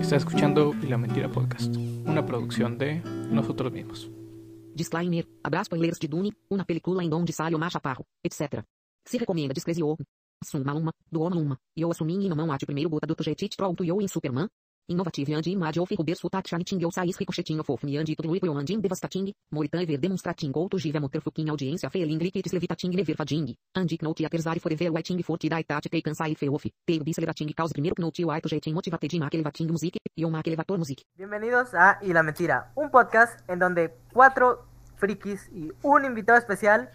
Está escuchando Y la Mentira Podcast, una producción de nosotros mismos. Disclaimer. Habrá spoilers de Dune, uma película em onde sai o Machaparro, etc. Se recomenda Disclesio. Suma uma, do Oma uma, e eu assumi não há de primeiro gota do Tujetit Troll eu em Superman. Innovative and image of Ruber Sutachanting eu sais ricochetinho fofni and tutluipio and devastating, moritan ver demonstrating outro giva motorfucking audiência feeling liquids levitating leverfading, and knot aterzari forever waiting for tida itat taken sai feof, teir bislerating cause primeiro knot you aito jeitin motivated makel vating music, e o makel vator music. Bienvenidos a Y la Mentira, un podcast en donde cuatro frikis y un invitado especial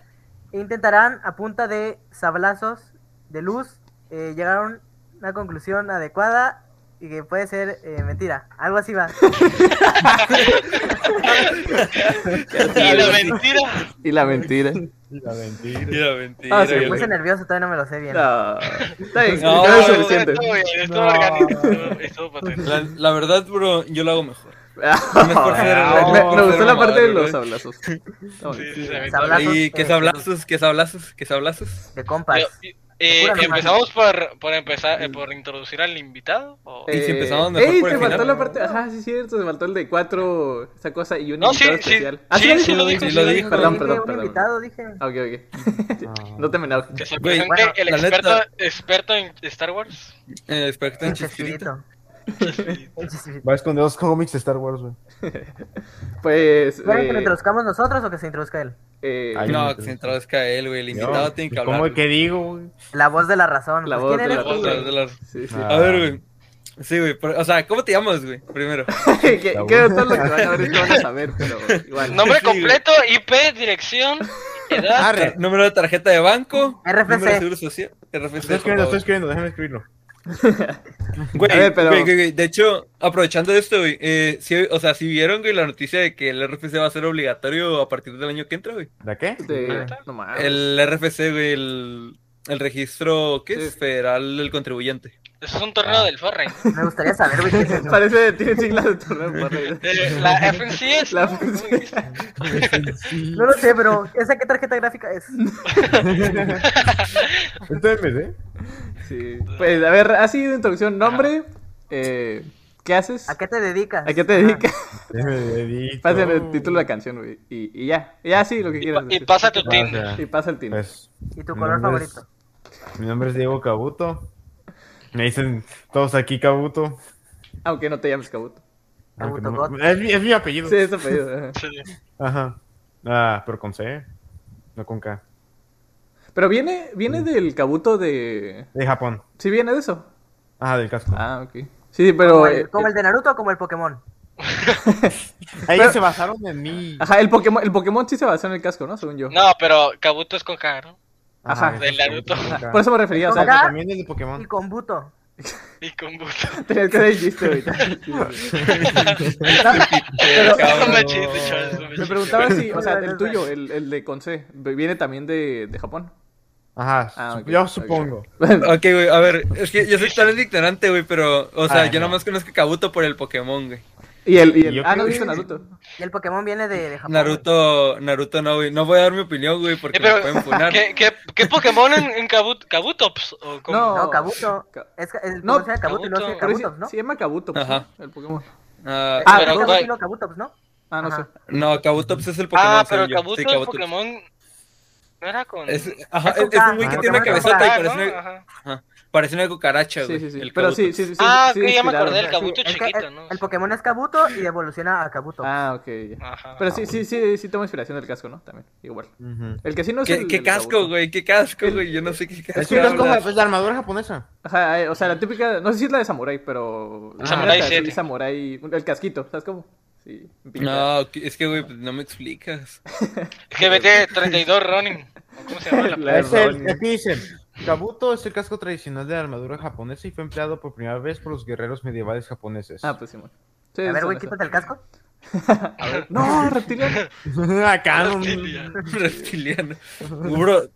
intentarán a punta de sablazos de luz eh, llegar a un- una conclusión adecuada y que puede ser eh, mentira. Algo así va. Y la mentira. Y la mentira. Y la mentira. Ah, sí, Me güey. puse nervioso, todavía no me lo sé bien. No. Está bien, No, ya es no, suficiente. estuvo bien, estuvo No. orgánico, estuvo- estuvo patente. La, la verdad, bro, yo lo hago mejor. Mejor ser- Me- me, mejor gustó ser la mamador, parte de güey. los sablazos. Está Sí, bonito. sí, la mentira. Sablazos, Y eh, que sablazos, que sablazos, que sablazos. De compas. Yo- eh, Pura mamá. empezamos por, por empezar eh, por introducir al invitado. ¿o? Eh, Y si empezamos mejor ¡Ey! por Te el faltó final. la parte. Ajá, sí, es cierto. Te faltó el de cuatro. Esa cosa y un No, sí, invitado sí, especial. Ah, sí, lo sí lo dijo, sí lo dijo. Perdón, dije perdón, un perdón. invitado, dije. Ah, Ok, ok. No te me enojes. Que se Güey, bueno, presente el la experto, neta- experto en Star Wars. Eh, experto en Un chistito. chespirito. Un chespirito. Va a esconder los cómics de Star Wars, güey. Pues. ¿Quieren que lo eh, introduzcamos nosotros o que se introduzca él? eh, Ay, No, que se introduzca él, güey. El invitado tiene que hablar. pues, ¿Cómo güey. que digo, güey? La voz de la razón. La Pues, voz ¿Quién de eres tú, la Vamos a güey? hablar de las- Sí, sí. Ah. A ver, güey. Sí, güey. pero- O sea, ¿cómo te llamas, güey? Primero. que que todo lo que van a ver esto van a saber, pero igual. Nombre Sí, güey. completo, IP, dirección, edad. Tar- Número de tarjeta de banco. RFC. Número de seguro social. RFC. Estoy por escribiendo, favor. estoy escribiendo, déjame escribirlo. Güey, A ver, pero- güey, güey, güey, De hecho, aprovechando esto, güey. eh, sí, o sea, si vieron, güey, la noticia de que el RFC va a ser obligatorio a partir del año que entra, güey. ¿De qué? Este, no mames. El RFC, güey, el, el registro, ¿qué es? Sí. Federal del contribuyente. Eso es un torneo del Fortnite. Me gustaría saber, güey, qué es eso. Parece. Tiene siglas de torneo por ahí. Eh, la FNC es. La ¿no? FNC. ¿Cómo dijiste? No lo sé, pero ¿esa qué tarjeta gráfica es? Esto es MD. Sí. Pues, a ver, así de introducción, nombre, eh, ¿qué haces? ¿A qué te dedicas? ¿A qué te dedicas? MD. Pásame el título de la canción, güey. Y, y ya, y ya sí, lo que Y, quieras. pa- y decir. pasa tu Tinder. Y pasa el tino. Ah, Pues, ¿Y tu mi color nombre es- favorito? Mi nombre es Diego Cabuto. Me dicen todos aquí Cabuto. Aunque no te llames Kabuto. aunque no- Cabuto God. es, mi, es mi apellido. Sí, es apellido. ajá. Sí. Ajá. Ah, pero con C, no con K. Pero viene, viene del Kabuto de. De Japón. Sí, viene de eso. Ajá, del casco. Ah, ok. Sí, pero. ¿Como eh, el, como el de Naruto o como el Pokémon? Ahí pero- se basaron en mí. eh, Ajá, el Pokémon, el Pokémon sí se basó en el casco, ¿no? Según yo. No, pero Kabuto es con K, ¿no? Ajá. el Del Naruto. casco. Por eso me refería, o Pero sea, Ajá. También es de Y Pokémon. con Buto. Y con Buto. tenías que hacer el chiste ahorita. Sí, sí, sí. No Cabrón. me chistes, chavales, no me Me chistes. preguntaba si, o sea, el tuyo, el, el de con C, viene también de, de Japón. Ajá, Ah, sup- ok, yo ok. supongo. Ok, güey, a ver, es que yo soy tal vez ignorante, güey, pero, o sea, Ah, yo no. nada más conozco a Kabuto por el Pokémon, güey. Y el, y el... Yo Ah, no, creo dice que- Naruto. Y el Pokémon viene de, de Japón. Naruto, Naruto no, güey. No voy a dar mi opinión, güey, porque pues. Eh, pero, me pueden funar. ¿qué, qué, qué Pokémon en, en Kabu- Kabutops? ¿O cómo? No. No, Kabuto. Ca- Es, ca- el No, Pokémon se llama Kabuto y luego se llama Pero sí- Kabutops, ¿no? Se llama Kabuto, pues, Ajá. ¿no? El Pokémon. Ah, Ah, pero pero ¿cuál? Kabutops, ¿no? Ah, no Ajá. sé. no, Kabutops es el Pokémon. ah, pero según yo. Kabuto Sí, es Kabutops. Pokémon. No era con. Es, ajá, Es es, un es K. un güey que Ah, tiene una no, cabezota y Ah, parece ¿no? una, Ajá. ajá, parece una cucaracha, Sí, güey. sí, sí. el Pero sí, Kabutops. sí, sí. sí, Ah, sí, ok, ya me inspiraron. acordé del Kabuto Es que chiquito, el, ¿no? el Pokémon es Kabuto y evoluciona a Kabuto. Ah, ok. ya. Ajá. Pero sí, sí, sí, sí toma inspiración del casco, ¿no? También, igual. Ujú. El que sí no es ¿Qué, el qué el casco, Kabuto. güey? ¿Qué casco, güey? Yo no sé qué casco. Es que casco hablas. es la armadura japonesa. Ajá, eh, o sea, la típica, no sé si es la de Samurai, pero... Ah, Samurai sí, siete. Samurai, el casquito, ¿sabes cómo? Sí. pinta. No, que- es que, güey, pues, no me explicas. Es que vete 32 Ronin. ¿o ¿Cómo se llama? La... La de Es el, Ronin. aquí dicen, Kabuto es el casco tradicional de la armadura japonesa y fue empleado por primera vez por los guerreros medievales japoneses. Ah, pues sí, bueno. Sí, a ver, son güey, esas. quítate el casco. A ver. No, reptiliano. Ah, Acá no- Reptilia. reptiliano. Bro,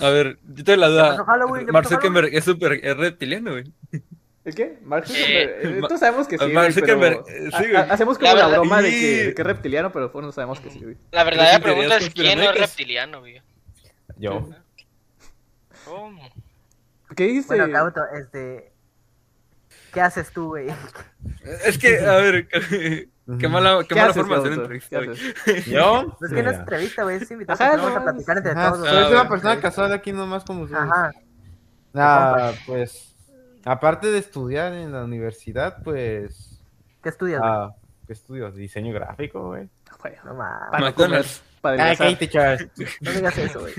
a ver, yo tengo la ¿Qué duda. pasó, Halloween? ¿Qué Mark pasó, Zuckerberg es súper es reptiliano, güey. ¿El qué? Mark Zuckerberg. Eh, Eh, Todos sabemos que sí. Mark güey, pero- Zuckerberg, eh, sí, ha- güey. ha- Hacemos como La la, verdad- broma de que, Y- de que es reptiliano, pero pues no sabemos que sí, güey. La Pero verdadera sin teorías pregunta es: ¿quién no es conspiranoicas. reptiliano, güey? Yo. ¿Cómo? ¿Qué dijiste? Bueno, Kabuto, este. ¿Qué haces tú, güey? Es que, a ver, qué mala, qué ¿Qué mala haces, forma de hacer Naruto? ¿Qué entrevista. güey. haces? ¿Yo? Pues que no es Mira. entrevista, güey. Es invitado Ajá, que vamos no a mames. platicar entre Ajá, todos. soy Ah, una bueno. persona casada aquí nomás como ustedes. Ajá. Ah, pues, aparte de estudiar en la universidad, pues, ¿Qué estudias, güey? ah, ¿qué estudio? Diseño gráfico, güey. Ah. Ah, No mames. Para McDonald's. comer, para Ah, Ay, adelgazar. cállate, Charles. No digas eso, güey.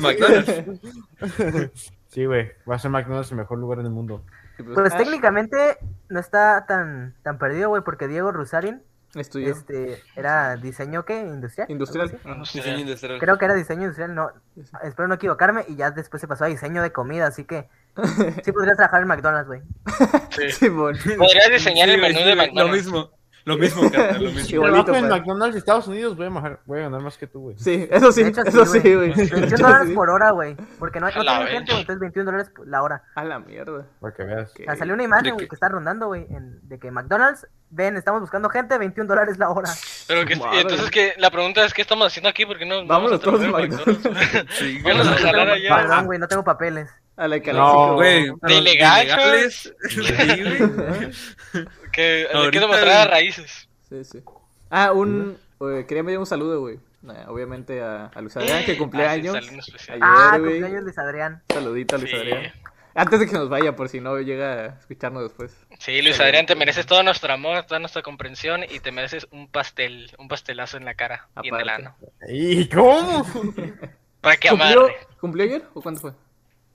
McDonald's. Sí, güey, va a ser McDonald's el mejor lugar en el mundo. Pues ah, técnicamente no está tan, tan perdido, güey, porque Diego Rusarin Es tuyo. este, era diseño, ¿qué? ¿Industrial? Industrial. No sé. Diseño industrial. Creo que era diseño industrial, no. Espero no equivocarme. Y ya después se pasó a diseño de comida, así que sí podrías trabajar en McDonald's, güey. Sí. Simón. Podrías diseñar Sí, el güey, menú sí, de güey, Lo McDonald's. mismo, lo mismo, carnal, lo mismo. Igualito, Trabajo en padre. McDonald's de Estados Unidos, voy a, majar- voy a ganar más que tú, güey. Sí, eso sí, De hecho, sí, eso sí, güey. güey. De 21 hecho, dólares sí. por hora, güey. Porque no, no A la tiene gente, verga. entonces 21 dólares por la hora. A la mierda. Para que veas. Ok. O sea, salió una imagen, ¿De güey, qué? que está rondando, güey, en- de que McDonald's, ven, estamos buscando gente, 21 dólares la hora. Pero que, Madre. entonces que la pregunta es, ¿qué estamos haciendo aquí? Porque no no Vámonos todos trabajar en McDonald's. Sí, güey. Vamos a jalar allá. Perdón, güey, no tengo papeles. A la No, calacico. Güey, ¿De legachos? Sí, güey. Que eh, le Ahorita- quiero mostrar a raíces. Sí, sí. Ah, un... eh, quería enviar un saludo, güey. Nah, obviamente a, a Luis Adrián, que cumple Ah, sí, años. salió un especial. Ayer, Ah, güey. cumpleaños Luis Adrián. Saludito a Luis Sí. Adrián. Antes de que nos vaya, por si no llega a escucharnos después. Sí, Luis Adrián, te mereces todo nuestro amor, toda nuestra comprensión y te mereces un pastel, un pastelazo en la cara y en el Aparte. ano. ¿Y cómo? Para que ¿Cumplió, amarre. ¿Cumplió ayer o cuándo fue?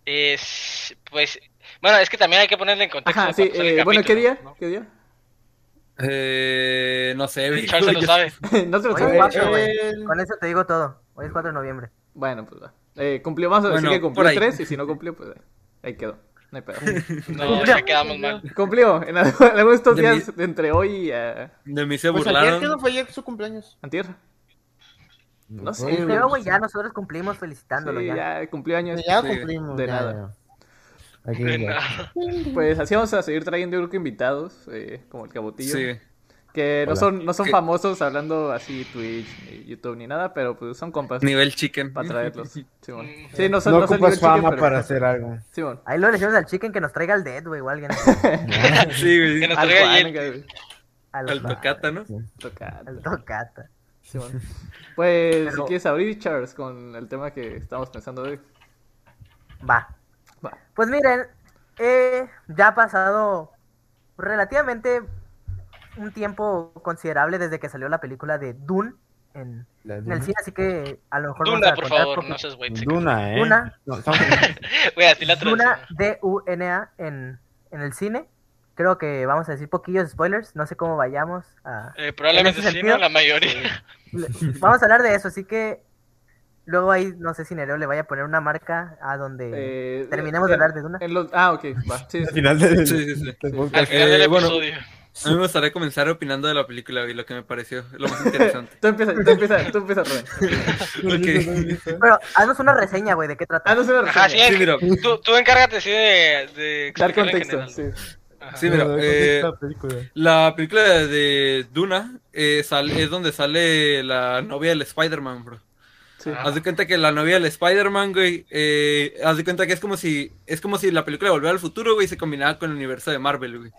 Es, pues, bueno, es que también hay que ponerle en contexto. Ajá, sí. cuando sale el eh, bueno, ¿qué capítulo, día? ¿no? ¿Qué día? Eh, no sé, güey. Charles se lo Yo- sabe. no se lo Hoy es sabe. cuatro, güey. El- Con eso te digo todo. Hoy es 4 de noviembre. Bueno, pues va. Eh, cumplió más, así Bueno, que por cumplió ahí. tres. Y si no cumplió, pues eh, ahí quedó. No hay pedo. No, ya quedamos mal. cumplió. En algo- en algunos de estos De días, de entre hoy y a De mí se Pues ayer, ¿qué burlaron. no fue ayer su cumpleaños? Antier. No sé, güey. Pero, güey, ya nosotros cumplimos felicitándolo Sí, ya. ya cumplió años. Ya Sí, cumplimos. de ya, nada. ya. Aquí De ya. nada. Pues así vamos a seguir trayendo, yo creo que invitados, eh, como el cabotillo. Sí. Que no Hola. son, no son Que- famosos hablando así Twitch, ni YouTube, ni nada, pero pues son compas Nivel chicken. para traerlos. Simón. Sí, no son, No no son ocupas nivel chicken, fama pero- para hacer algo. Simón. Ahí lo le decimos al chicken que nos traiga al dead, güey, o alguien. Sí, Que güey. nos Al traiga Juan, hiel. güey. Al, Al tocata, ¿no? Toca- Al tocata. Simón. Pues si Pero- quieres abrir, Charles, con el tema que estamos pensando hoy. Va. Va. Pues miren, eh, ya ha pasado relativamente un tiempo considerable desde que salió la película de Dune en, La en el Duna. cine, así que a lo mejor vamos Duna, a por contar favor, poquito. no seas white. Duna, ¿eh? Duna. No, estamos- Güey, así la Duna, traducción. D-U-N-A en, en el cine. Creo que vamos a decir poquillos spoilers, no sé cómo vayamos a... Eh, probablemente En ese sí, sentido- ¿no? La mayoría. Le- Vamos a hablar de eso, así que luego ahí no sé si Nereo le vaya a poner una marca a donde Eh, terminemos de en- hablar de Duna. en los- ah, ok, va. Sí, Al sí. final del- Sí, sí, sí. del podcast. Al final Eh, del bueno. episodio. A mí me gustaría comenzar opinando de la película y lo que me pareció lo más interesante. Tú empieza, tú empieza, tú empieza, Rubén. Ok. Pero haznos una reseña, güey, de qué trata. Ah, no se me Ajá, sí, reseña. Sí, mira. tú, tú encárgate sí de, de Dar explicar en contexto, general. sí. Ajá. Sí, mira. No, no, no, Eh, esta película. la película de Duna eh, sale- es donde sale la novia del Spider-Man, bro. sí. Ah. Haz de cuenta que la novia del Spider-Man, güey, eh, haz de cuenta que es como si es como si la película de Volver al Futuro, güey, se combinaba con el universo de Marvel, güey.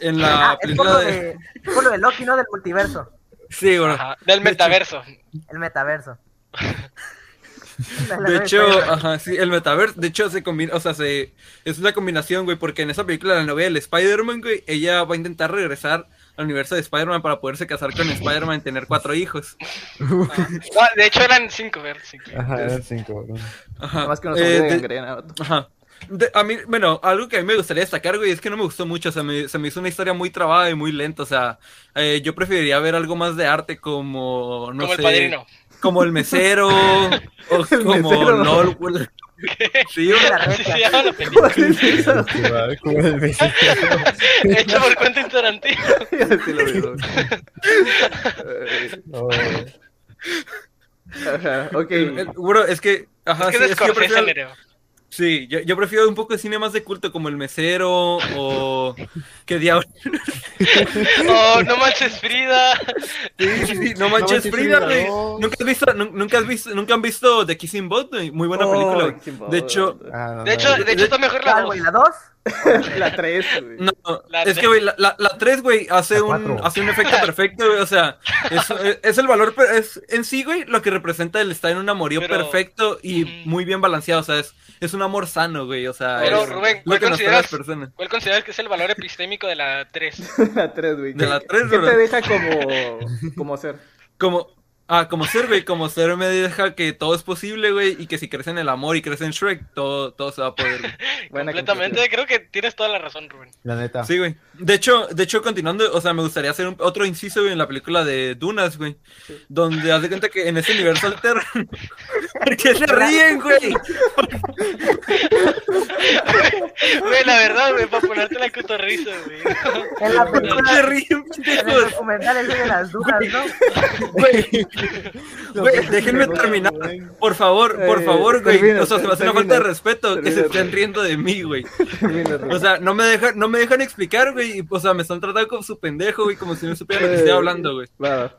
En Ah, la es por película lo de... de, es por lo de Loki, ¿no? Del multiverso, Sí, bro. Ajá, Del metaverso. el metaverso. De hecho, ajá, sí, el metaverso, de hecho se combina, o sea, se es una combinación, güey, porque en esa película la novia del Spider-Man, güey, ella va a intentar regresar al universo de Spider-Man para poderse casar con Spider-Man y tener cuatro hijos. No, de hecho eran cinco, ver, cinco. Ajá, eran cinco. ¿no? Ajá. Nada más que no Eh, se olvide de de- gangrena, vato. Ajá. De- a mí, bueno, algo que a mí me gustaría destacar, güey, es que no me gustó mucho. Se me, se me hizo una historia muy trabada y muy lenta. O sea, eh, yo preferiría ver algo más de arte como, no como sé, el padrino. como el mesero o El como mesero. Nol- Sí, güey. Así se llama la película. Igual, como el Messi. Hecho por Quentin Tarantino. Yo sí lo digo. Eh, No, güey. Ajá, ok. El- el- bro, es que, ajá, es que sí, es es que yo Scorsese, prefiero, Nereo. sí, yo, yo prefiero un poco de cine más de culto como el mesero o qué diablo. Oh, no manches Frida. Sí, sí, sí, no manches Frida, manches, Frida, güey. no. Nunca has visto, nun- nunca has visto, nunca han visto The Kissing Bot, güey? muy buena película. güey. De hecho, Ah, no, De no, hecho, de hecho está ah, mejor la ¿Cuál, güey? voz. ¿La 2? La 3, güey. No, La es tre- que, güey, la- la la tres, güey, hace La un, cuatro. hace un efecto perfecto, güey, o sea, es, es el valor, per- es en sí, güey, lo que representa el estar en un amorío Pero- perfecto y Ujú. muy bien balanceado, o sea, es, es un amor sano, güey, o sea, Pero, es Rubén, lo ¿cuál que nos trae las consideras- personas. ¿Cuál consideras que es el valor epistémico de la 3? La 3, güey. De la ¿Qué- tres, ¿Qué bro. te deja como, como ser? Como, ah, como ser, güey, como ser me deja que todo es posible, güey, y que si crece en el amor y crece en Shrek, todo, todo se va a poder, güey. Buena Completamente, creo que tienes toda la razón, Rubén. La Ah. neta. Sí, güey. De hecho, de hecho, continuando, o sea, me gustaría hacer un- otro inciso, güey, en la película de Dunas, güey. Donde haz de cuenta que en ese universo alterno. ¿Por qué se ríen, güey? Güey, la verdad, güey, para ponerte la cotorriza, güey. En la ¿Por qué se película, ríen, en el pendejos? documental ese de las dudas, ¿no? Güey, güey, déjenme terminar. Por favor, por Eh, favor, güey. termina, O sea, se me hace una termina. falta de respeto que se Termina, estén termina. riendo de mí, güey. completamente. O sea, no me dejan, no me dejan explicar, güey. y, O sea, me están tratando como su pendejo, güey, como si no supiera lo que estoy hablando, güey. Va, va.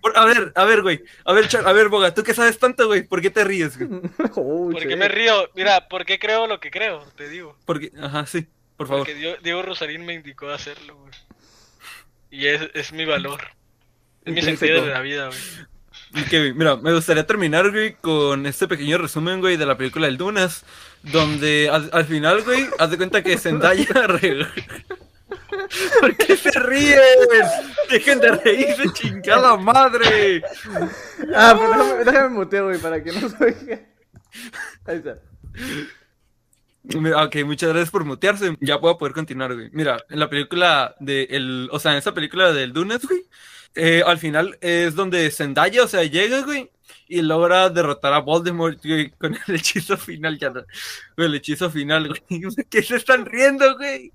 Por- a ver, a ver, güey. A ver, Char- a ver, Boga, ¿tú qué sabes tanto, güey? ¿Por qué te ríes, güey? Uy, ¿Por che. qué me río? Mira, ¿por qué creo lo que creo? Te digo. Porque, ajá, sí, por favor. Porque Dio- Diego Rosarín me indicó a hacerlo, güey. Y es, es mi valor. Es mi Intrínseco. sentido de la vida, güey. Y que, güey, mira, me gustaría terminar, güey, con este pequeño resumen, güey, de la película El Dunas, donde al, al final, güey, haz de cuenta que Zendaya reg- ¿Por qué se ríen? Dejen de reírse, chingada madre. Ah, pero déjame, déjame muteo, güey, para que no se oiga. Ahí está. Mira, ok, muchas gracias por mutearse. Ya puedo poder continuar, güey. Mira, en la película de el, o sea, en esa película del Dunes, güey, eh, al final es donde Zendaya, o sea, llega, güey, y logra derrotar a Voldemort, güey, con el hechizo final, ya no, con el hechizo final, güey. ¿De ¿Qué se están riendo, güey?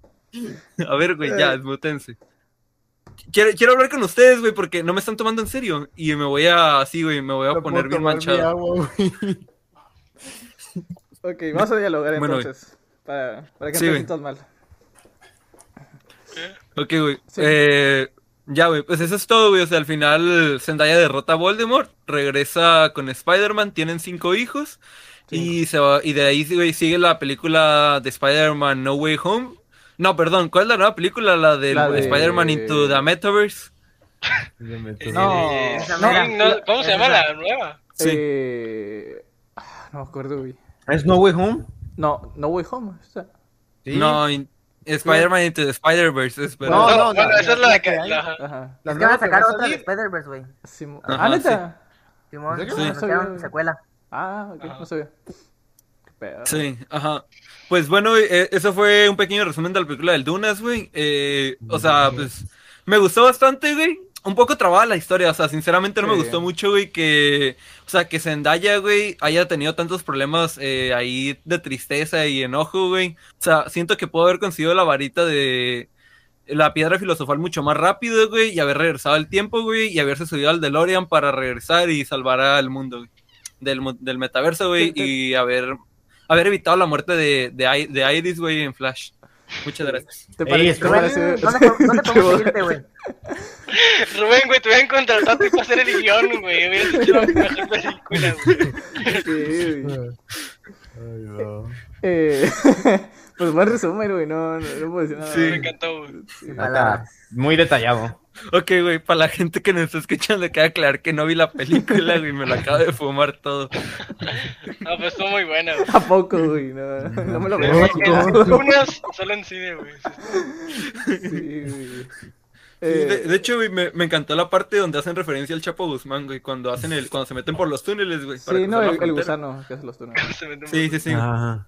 A ver, güey, ya, desmutense. Quiero, quiero hablar con ustedes, güey, porque no me están tomando en serio. Y me voy a, así, güey, me voy a No puedo poner bien tomar mi manchado. agua, güey. Ok, vamos a dialogar Bueno, güey. entonces. Para, para que Sí, no te güey. sientas mal. Ok, güey. Sí. Eh, ya, güey. Pues eso es todo, güey. O sea, al final Zendaya derrota a Voldemort, regresa con Spider-Man, tienen cinco hijos. Y se va, y de ahí, güey, sigue la película de Spider-Man No Way Home. No, perdón, ¿cuál es la nueva película? La de La de- Eh, Spider-man Into the Metaverse. Ya me Eh, No, eh, esa sí, mera. no- ¿Cómo se llama Esa. la nueva? Sí. Eh... ah, No me acuerdo, güey. ¿Es No Way Home? No, No Way Home. o sea. Sí. No, in- Spider-Man Into the Spider-Verse. es No, No, verdad. no, bueno, la- esa es la- la la que. que hay. la- Ajá. Las Es que van a nuevas que sacar van a otra de salir. Spider-Verse, güey. Simo- Ajá, ah, neta. Simón, ¿En serio? Sí. anunciaron secuela. Ah, ok, Ajá. no sabía. Qué pedo. Sí, ajá. Pues bueno, güey, eh, eso fue un pequeño resumen de la película del Dunas, güey. Eh, o sea, pues me gustó bastante, güey. Un poco trabada la historia, o sea, sinceramente no me Sí. gustó mucho, güey, que, o sea, que Zendaya, güey, haya tenido tantos problemas eh, ahí de tristeza y enojo, güey. O sea, siento que puedo haber conseguido la varita de la piedra filosofal mucho más rápido, güey, y haber regresado al tiempo, güey, y haberse subido al DeLorean para regresar y salvar al mundo, güey, del, mu- del metaverso, güey, Sí, sí. y haber haber evitado la muerte de, de, I- de Iris, güey, en Flash. Muchas gracias. ¿Te Ey, parece? estuvo- te parece- Rubén, ¿Dónde dónde te podemos parece- seguirte, güey? Rubén, güey, te hubieran contratado a ti para hacer el guión, güey. Hubieras hecho la mejor película, güey. Sí, güey. Ay, no. Eh, pues buen resumen, güey. No, no, no puedo decir nada. Me encantó, güey. Neta, Muy detallado. Ok, güey, para la gente que nos está escuchando, queda claro que no vi la película, güey, me la acabo de fumar todo. Ah, pues estuvo muy buena, güey. ¿A poco, güey? No, no me lo Mm, Sí. veo. eh, Unas solo en cine, güey. Sí, güey. Sí, de, Eh, de hecho, güey, me, me encantó la parte donde hacen referencia al Chapo Guzmán, güey, cuando hacen el, cuando se meten por los túneles, güey. para sí, no, cruzar la el, el frontera. gusano que hace los túneles. Se metió un- Sí, sí, sí. güey. Ajá.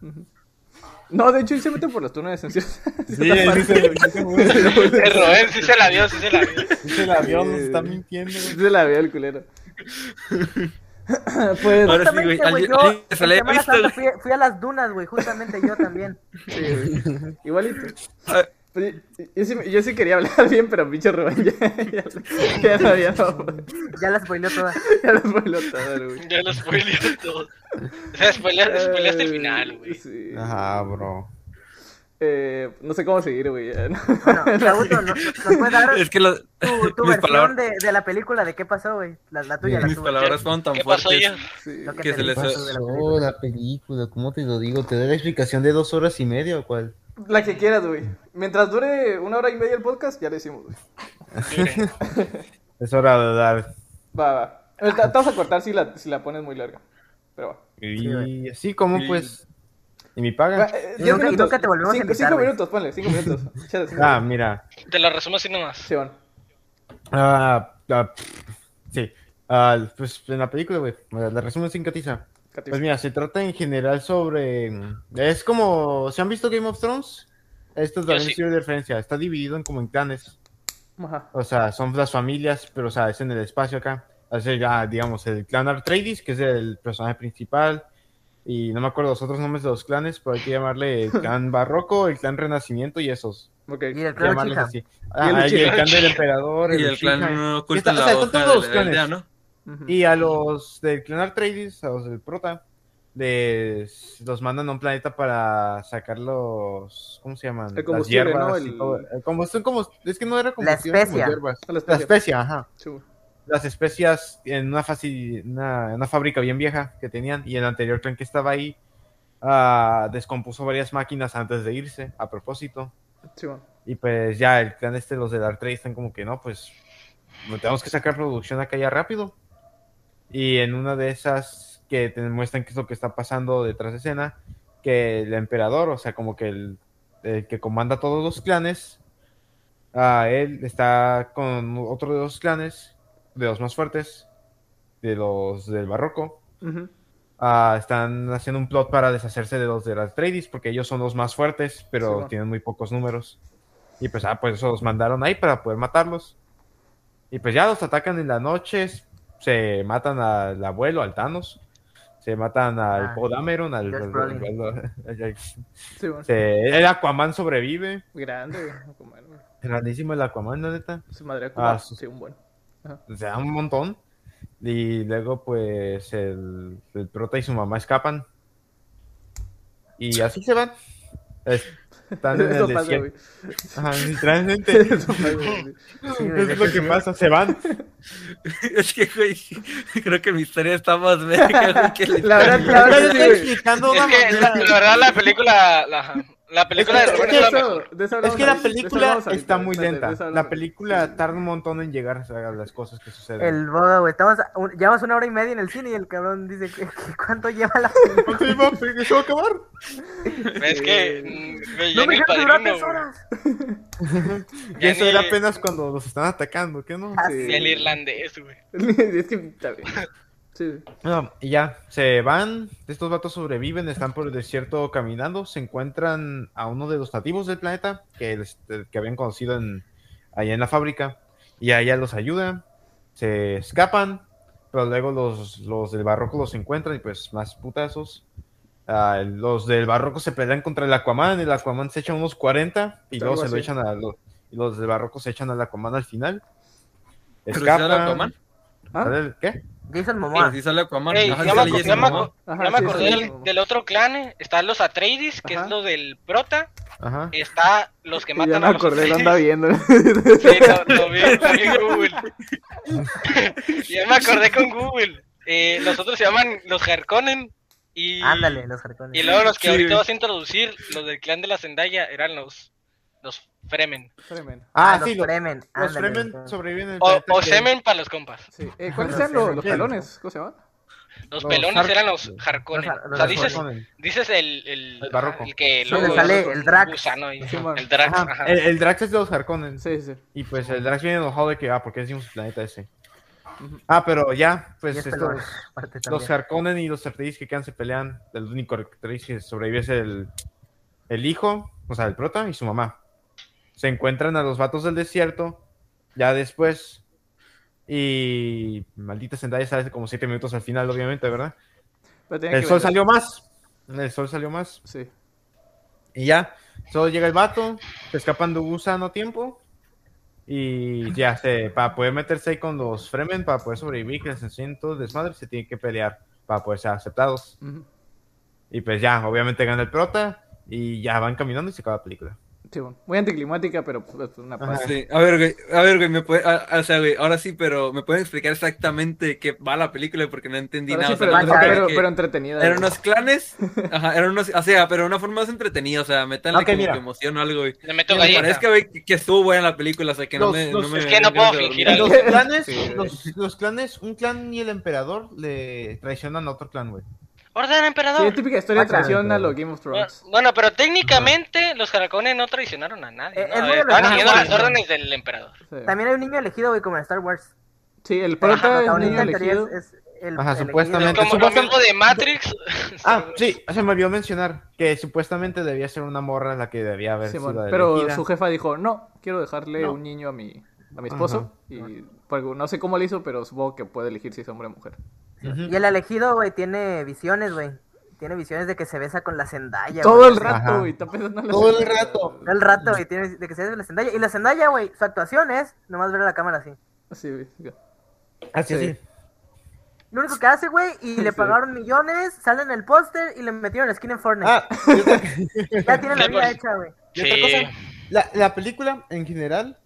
No, de hecho, él se mete por los túneles en cierta, Sí, cierta parte, dice, güey. dice, güey, Eh, Rubén, sí se la vio, sí se la vio. dice el avión, nos está mintiendo. güey. Se la veo el culero. pues, Ahora sí, Justamente, güey, güey, alguien, yo alguien que en se la haya Semana visto, Santa güey. fui, fui a las dunas, güey, justamente yo también. sí, güey. igualito. Ah, Pues, yo, yo sí, yo sí quería hablar bien, pero pinche Rubén ya, ya, ya lo había Ya las spoileó todas. ya lo spoiló todo, güey. Ya lo Eh, spoileó todo. O sea, spoileaste, spoileaste el final, güey. Sí. Ajá, bro. Eh, no sé cómo seguir, güey. ya, ¿no? Bueno, Kabuto, ¿no- ¿nos puedes dar Es que las- tu, tu mis versión palabras- de, de la película de qué pasó, güey? La, la tuya, la mis tuya. palabras fueron tan ¿Qué pasó fuertes. yo? Sí. Lo que que te se les- pasó de la Pasó película. Oh, la película, ¿cómo te lo digo? Te da la explicación de dos horas y media o cuál. La que quieras, güey. Mientras dure una hora y media el podcast, ya le decimos, güey. Miren, Es hora de dar. Va, va. Eh, Te te vas a cortar si la, si la pones muy larga. Pero va. Y así como Sí. pues. Y mi Va, paga. eh, Ah, Y diez nunca- y minutos. nunca te volvemos a Cinco- invitar, Cinco güey. minutos, ponle, cinco minutos. Échale, cinco Ah, minutos. mira. Te lo resumo así nomás. Sí, bueno. Ah, ah, sí. Ah, pues en la película, güey. Bueno, La resumen sin catiza. Catiza. Pues mira, se trata en general sobre. Es como. ¿Se han visto Game of Thrones? Esto también sí. sirve de referencia. Está dividido en como en clanes. Ajá. O sea, son las familias, pero o sea, es en el espacio acá. O sea, ya, digamos, el clan Atreides, que es el personaje principal. Y no me acuerdo los otros nombres de los clanes, pero hay que llamarle el clan Barroco, el clan Renacimiento y esos. Ok. Y el clan Llamarles Uchiha. así. Ah, Y el y el Uchiha. clan del emperador, Y el Uchiha. clan no oculta Está- o la sea, son hoja todos de los la clanes. aldea, ¿no? Ujú. Y a los del clan Atreides, a los del prota, les, los mandan a un planeta para sacar los. ¿Cómo se llaman? El Las combustible, hierbas ¿no? y El- todo. Eh, Como, son como, es que no era combustible. como especia. hierbas. A la La especie. especie, ajá. Sí, güey. Las especias en una, faci- una, una fábrica bien vieja que tenían y el anterior clan que estaba ahí ah, descompuso varias máquinas antes de irse, a propósito. Sí, bueno. Y pues ya el clan este, los del Atreides están como que no, pues tenemos que sacar producción acá ya rápido. Y en una de esas que te muestran qué es lo que está pasando detrás de escena, que el emperador, o sea, como que el, el que comanda todos los clanes, a él está con otro de los clanes, de los más fuertes, de los del barroco, Ujú. Ah, están haciendo un plot para deshacerse de los de las Atreides porque ellos son los más fuertes, pero Sí, bueno. tienen muy pocos números. Y pues, ah, pues eso los mandaron ahí para poder matarlos. Y pues ya los atacan en las noches, se matan al abuelo, al Thanos, se matan al Ah, Podameron, al... Josh al- Brolin. al- al- Sí, bueno. se- el Aquaman sobrevive, Grande, güey. No, como, bueno, grandísimo el Aquaman, la neta. Su madre Ah, sí, un buen. se da un montón. Y luego, pues, el, el prota y su mamá escapan. Y así se van. Es- Están en el Eso pasa, desierto. güey. Ajá, literalmente. Eso pasa, güey. Sí, güey, es lo que pasa, se van. Es que, güey, creo que mi historia está más verga, güey, que la La verdad, la verdad, sí, Ah, güey. explicando Es que la, la verdad la película, la, la película de Es Rubén que es la eso- mejor. de eso Es hablamos que la ahorita, de eso película hablamos ahorita, está muy espérate, lenta. de eso La hablamos. película tarda un montón en llegar a las cosas que suceden. El boga, güey. Estamos, a un- llevamos una hora y media en el cine y el cabrón dice que, que cuánto lleva la película. ¿Eso va a acabar? Es que, mm, güey, ya No me ni el dejaron durar padrino, tres horas. güey. Y Ya eso era ni- apenas cuando los están atacando, ¿qué no? Ah, ni el irlandés, güey. es que está bien. Sí. No, y ya, se van, estos vatos sobreviven, están por el desierto caminando, se encuentran a uno de los nativos del planeta que, les- que habían conocido en, allá en la fábrica y allá los ayuda, se escapan, pero luego los, los del barroco los encuentran y pues más putazos. Ah, los del barroco se pelean contra el Aquaman, el Aquaman se echa unos 40 y luego Algo se lo así. echan a los, y los del barroco se echan al Aquaman al final. Pero si sale Escapan. Aquaman. ¿Ah? ¿Sale el ¿Qué? Jason Pero Momoa. si sale Aquaman. Ey, Ajá, ya sale me- Jason ya me- Momoa. Ajá, Ya me sí, acordé sí, sí. del, del otro clan, eh, están los Atreides, que Ajá. es lo del Prota, Ajá. está los que Y ya matan me a los acordé, lo Atreides. anda viendo. Sí, lo, lo vi, lo vi en Google. ya me acordé con Google. Eh, los otros se llaman los Harkonnen y... Ándale, los jarcones. Y luego los que Sí. ahorita vas a introducir, los del clan de la Zendaya, eran los, los Fremen. Tremendo. Ah, los sí, lo- Fremen. Los ándale, Fremen los- sobreviven en el O, planeta o que- Semen para los compas. Sí. Eh, ¿Cuáles eran No sé, los, los sí. pelones? ¿Cómo se llama? Los Los pelones Har- eran los Harkonnen. los Har- o sea, los dices, Harkonnen. dices el, el, El barroco. el que Sí, luego le sale es un el Drax. gusano y- Sí, man. el Drax. Ajá, Eh, ajá. El, el Drax es de los Harkonnen. Sí, sí. Y pues el Drax viene enojado de que, ah, ¿por qué decimos el planeta ese? Ah, pero ya, y pues es estos, pelón, aparte los también. Harkonnen y los Atreides que quedan se pelean. El único Atreides que sobrevive es el, el hijo, o sea, el prota y su mamá. Se encuentran a los vatos del desierto, ya después. Y maldita Zendaya sale como siete minutos al final, obviamente, ¿verdad? Pero tenía El que sol vender. salió más. El sol salió más. Sí. Y ya, solo llega el vato, se escapan de un gusano a tiempo. Y ya, se, para poder meterse ahí con los Fremen, para poder sobrevivir, que les enseñen todo el desmadre, se tienen que pelear para poder ser aceptados. Ujú. Y pues ya, obviamente gana el prota. Y ya van caminando y se acaba la película. Sí, bueno. Muy anticlimática, pero pues, es una paz. Sí, a ver, güey, a ver, güey, me puede, a- a- o sea, güey, ahora sí, pero me pueden explicar exactamente qué va la película porque no entendí Ahora nada. sí, o sea, pero, no sé, pero- que pero entretenida. eran güey. unos clanes, ajá, eran unos, o sea, pero de una forma más entretenida, o sea, metanle Ok, como mira. que emoción o algo, güey. Le meto Que me galleta. parezca, güey, que, que estuvo buena la película, o sea, que no Los- me, los- no me- Ah, es que no puedo fingir algo. Los clanes, Sí, los, los clanes, un clan y el emperador le traicionan a otro clan, güey. ¡Orden, Sí, es emperador! típica historia de Bacán, traición a pero- los Game of Bueno, Thrones. bueno, pero técnicamente los caracones no traicionaron a nadie. Eh, ¿no? es muy Eh, Estaban relevante. siguiendo las Bueno. órdenes del emperador. Sí. También hay un niño elegido, güey, como en Star Wars. Sí, el Pero prota es el un niño protagonista, en teoría, elegido. es- es el- Ajá, el supuestamente. elegido. Como lo supuestam- mismo de Matrix. Pues, Ah, sí, se me olvidó mencionar que supuestamente debía ser una morra la que debía haber Simón. sido Pero elegida. su jefa dijo, no, quiero dejarle No. un niño a mi, a mi esposo. Y por algo- no sé cómo le hizo, pero supongo que puede elegir si es hombre o mujer. Ujú. Y el elegido, güey, tiene visiones, güey. Tiene visiones de que se besa con la Zendaya, Todo güey. el rato, Ajá. güey. Está pensando en la Todo el señora. rato. Todo el rato, güey, tiene de que se besa con la Zendaya. Y la Zendaya, güey, su actuación es nomás ver a la cámara así. Sí, güey. Así Sí. sí. Lo único que hace, güey, y le Sí. pagaron millones, sale en el póster y le metieron skin en Fortnite. Ah, y otra- ya tiene la Sí, vida pues. hecha, güey. y Sí. otra cosa, la, la película en general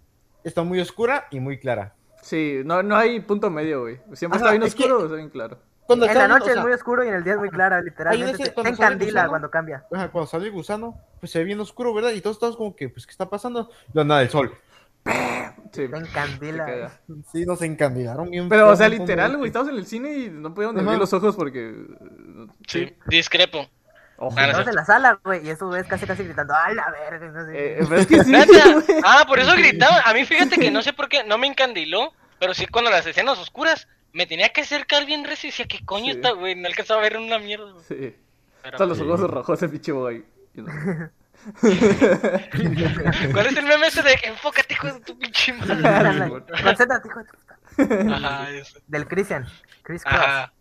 está muy oscura y muy clara. Sí, no, no hay punto medio, güey. Siempre Ajá, está bien es que- oscuro o está bien claro. Cuando En la salen, o noche es sea, muy oscuro y en el día es muy clara, literalmente. veces Se, cuando se sale el encandila gusano. cuando cambia. ajá, cuando sale el gusano, pues se ve bien oscuro, ¿verdad? Y todos estamos como que, pues, ¿qué está pasando? No, nada, el sol. Sí, Se se encandila. güey. caga. Sí, nos encandilaron bien. Pero, feo, o sea, ¿no? literal, güey, estamos en el cine y no podíamos ni Ajá. abrir los ojos porque... Sí, discrepo. Ojo. Ah, no Estamos en la sala, güey, y eso, güey, es casi casi gritando, ¡a la verga! No sé. Eh, pero es que sí, Neta. güey. Ah, por eso gritaba. A mí fíjate que no sé por qué no me encandiló, pero sí cuando las escenas oscuras me tenía que acercar bien recio y decía, ¿qué coño Sí. está, güey? No alcanzaba a ver una mierda. güey. Sí. Pero- Todos los ojos rojos ese pinche güey. Y no. ¿Cuál es el meme ese de enfócate, hijo de tu pinche madre? Concéntrate, hijo de tu puta. Ajá, eso. Del Christian. Chris Cross. Ajá.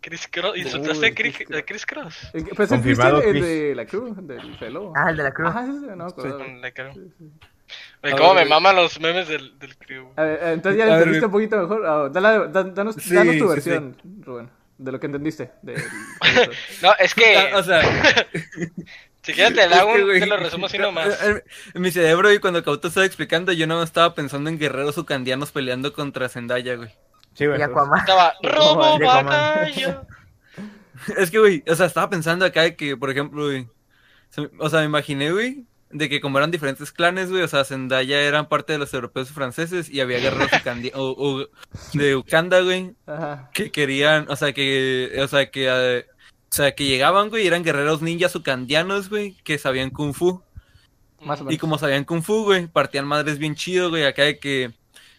Chris Cross. ¿Insultaste Uy, a Chris, Chris Cross. a Chris Cross? El que- Pues el Cristian Confirmado, es Chris. de la crew, del fellow. Ah, el de la Cruz. Ajá, sí, sí, no, me acuerdo. Con la cara. Güey, A cómo ver, me güey. maman los memes del, del crew. A ver, eh, entonces ya A ver, entendiste güey. un poquito mejor. Ah, dala- da- danos, Sí, danos tu sí, versión, Rubén, de lo que entendiste. de- No, es que O sea, Ah, si quieres te, la hago, Es que, un- güey, Eh, te lo resumo así no, nomás. en- En mi cerebro, y cuando Cauto estaba explicando, yo no estaba pensando en guerreros ucandianos peleando contra Zendaya, güey. Sí, güey. Y Aquaman. Estaba robo Diego Man". batalla. Es que, güey, o sea, estaba pensando acá de que, por ejemplo, güey, se- o sea, me imaginé, güey, de que como eran diferentes clanes, güey, o sea, Zendaya eran parte de los europeos y franceses y había guerreros ucandi- u- u- de Uganda, güey, Ajá. que querían, o sea, que, o sea, que, eh, o sea, que llegaban, güey, y eran guerreros ninjas ucandianos, güey, que sabían kung fu. Más o menos. Y como sabían Kung Fu, güey, partían madres bien chido, güey, acá de que,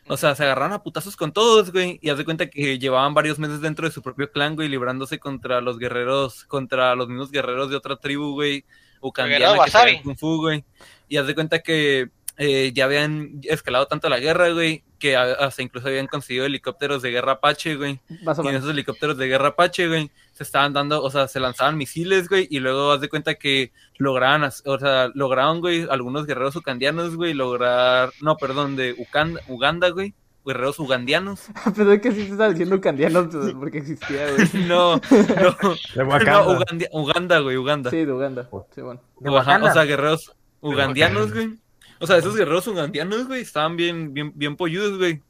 o sea, se agarraron a putazos con todos, güey, y haz de cuenta que llevaban varios meses dentro de su propio clan, güey, librándose contra los guerreros, contra los mismos guerreros de otra tribu, güey, o Guerrero que Wasabi. sabían Kung Fu, güey, y haz de cuenta que eh, ya habían escalado tanto la guerra, güey, que a- hasta incluso habían conseguido helicópteros de guerra Apache, güey, Más o y en menos. esos helicópteros de guerra Apache, güey, se estaban dando, o sea, se lanzaban misiles, güey, y luego haz de cuenta que lograban, as- o sea, lograron, güey, algunos guerreros ucandianos, güey, lograr, no, perdón, de Ucanda- Uganda, güey, guerreros ugandianos. Pero es que sí se está diciendo candiano pues, porque existía, güey. No, no, De no, Wakanda. Ugandia- Uganda, güey, Uganda. Sí, de Uganda. Sí, bueno. De Ajá, Wakanda. o sea, guerreros ugandianos, güey. O sea, esos guerreros ugandianos, güey, estaban bien, bien, bien polludos, güey.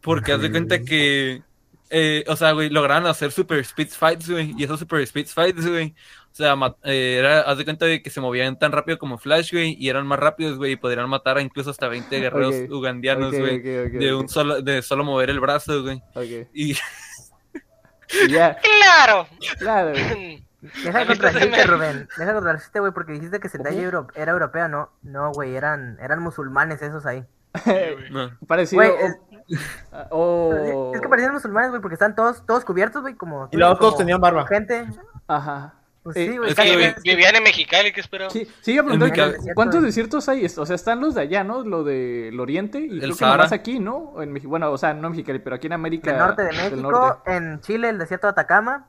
Porque haz de cuenta que, eh, o sea, güey, lograron hacer super speed fights, güey. Y esos super speed fights, güey. O sea, ma- eh, era, haz de cuenta de que se movían tan rápido como Flash, güey. Y eran más rápidos, güey. Y podrían matar a incluso hasta 20 guerreros Ok, ugandianos, Ok, güey. ok, ok, de, ok, un solo, de solo mover el brazo, güey. ok. Y Y Ya, Claro. claro, güey. Yo Deja de A mí también contradecirte, me- Rubén. Deja de contradecirte, güey, porque dijiste que Zendaya euro- era europea, ¿no? No, güey, eran, eran musulmanes esos ahí. no. Parecido. Güey, o- es, o- es que parecían musulmanes, güey, porque están todos, todos cubiertos, güey, como... Y luego todos como tenían barba. Gente, Ajá. pues Eh, sí, güey. es casi que, ves- Vivían en Mexicali, ¿qué esperaba? Sí, sí, iba a En mi preguntar cabe- ¿cu- cuántos desiertos hay. O sea, están los de allá, ¿no? Lo del oriente y creo que Sahara. nomás aquí, ¿no? O En Meji- Bueno, o sea, no en Mexicali, pero aquí en América. del norte de del México, norte. en Chile, el desierto de Atacama,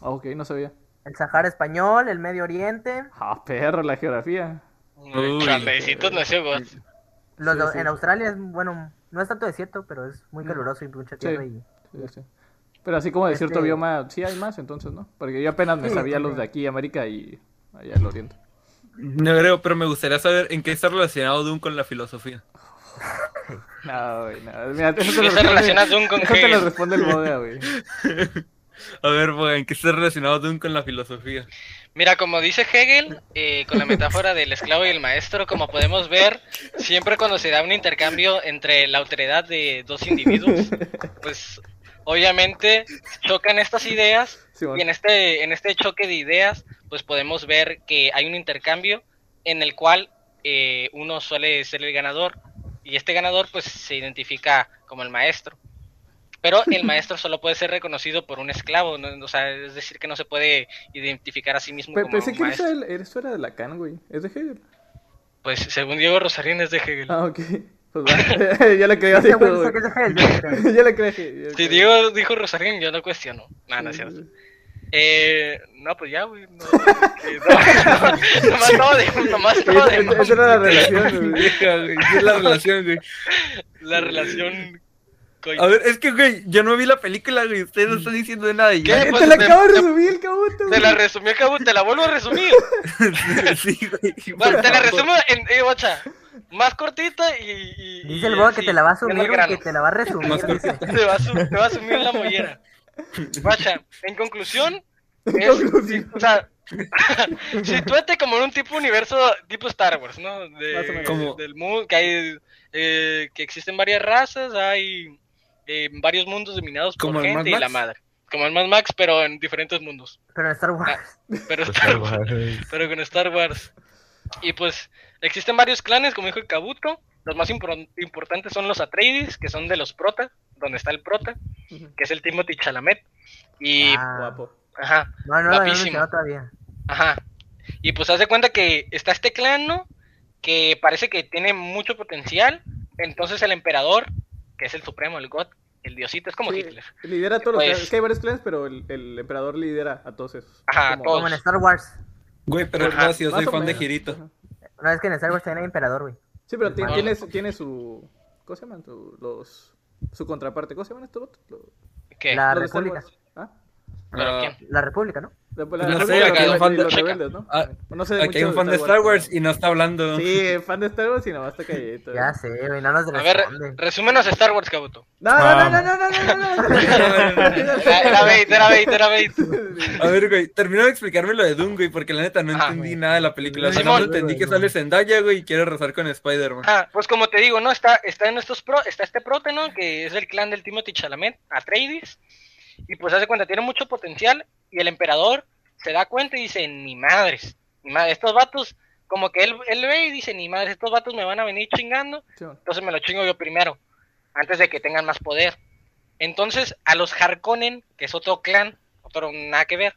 Ah, ok, no sabía. el Sahara español, el Medio Oriente, Ah, perro, la geografía. Uy. Chandecitos Mm, nació God. los Sí, de- sí. en Australia es, bueno, no es tanto desierto, pero es muy caluroso y mucha tierra y... Sí, sí. Pero así como de cierto Este- bioma, sí hay más, entonces, ¿no? Porque yo apenas me Sí, sabía los también. de aquí, América y allá del oriente. No creo, pero me gustaría saber en qué está relacionado Doom con la filosofía. No, güey, no. Mira, eso te ¿Qué lo se relaciona responde, Doom con eso te lo qué? responde el Boga, güey. A ver, pues, ¿en qué está relacionado Doom con la filosofía? Mira, como dice Hegel, eh, con la metáfora del esclavo y el maestro, como podemos ver, siempre cuando se da un intercambio entre la autoridad de dos individuos, pues obviamente chocan estas ideas Simón. Y en este, en este choque de ideas, pues podemos ver que hay un intercambio en el cual eh, uno suele ser el ganador y este ganador pues se identifica como el maestro. Pero el maestro solo puede ser reconocido por un esclavo, ¿no? o sea, es decir, que no se puede identificar a sí mismo Pe- como Pensé un que eso maestro. era, eso era de Lacan, güey. Es de Hegel. Pues según Diego Rosarín es de Hegel. Ah, ok. Pues va. ya le creí a Ese Diego, Este güey dice güey. que es de Hegel. ya le creí. a Hegel. Si Diego dijo Rosarín, yo no cuestiono. Nada, no es cierto. Eh, no, pues ya, güey. No, que no, nomás todo de- nomás todo de- Esa esa era la relación, güey. Vieja, güey, ¿qué es la relación, güey? la relación coi- A ver, es que, güey, yo no vi la película, güey. Ustedes no están diciendo de nada. y ¿Qué? yo- Pues Te la te- acabo de te- resumir el cabuto, Te güey. la resumió Cabo, te la vuelvo a resumir. sí, güey. Bueno, por te la pues, favor. resumo en, eh, bocha, más cortita y. y- Dice y el boga así, que te la va a menos asumir, grano. que te la va a resumir. Más dice. Te va a su- te va a asumir la mollera. Guacha, en conclusión, es- conclusión. o sea, sitúate como en un tipo universo tipo Star Wars, ¿no? De- Más o menos. Como- Del mundo, que hay, eh, que existen varias razas, hay eh, varios mundos dominados por Como el Mad gente y la Max. madre. Como el Mad Max, pero en diferentes mundos. Pero en Star Wars. Pero Pues, Star claro, Wars. güey. pero con Star Wars. Y pues existen varios clanes, como dijo el Kabuto. Los más impor- importantes son los Atreides, que son de los Prota, donde está el Prota, que es el Timothy Chalamet. Y, Ah, Guapo. ajá, No, no, no, no, guapísimo. Pues, mencionado todavía. ajá. Y pues haz de cuenta que está este clan, ¿no? Que parece que tiene mucho potencial. Entonces el emperador, que es el supremo, el God, el diosito, es como Sí, Hitler. Lidera a todos los Pues- clanes. Es que hay varios clanes, pero el, el emperador lidera a todos esos. Ajá, Como- todos. Como en Star Wars. Güey, pero Ajá, gracias, más soy o fan de menos. Girito. Ajá. No, es que en Star Wars también hay emperador, güey. Sí, pero ti- Ajá. tiene, su- tiene su. ¿Cómo se llaman? Su, los, su contraparte. ¿Cómo se llaman estos otros? Los- Que La los de Star República. Wars. ¿Ah? ¿Pero Ah, quién? La República, ¿no? La, la, No la- sé, la- acá la- hay un la- fan de- los Checa. rebeldes, ¿no? Ah, no sé Aquí hay mucho un fan de Star Wars y no está hablando. pero- Sí, fan de Star Wars y nada más está calladito. Ya sé, güey, no nos A ver, responde. resúmenos Star Wars, Kabuto. No, no, no, no, no, no, no, no, no. Era era bait, era bait, era bait. A ver, güey, termina de explicarme lo de Doom, güey, porque la neta no Ajá, entendí güey. nada de la película. Simón. Solo entendí que sale Zendaya, güey, y quiere rezar con Spider-Man. Ah, pues como te digo, ¿no? Está, está en estos pro, está este prote, ¿no? Que es el clan del Timothy Chalamet, Atreides. Y pues hace cuenta, tiene mucho potencial. Y el emperador se da cuenta y dice, ni madres, ni madres, estos vatos, como que él, él ve y dice, ni madres, estos vatos me van a venir chingando, Simón. entonces me lo chingo yo primero, antes de que tengan más poder. Entonces, a los Harkonnen, que es otro clan, otro nada que ver,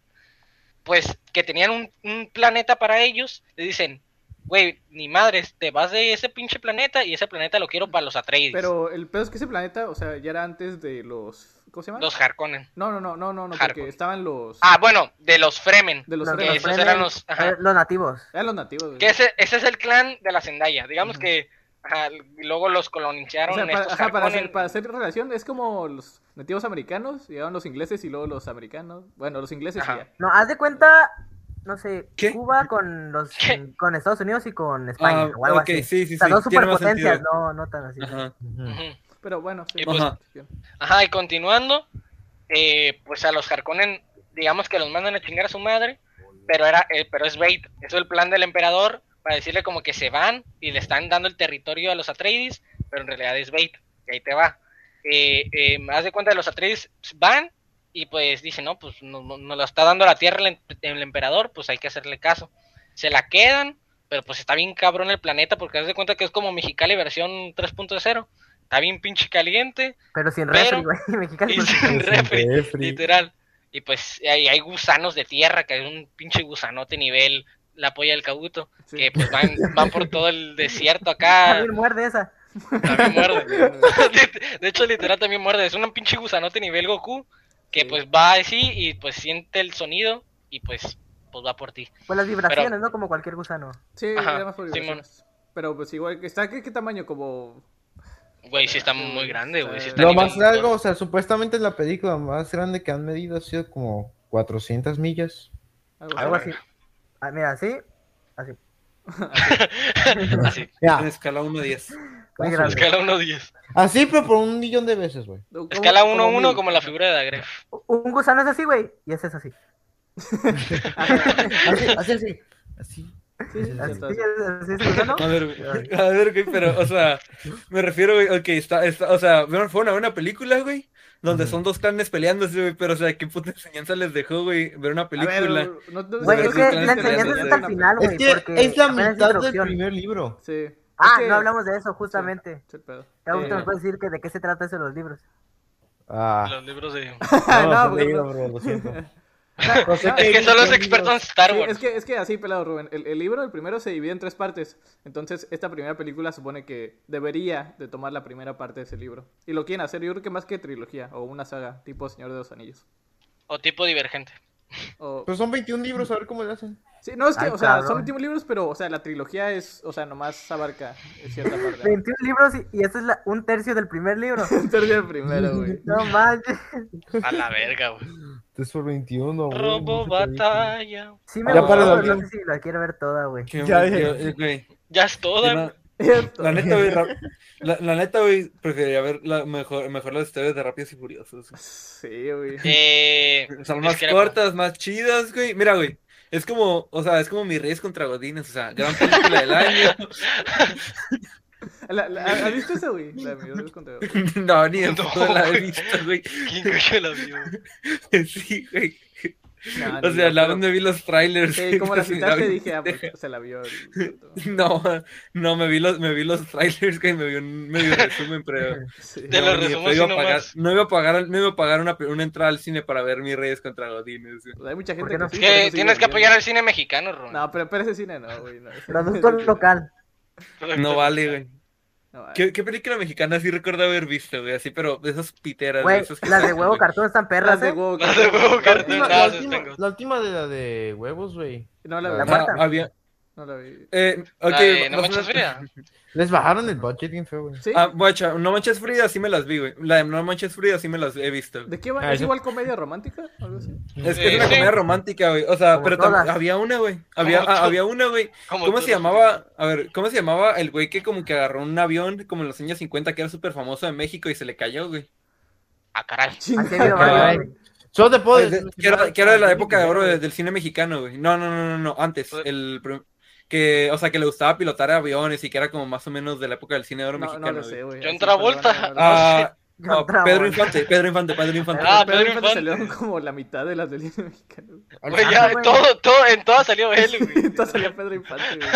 pues que tenían un, un planeta para ellos, le dicen, güey, ni madres, te vas de ese pinche planeta y ese planeta lo quiero para los Atreides, Pero el pedo es que ese planeta, o sea, ya era antes de los. ¿Cómo se llaman? los Harkonnen. No, no, no, no, no, no, Hardcore. porque estaban los. Ah, bueno, de los Fremen, de los Los- que Fremen. esos eran los... ajá. Eh, Los nativos. Eran los nativos, güey. Que ese, ese es el clan de la Zendaya. Digamos Ujú. que ajá, y luego los O colonizaron sea, para, estos ajá, para, Harkonnen. hacer, para hacer relación, es como los nativos americanos, llegaron los ingleses y luego los americanos. Bueno, los ingleses y Ajá. ya. No, haz de cuenta, no sé, ¿Qué? Cuba con los ¿Qué? con Estados Unidos y con España, Ah, o algo ok, así. sí, sí, o sea, sí, dos tiene más superpotencias, sentido. no, no tan así. Ajá. Ujú. Ujú. Pero bueno, sí. Y pues- Ajá. Ajá, y continuando, eh, pues a los Harkonnen, digamos que los mandan a chingar a su madre, pero era, eh, pero es bait, eso es el plan del emperador para decirle como que se van y le están dando el territorio a los Atreides, pero en realidad es bait, y ahí te va. Eh, eh, haz de cuenta, los Atreides van y pues dicen, no, pues no- no- nos lo está dando la tierra el, em- el emperador, pues hay que hacerle caso. Se la quedan, pero pues está bien cabrón el planeta porque haz de cuenta que es como Mexicali versión 3.0, está bien pinche caliente. Pero sin refri, Pero- güey, mexicano. Y sin refri, refri. literal. Y pues hay, hay gusanos de tierra, que es un pinche gusanote nivel la polla del cabuto, Sí. que pues van, van por todo el desierto acá, También muerde esa. también muerde. De, de hecho, literal también muerde, es un pinche gusanote nivel Goku, que Sí. pues va así y pues siente el sonido y pues, pues va por ti. Pues las vibraciones, ¿no? Como cualquier gusano. Sí, Ajá, era más por Simón. vibraciones. Pero pues igual, que ¿está qué, qué tamaño? Como. Güey, sí está muy grande, güey. sí está Lo nivel más largo, gordo. o sea, supuestamente en la película más grande que han medido ha sido como 400 millas. Algo, Algo así. así. Ah, mira, así. Así. Así, En Ya, escala 1 a 10. Muy Paso. grande. escala 1-10. Así, pero por un millón de veces, güey. Escala 1-1 como la figura de Dagref. Un gusano es así, güey, y ese es así. Así, así, así. Así. Sí, sí, sí, Así, sí, sí. es- así es el gusano. A ver, güey. A ver, güey, pero, o sea, me refiero, güey, ok, está, está, o sea, bueno, fue una buena película, güey, donde son dos clanes peleándose, güey, pero, o sea, qué puta enseñanza les dejó, güey, ver una A ver, película. no- no- Güey, no- es Sí, que no- sí, la sí, enseñanza sí, es sí. hasta el final, güey, Es que porque es la apenas mitad del introducción. primer libro. Sí. Es Ah, que- no hablamos de eso, sí, justamente. es el pedo. Cada uno Sí. nos puede decir que de qué se trata eso de los libros. Ah, Los libros de... no, No, no, porque- leído, bro, lo siento. No, sé no, qué- Es que solo es experto en Star Sí, Wars. es, que, es que así, pelado Rubén, el, el libro, el primero, se divide en tres partes. Entonces, esta primera película supone que debería de tomar la primera parte de ese libro. Y lo quieren hacer, yo creo que más que trilogía o una saga, tipo Señor de los Anillos. O tipo divergente. O- Pero son 21 libros, a ver cómo le hacen. Sí, no, es que, Ay, o sea, cabrón. son 21 libros, pero, o sea, la trilogía es, o sea, nomás abarca cierta parte. 21 libros y, y este es la- un tercio del primer libro. Entonces, el primero, güey. No manches. A la verga, güey. 3 por 21, güey. Robo no sé qué dije. batalla. Sí me Ya gustó, para la pero no vida. sé si la quiero ver toda, güey. Qué Ya, buen- ya. qué- eh, güey, Ya es qué toda, güey. no- La neta, güey, ra- la, la neta, güey, preferiría ver la mejor, mejor las historias de Rápidos y Furiosos. güey. Sí, güey. Eh, Son más discrepo. cortas, más chidas, güey. Mira, güey, es como, o sea, es como Mis Reyes contra Godines, o sea, gran película del año. La- la- ¿Has visto eso, güey? La de mi Dios contra- No, ni en No, todo la he güey. visto, güey. ¿Quién creo que la vio? Sí, güey. Nah, O ni sea, yo, la pero- donde vi los trailers. Sí, como la güey, citaste, vi- dije, ah, pues se la vio. el- No, no, me vi los, me vi los trailers, güey, me vi un medio resumen, pero Sí. Te lo ni- resumo no así iba a pagar, nomás. no iba a pagar, no iba a pagar una, una entrada al cine para ver Mis Reyes contra Godines, güey. Hay mucha ¿Por gente qué no? sí, Es por eso que sí tienes la que vio. apoyar al cine mexicano, Rubén. No, pero, pero ese cine no, güey. No, Producto local. No vale, güey. No, ¿Qué, qué película mexicana sí recuerdo haber visto, güey? Así, pero de esas piteras, Güey, esas que las de sacan, huevo güey. cartón están Las perras, de ¿eh? huevo, Las de huevo, La cartón. No, última, la, sí, última, tengo. la última de la de huevos, güey. No la La vi. Ah, cuarta. había... No la vi. Eh, ok, La de no más o manches menos- fría. Les bajaron el budget bien feo, güey. ¿Sí? Ah, guacha, No Manches Frida sí me las vi, güey. La de No Manches Frida sí me las he visto. ¿De qué va? Ah, ¿Es yo- igual comedia romántica? o ¿Algo así? Es, Eh, es una sí. comedia romántica, güey. O sea, Como pero tam- todas. había una, güey. Había, Como ah, todas. había una, güey. Como ¿Cómo tú se lo llamaba? A ver, ¿cómo se llamaba el güey que como que agarró un avión como en los años 50 que era súper famoso en México y se le cayó, güey? Ah, caray. Así ha habido Caray. varios, güey. Solo te puedo Ay, de- decir que era, que era de la época de oro de- del cine mexicano, güey. No, no, no, no, no, antes. Pues, El prim- que, o sea, que le gustaba pilotar aviones y que era como más o menos de la época del cine de oro No, mexicano. no lo güey. sé, güey. John así, Travolta. perdón, no, no, no. Ah, John ah, Travolta. Pedro Infante, Pedro Infante, Pedro Infante. Ah, Pedro Pedro Infante Infante. salió como la mitad de las del cine mexicano. Güey, ya, güey. todo, todo, en todas salió él, güey. Entonces salía Pedro Infante, güey.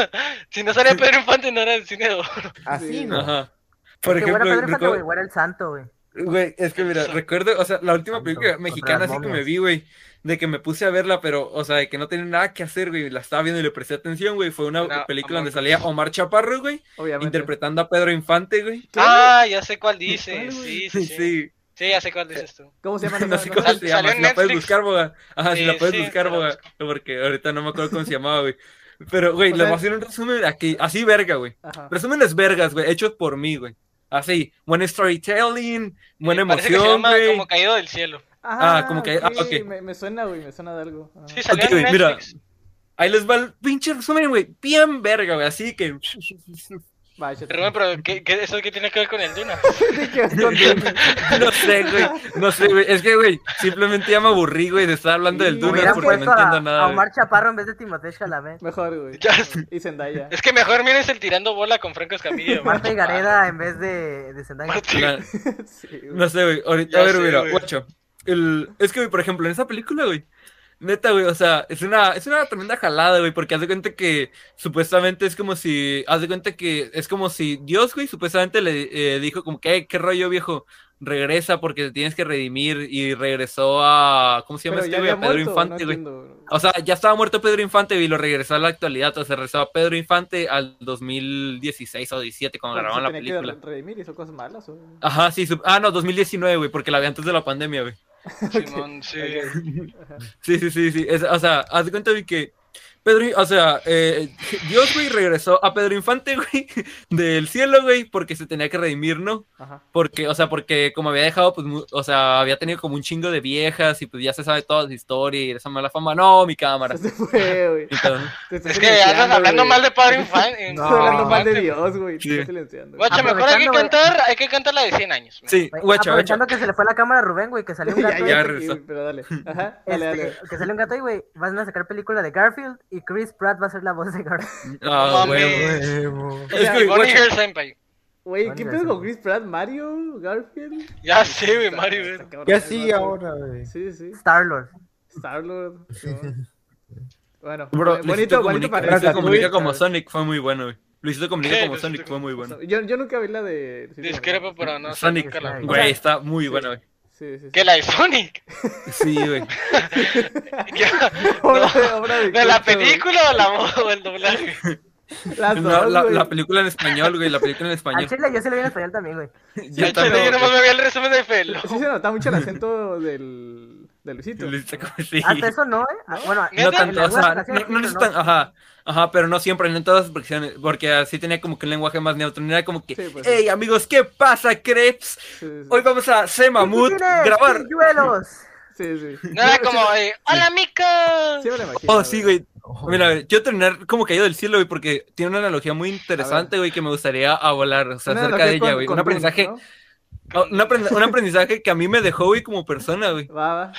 Si no salía Pedro Infante, no era el cine de oro. Así, ¿no? Ajá. Por Que fuera ejemplo, Pedro Infante, recu- güey, fuera el santo, güey. güey, es que mira, recuerdo, o sea, la última película Contra mexicana las así que me momias. vi, güey, de que me puse a verla, pero, o sea, de que no tenía nada que hacer, güey, la estaba viendo y le presté atención, güey, fue una Era película donde Amor. salía Omar Chaparro, güey, Obviamente. interpretando a Pedro Infante, güey. ¿Qué? Ah, ya sé cuál ¿Cuál, dices. Sí, güey? sí, sí. Sí, ya sé cuál dices tú. ¿Cómo se llama? No sé no, cómo sal- se llama, salió en si la puedes Netflix. buscar, boga. Ajá, si Sí, la puedes sí, buscar, te la boga. busco. Porque ahorita no me acuerdo cómo se llamaba, güey. Pero, güey, O les voy sea- a hacer un resumen aquí, así verga, güey. Ajá. Resúmenes vergas, güey, hechos por mí, güey. Así, buen storytelling, buena Eh, parece que se emoción, llama güey. Como caído del cielo. Ah, como que- ah, ok. Me, me suena, güey, me suena de algo. Ah. Sí, salió Ok, en güey, mira. Netflix. Ahí les va el pinche resumen, güey, bien verga, güey, así que... Vaya, Rubén, pero ¿qué, qué, ¿eso qué tiene que ver con el Duna? No sé, güey, no sé, güey, es que, güey, simplemente ya me aburrí, güey, de estar hablando del Duna Hubieran porque no puesto entiendo a, nada, a güey. Omar Chaparro en vez de Timothée Chalamet. Mejor, güey. Ya. Y Zendaya. Es que mejor mires el tirando bola con Franco Escamilla. güey. Marta y Gareda en vez de, de Zendaya. Marta y- La- Sí, No güey. sé, güey. Ahorita, Ya a ver, sé, mira, güey. guacho. El... Es que, güey, por ejemplo, en esa película, güey. Neta, güey, o sea, es una, es una tremenda jalada, güey, porque haz de cuenta que supuestamente es como si, haz de cuenta que es como si Dios, güey, supuestamente le eh, dijo como que, "Ey, qué rollo, viejo, regresa porque te tienes que redimir y regresó a, ¿cómo se llama Pero este, ya güey? había A Pedro muerto, Infante, no güey. entiendo. O sea, ya estaba muerto Pedro Infante güey, y lo regresó a la actualidad, o sea, regresó a Pedro Infante al 2016 o 2017 cuando Porque se grabaron la tenía que película. re- redimir, hizo cosas malas. o- Ajá, sí, su- ah, no, 2019, güey, porque la vi antes de la pandemia, güey. Simón, sí. Sí, sí, sí, sí. es- o sea, haz de cuenta, güey, que. Pedro, o sea, eh, Dios, güey, regresó a Pedro Infante, güey, del cielo, güey, porque se tenía que redimir, ¿no? Ajá. Porque, o sea, porque como había dejado, pues, mu- o sea, había tenido como un chingo de viejas y pues ya se sabe toda su historia y esa mala fama. No, mi cámara. Se fue, güey. Y todo, ¿no? Te estás Es que andas silenciando, hablando güey. mal de Padre Infante. Estás hablando mal de Infante. Dios, güey. Te Sí. estás silenciando. Guacha, mejor hay que Aprovechando, güey. cantar, hay que cantar la de 100 años. Sí, Güey, guacha, guacha. Aprovechando que se le fue la cámara a Rubén, güey, que salió un gato. ya, este, regresó. güey, Pero dale. Ajá, dale, dale. que salió un gato y, güey, van a sacar película de Garfield y Chris Pratt va a ser la voz de Garfield. Ah, Mames. güey. Es sea, que, Bonnie guacha, Hill Senpai. Güey, ¿qué Bueno, pedo ya con sé. Chris Pratt? ¿Mario? ¿Garfield? Ah, Ya sé, güey, Está- Mario. está güey. cabrón, Ya ese sí, vato, güey. ahora, güey. Sí, sí. Star-Lord. Star-Lord. sí, bueno. Bueno, bro, bonito, Luisito bonito comunica, para este Luisito Ratatouille, comunica como ¿sabes? Sonic fue muy bueno, güey. Luisito comunica Sí, como Luisito Sonic fue muy bueno. Yo, yo nunca vi la de. sí, Discrepo, pues. bueno. pero no sé Sonic, nunca la- Güey, está muy bueno, güey. Sí, sí, sí. Que la de Sonic. Sí, güey. Ya, Obra no. de- obra de ¿De la culto, güey. película o la voz o el doblaje? Las No, dos, la, güey. la película en español, güey, la película en Al español. eh, chile yo sí lo vi en español también, güey. Yo Yo, también, yo nomás me vi el resumen de Felo. Sí se nota mucho el acento del, del Luisito. güey. Luisito como- sí. Hasta eso no, ¿eh? Ah, Bueno, No Neta, tanto, o algunas sea, no, ocasiones no sí, es pero tan- ajá, ajá, pero no siempre, no en todas las versiones, porque así tenía como que un lenguaje más neutro, no era como que, Sí, pues, sí. hey amigos, ¿qué pasa, Krebs? Sí, sí, Hoy vamos a C Mamut ¡Tienes grabar. pilluelos! sí, sí. No era como, eh, hola, mica. Sí me lo imagino, Oh, sí, güey. Mira, güey, yo terminar como caído del cielo, güey, porque tiene una analogía muy interesante, güey, que me gustaría abolar, o sea, Una acerca de analogía ella, con- güey. con Un Dune, aprendizaje, ¿no? oh, un, aprend- un aprendizaje que a mí me dejó, güey, como persona, güey. Va, va.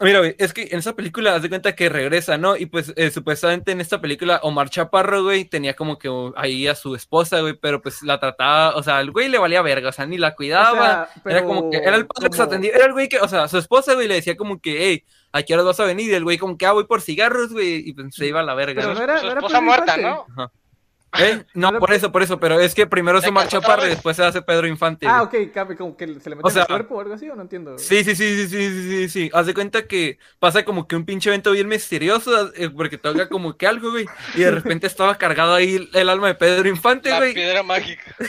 Mira, güey, es que en esa película haz de cuenta que regresa, ¿no? Y pues eh, supuestamente en esta película Omar Chaparro, güey, tenía como que uh, ahí a su esposa, güey, pero pues la trataba, o sea, el güey le valía verga, o sea, ni la cuidaba. O sea, pero Era como que era el padre como- desatendido, era el güey que, o sea, su esposa, güey, le decía como que, hey, ¿a qué hora vas a venir? Y el güey como que, ah, voy por cigarros, güey, y pues se iba a la verga, Pero ¿no? no era- Su no era esposa Pedro muerta, Infante. ¿no? ¿Eh? No, no era- por eso, por eso, pero es que primero es Se Omar casó otra Chaparro y vez. después se hace Pedro Infante. Ah, güey. ok, cabe como que se le mete en sea- el cuerpo o algo así, o no entiendo. Sí, sí, sí, sí, sí, sí, sí, sí. Haz de cuenta que pasa como que un pinche evento bien misterioso, eh, porque toca como que algo, güey. Y de repente estaba cargado ahí el alma de Pedro Infante, La güey. piedra mágica.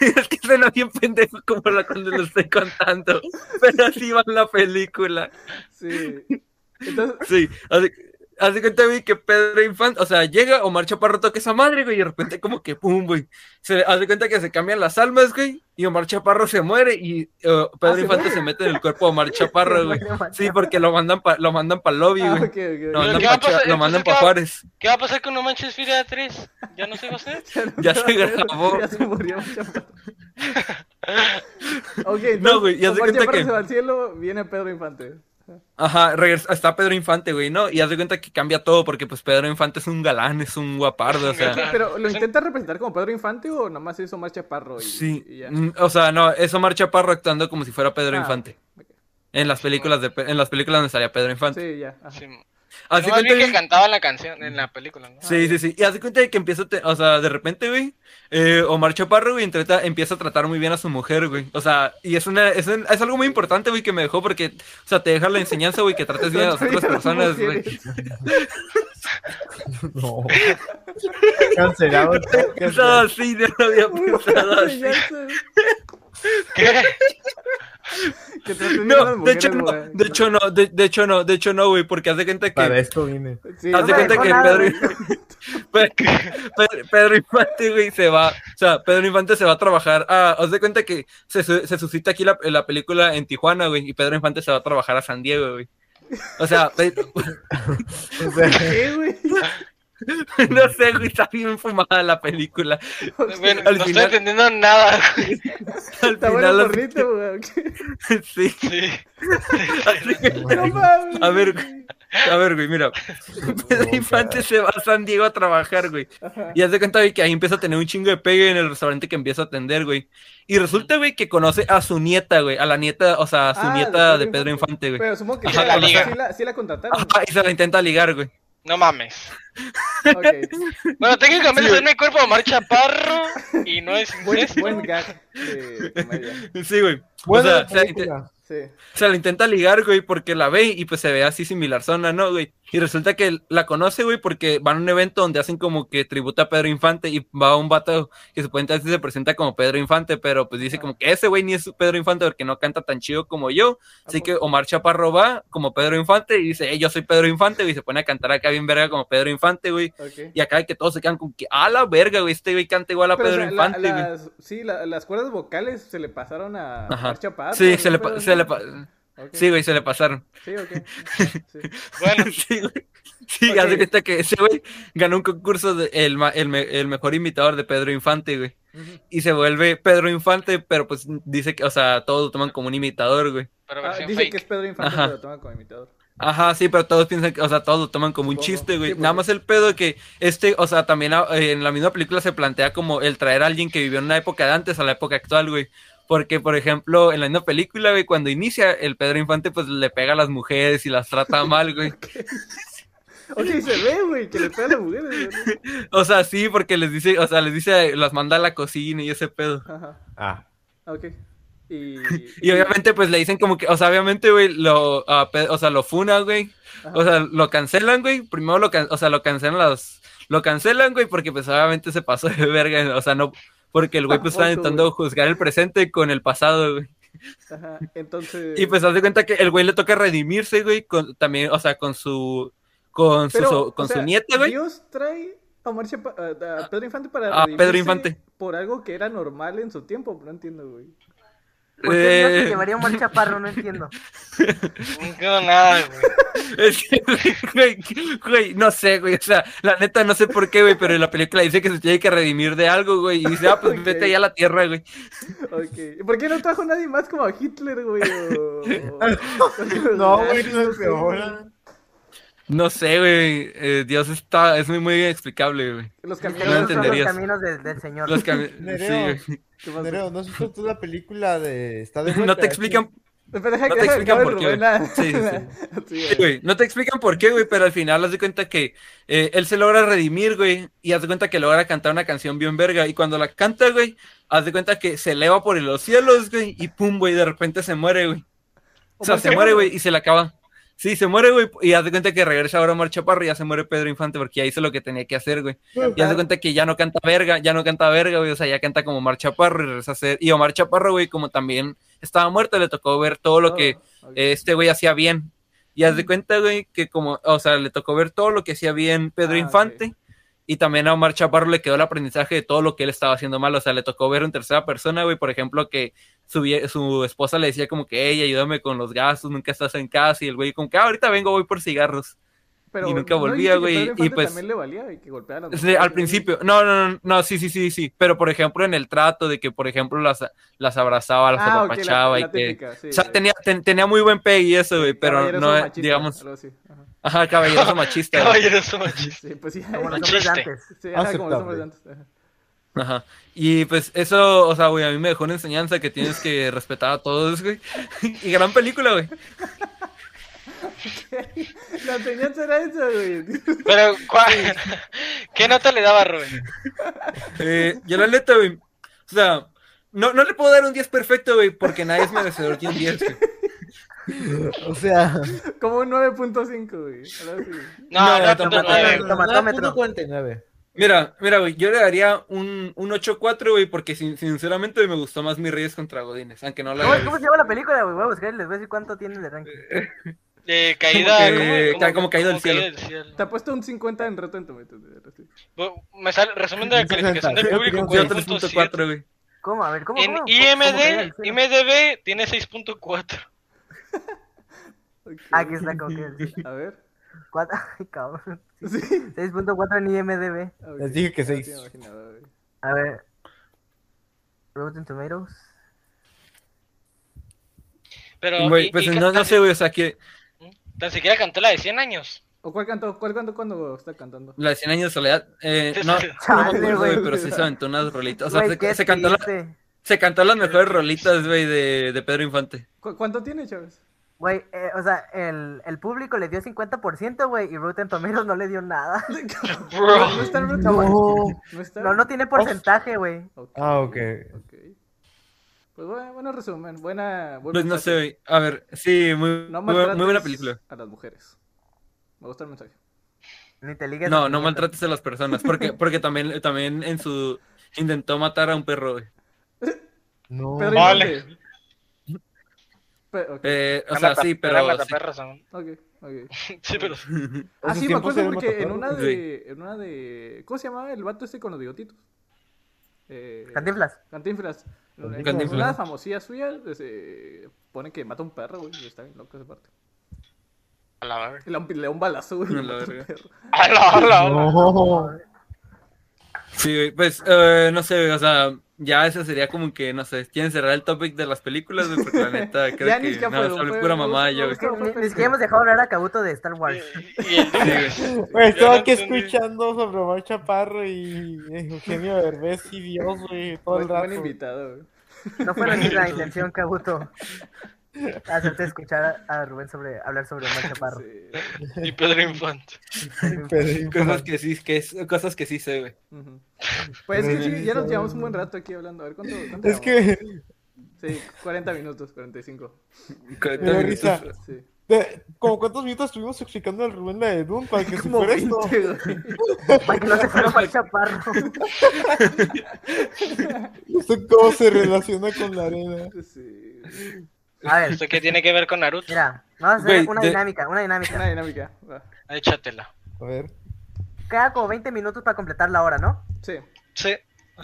Es que suena bien pendejo como la cuando lo estoy contando. Pero así va la película. Sí. Entonces, Sí. Haz de, haz de cuenta, güey, que Pedro Infante, o sea, llega Omar Chaparro toca esa madre, güey, y de repente como que pum, güey. Se, haz de cuenta que se cambian las almas, güey. Y Omar Chaparro se muere y eh, Pedro ¿se Infante muere? se mete en el cuerpo de Omar Chaparro, güey. Omar Sí, porque lo mandan para lo mandan para el lobby, ah, güey. ok, ok, Lo ok. no, mandan ¿qué va a para pasar? lo mandan Entonces, ¿qué pa' va- Juárez. ¿Qué va a pasar con No Manches Furia 3? ¿Ya no se va a hacer? Ya se grabó. Ya se murió Chaparro. Ok, No, güey, ya se Omar cuenta Chaparro que- se va al cielo, viene Pedro Infante. Ajá, regresa, está Pedro Infante, güey, ¿no? Y haz de cuenta que cambia todo porque pues Pedro Infante es un galán, es un guapardo, o sea. Pero, ¿lo intenta representar como Pedro Infante o nomás es Omar Chaparro? Y, Sí. y ya? Mm, O sea, no, es Omar Chaparro actuando como si fuera Pedro Ah, Infante. ok. En las películas de Pe- en las películas donde salía Pedro Infante. Sí, ya. ajá. Sí. Haz de Nomás vi cuenta, que güey, cantaba en la canción, en la película, ¿no? Sí, sí, sí. Y hace cuenta de que empieza, a te- o sea, de repente, güey, eh, Omar Chaparro, güey, entreta- empieza a tratar muy bien a su mujer, güey. O sea, y es una, es, un- es algo muy importante, güey, que me dejó porque, o sea, te deja la enseñanza, güey, que trates bien a las Tratar otras bien a las personas, güey. mujeres. No. Cancelado. el podcast, Pensado así, no lo había pensado así. ¿Qué? Que traten bien a las No, de hecho mujeres, no, güey. de hecho no, de, de hecho no, de hecho no, güey, porque haz de cuenta Para que, esto vine. Sí, haz no de me cuenta dejó que nada, Pedro, güey. Pe- Pedro, Pedro Infante, güey, se va, o sea, Pedro Infante se va a trabajar a, haz de cuenta que se, su- se suscita aquí la, la película en Tijuana, güey, y Pedro Infante se va a trabajar a San Diego, güey. O sea, pe- O sea, ¿Qué, güey? no sé, güey, está bien fumada la película. Bueno, Al no final- estoy entendiendo nada. Al Está final, bueno el las- gorrito, güey. sí. Sí. Así que- No mames. A ver, güey. A ver, güey, mira. Pedro Infante se va a San Diego a trabajar, güey. Ajá. Y haz de cuenta, güey, que ahí empieza a tener un chingo de pegue en el restaurante que empieza a atender, güey. Y resulta, güey, que conoce a su nieta, güey. A la nieta, o sea, a su Ah, nieta de Pedro Infante, güey. Pero supongo que Ajá, sí la, la liga. sí la- sí la contrataron. Ajá, y se la intenta ligar, güey. No mames. Ok. Bueno, técnicamente es mi cuerpo de Omar Chaparro y no es Buen, incesto. buen gag de comedia. Sí, güey. buena o sea, se la inte- película. Sí. Se la intenta ligar, güey, porque la ve y pues se ve así similar zona, ¿no, güey? Y resulta que la conoce, güey, porque van a un evento donde hacen como que tributa a Pedro Infante y va un vato que supuestamente se presenta como Pedro Infante, pero pues Ah. dice como que ese güey ni es Pedro Infante porque no canta tan chido como yo. Así que Omar Chaparro va como Pedro Infante y dice, "Eh, yo soy Pedro Infante, güey, y se pone a cantar acá bien verga como Pedro Infante, güey. Ok. Y acá que todos se quedan con que, a la verga, güey, este güey canta igual a Pero, o Pedro sea, la- Infante, güey. las, sí, la- las cuerdas vocales se le pasaron a Ajá. Omar Chaparro, Sí, ¿no? se le, pa- Pero se le no- pa- Ok. sí, güey, se le pasaron. Sí, ok. Sí. Bueno, Sí, güey. Sí, Ok. haz de cuenta que ese güey ganó un concurso de el, ma- el me- el mejor imitador de Pedro Infante, güey. Y se vuelve Pedro Infante, pero pues dice que, o sea, todos lo toman como un imitador, güey. pero Ah, versión dice fake. que es Pedro Infante, Ajá. pero toma como imitador. Ajá, sí, pero todos piensan que, o sea, todos lo toman como un Supongo. chiste, güey. Sí, porque- Nada más el pedo que este, o sea, también ah, eh, en la misma película se plantea como el traer a alguien que vivió en una época de antes a la época actual, güey. Porque, por ejemplo, en la misma película, güey, cuando inicia el Pedro Infante, pues le pega a las mujeres y las trata mal, güey. Ok, se ve, güey, que le pega a las mujeres. güey. O sea, sí, porque les dice, o sea, les dice, eh, las manda a la cocina y ese pedo. Ajá. Ah, Ok. Y, Y obviamente, pues le dicen como que, o sea, obviamente, güey, lo, ah, pe- o sea, lo funan, güey. O sea, lo cancelan, güey. Primero lo, can- o sea, lo cancelan las, lo cancelan, güey, porque pues obviamente se pasó de verga, o sea, no, porque el güey pues estaba Tampoco, intentando güey. juzgar el presente con el pasado, güey. Ajá. Entonces. Y pues haz de cuenta que el güey le toca redimirse, güey, con, también, o sea, con su, con su, Pero, so- o con sea, su nieta, güey. Ah, Dios trae a, Omar Chapa- a- a Pedro Infante para. A Pedro redimirse Infante. Por algo que era normal en su tiempo, no entiendo, güey. ¿Por qué Dios se Eh. llevaría a Omar Chaparro? No entiendo. No entiendo nada, güey. Es que, güey, güey, güey, no sé, güey. O sea, la neta no sé por qué, güey, pero en la película dice que se tiene que redimir de algo, güey. Y dice, ah, pues Ok. vete allá a la tierra, güey. Ok. ¿Y ¿Por qué no trajo nadie más como a Hitler, güey? O- o- No, o- güey, no es sé, peor. güey. No sé, güey. eh, Dios está, es muy, muy inexplicable, güey. Misteriosos Los camioneros. son los entenderías. caminos del- del Señor. Los cami- Nereo. sí, güey. ¿Qué pasó? Nereo, ¿no has visto tú la película de... Está de No vuelta, te explican, Pero deja No que te acabe explican por Rubén qué, güey. la- Sí, sí, la- sí, sí, güey. No te explican por qué, güey, pero al final haz de cuenta que eh, él se logra redimir, güey. Y haz de cuenta que logra cantar una canción bien verga. Y cuando la canta, güey, haz de cuenta que se eleva por los cielos, güey. Y pum, güey, de repente se muere, güey. O sea, Omar se muere, Chaparro. güey, y se le acaba. Sí, se muere, güey, y haz de cuenta que regresa ahora Omar Chaparro y ya se muere Pedro Infante porque ya hizo lo que tenía que hacer, güey. Y haz de cuenta que ya no canta verga, ya no canta verga, güey, o sea, ya canta como Omar Chaparro y regresa a ser. Y Omar Chaparro, güey, como también estaba muerto, le tocó ver todo lo que Ok. eh, este güey hacía bien. Y Mm. haz de cuenta, güey, que como, o sea, le tocó ver todo lo que hacía bien Pedro Ah, Infante. Y también a Omar Chaparro le quedó el aprendizaje de todo lo que él estaba haciendo mal. O sea, le tocó ver en tercera persona, güey. Por ejemplo, que su, vie- su esposa le decía como que, hey, ayúdame con los gastos, nunca estás en casa. Y el güey como que, "Ah, ahorita vengo, voy por cigarros. Pero y nunca ¿no volvía, dijiste que güey, Pedro y Infante pues- También le valía y que golpeara a las Sí, mujeres, al güey? principio, no, no, no, no, sí, sí, sí, sí. Pero por ejemplo, en el trato de que, por ejemplo, las, las abrazaba, las Ah, ok, la- apapachaba la y que... típica, sí, o sea, sí. tenía, ten- tenía muy buen pay y eso, güey, pero Caballeroso no, eh, machista, digamos, algo así, ajá. ajá, caballeroso machista. güey. Caballeros machista. Sí, pues sí. Como los Un hombres de chiste. antes. Sí, ajá, como los hombres Aceptable. de antes, ajá. Ajá. Y pues eso, o sea, güey, a mí me dejó una enseñanza que tienes que respetar a todos, güey. Y gran película, güey. La enseñanza era esa, güey. Pero, ¿cuál? ¿qué nota le daba Rubén? Eh, yo la neta, güey. O sea, no, no le puedo dar un 10 perfecto, güey, porque nadie es merecedor de un 10, güey. O sea... Como un 9.5, güey. Algo así, güey. No, No, no, no, tampoco. no, no. Tomatómetro. 49. Mira, mira, güey, yo le daría un, un 8-4, güey, porque sin- sinceramente me gustó más mi Reyes contra Godines, aunque no la ¿Cómo, haya cómo se visto. llama la película? güey? Voy a buscar y les voy a decir cuánto tiene de ranking. Eh, caída, Como que- ¿cómo- cómo- como caído del como cielo. cielo. Te ha puesto un 50 en Rotten Tomatoes. güey, así. Bu- Me sale, resumen de la calificación del Yo público, Yo 4.4. 3.4, güey. ¿Cómo? A ver, ¿cómo? En cómo? ¿Cómo caía el IMD, cielo? IMDB tiene 6.4. Ok. Aquí está, como Ah, que el A ver. cuatro- Ay, cabrón. Sí. 6.4 en IMDB. Ok. Les dije que No seis. te imaginaba, güey. A ver. Rotten Tomatoes. Pero, Güey, y- pues y no, no tan- sé, güey, o sea, que Tan siquiera cantó la de 100 años. ¿O cuál cantó? ¿Cuál cantó cuando está cantando? la de 100 años de soledad, eh, no, no me Chale, acuerdo, güey. güey, pero sí se aventó unas rolitas. O sea, Güey, qué se, se cantó la- triste. se cantó las mejores rolitas, güey, de, de Pedro Infante. ¿Cu- ¿Cuánto tiene, Chávez? Güey, eh, o sea, el, el público le dio 50%, güey, y Rotten Tomatoes no le dio nada. No, no Bro. está en Rotten No. Tomatoes. No está. No, no tiene porcentaje, güey. Ok. Ah, ok. Ok. Pues bueno, bueno resumen, buena... buen Pues no mensaje. sé, a ver, sí, muy, No muy, bu- muy buena maltrates película. A las mujeres. Me gusta el mensaje. Ni te ligues. No, no maltrates a las personas, porque, porque también, también en su... Intentó matar a un perro, güey. No. Pedro Vale. Infante. Pe- ok, Eh, o Era sea, mata- sí, era pero... mataperros, ¿no? ok, ok. Sí, pero... Ah, Esos sí, me tiempos acuerdo eran porque en una mataperros. de... En una de... ¿Cómo se llamaba el vato este con los bigotitos? Eh, Cantinflas. Cantinflas. En- en Cantinflas. Una famosilla suya eh, pone que mata a un perro, güey. y Está bien loco esa parte. A la verga. Le da un, le da un balazo, güey. y A la mata a un verga. perro. A la, a la, a la. No. Sí, güey, pues, eh, no sé, güey, o sea, ya eso sería como que, no sé, quieren cerrar el topic de las películas, güey, porque la neta, creo Ya ni que siquiera no, fue- es algo fue- pura me mamá, gustó, yo, me güey. gustó. Ni, ni siquiera hemos dejado hablar a Kabuto de Star Wars. Y el dude, Güey, Yo estaba no aquí entendí. escuchando sobre Omar Chaparro y eh, Eugenio Derbez y Dios, güey, todo Buen, el buen rato. invitado, güey. No fue nuestra intención, Kabuto. Hacerte escuchar a a Rubén sobre hablar sobre Omar Chaparro. Sí. y Pedro Infante. Cosas que sí, que es, cosas que sí sé, güey. Ujú. Pues es que sí, ya nos llevamos un buen rato aquí hablando. A ver cuánto. cuánto Es llevamos? que Sí, 40 minutos, 45. Me dio risa. Sí. de- como cuántos minutos estuvimos explicando al Rubén la de Doom para que se Como fuera esto. 20, güey. Para que no se fuera Omar Chaparro. Esto cómo se relaciona con la arena. Sí. A ver, ¿Esto qué tiene que ver con Naruto? mira, vamos a Güey, hacer una de- dinámica, una dinámica. Una dinámica. va. Ah, Échatela. A ver. Cada como 20 minutos para completar la hora, ¿no? Sí, Sí.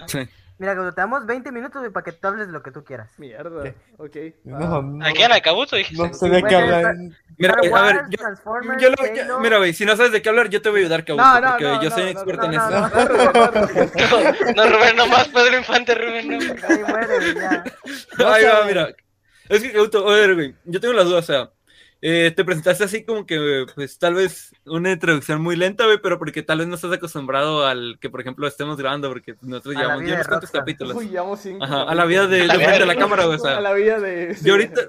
Sí. Mira, Kabuto, te damos 20 minutos güey, para que tú hables de lo que tú quieras. mierda. Ok. va. No, no, Aquí en Acabuto dije. no sé de qué hablar. Mira, Star güey, a ver, Wars, yo, Transformers, yo lo- yo- Halo. mira, güey, si no sabes de qué hablar, yo te voy a ayudar, Cauto, No, no, porque no, yo no, soy no, experto no, en no, eso. no. No, Rubén, nomás Pedro Infante, Rubén, no. Ahí muere, ya. Ahí No va, sé. mira. Es que, Cauto, a ver, güey, yo tengo las dudas, o sea, eh, te presentaste así como que, pues, tal vez una introducción muy lenta, güey, pero porque tal vez no estás acostumbrado al que, por ejemplo, estemos grabando, porque nosotros A la llevamos, vida llevamos de cuántos Rockstar. capítulos. Uy, llevamos 5. Ajá, a la vida de, de vida frente a de la cámara, güey, o sea. A la vida de. sí. Yo ahorita.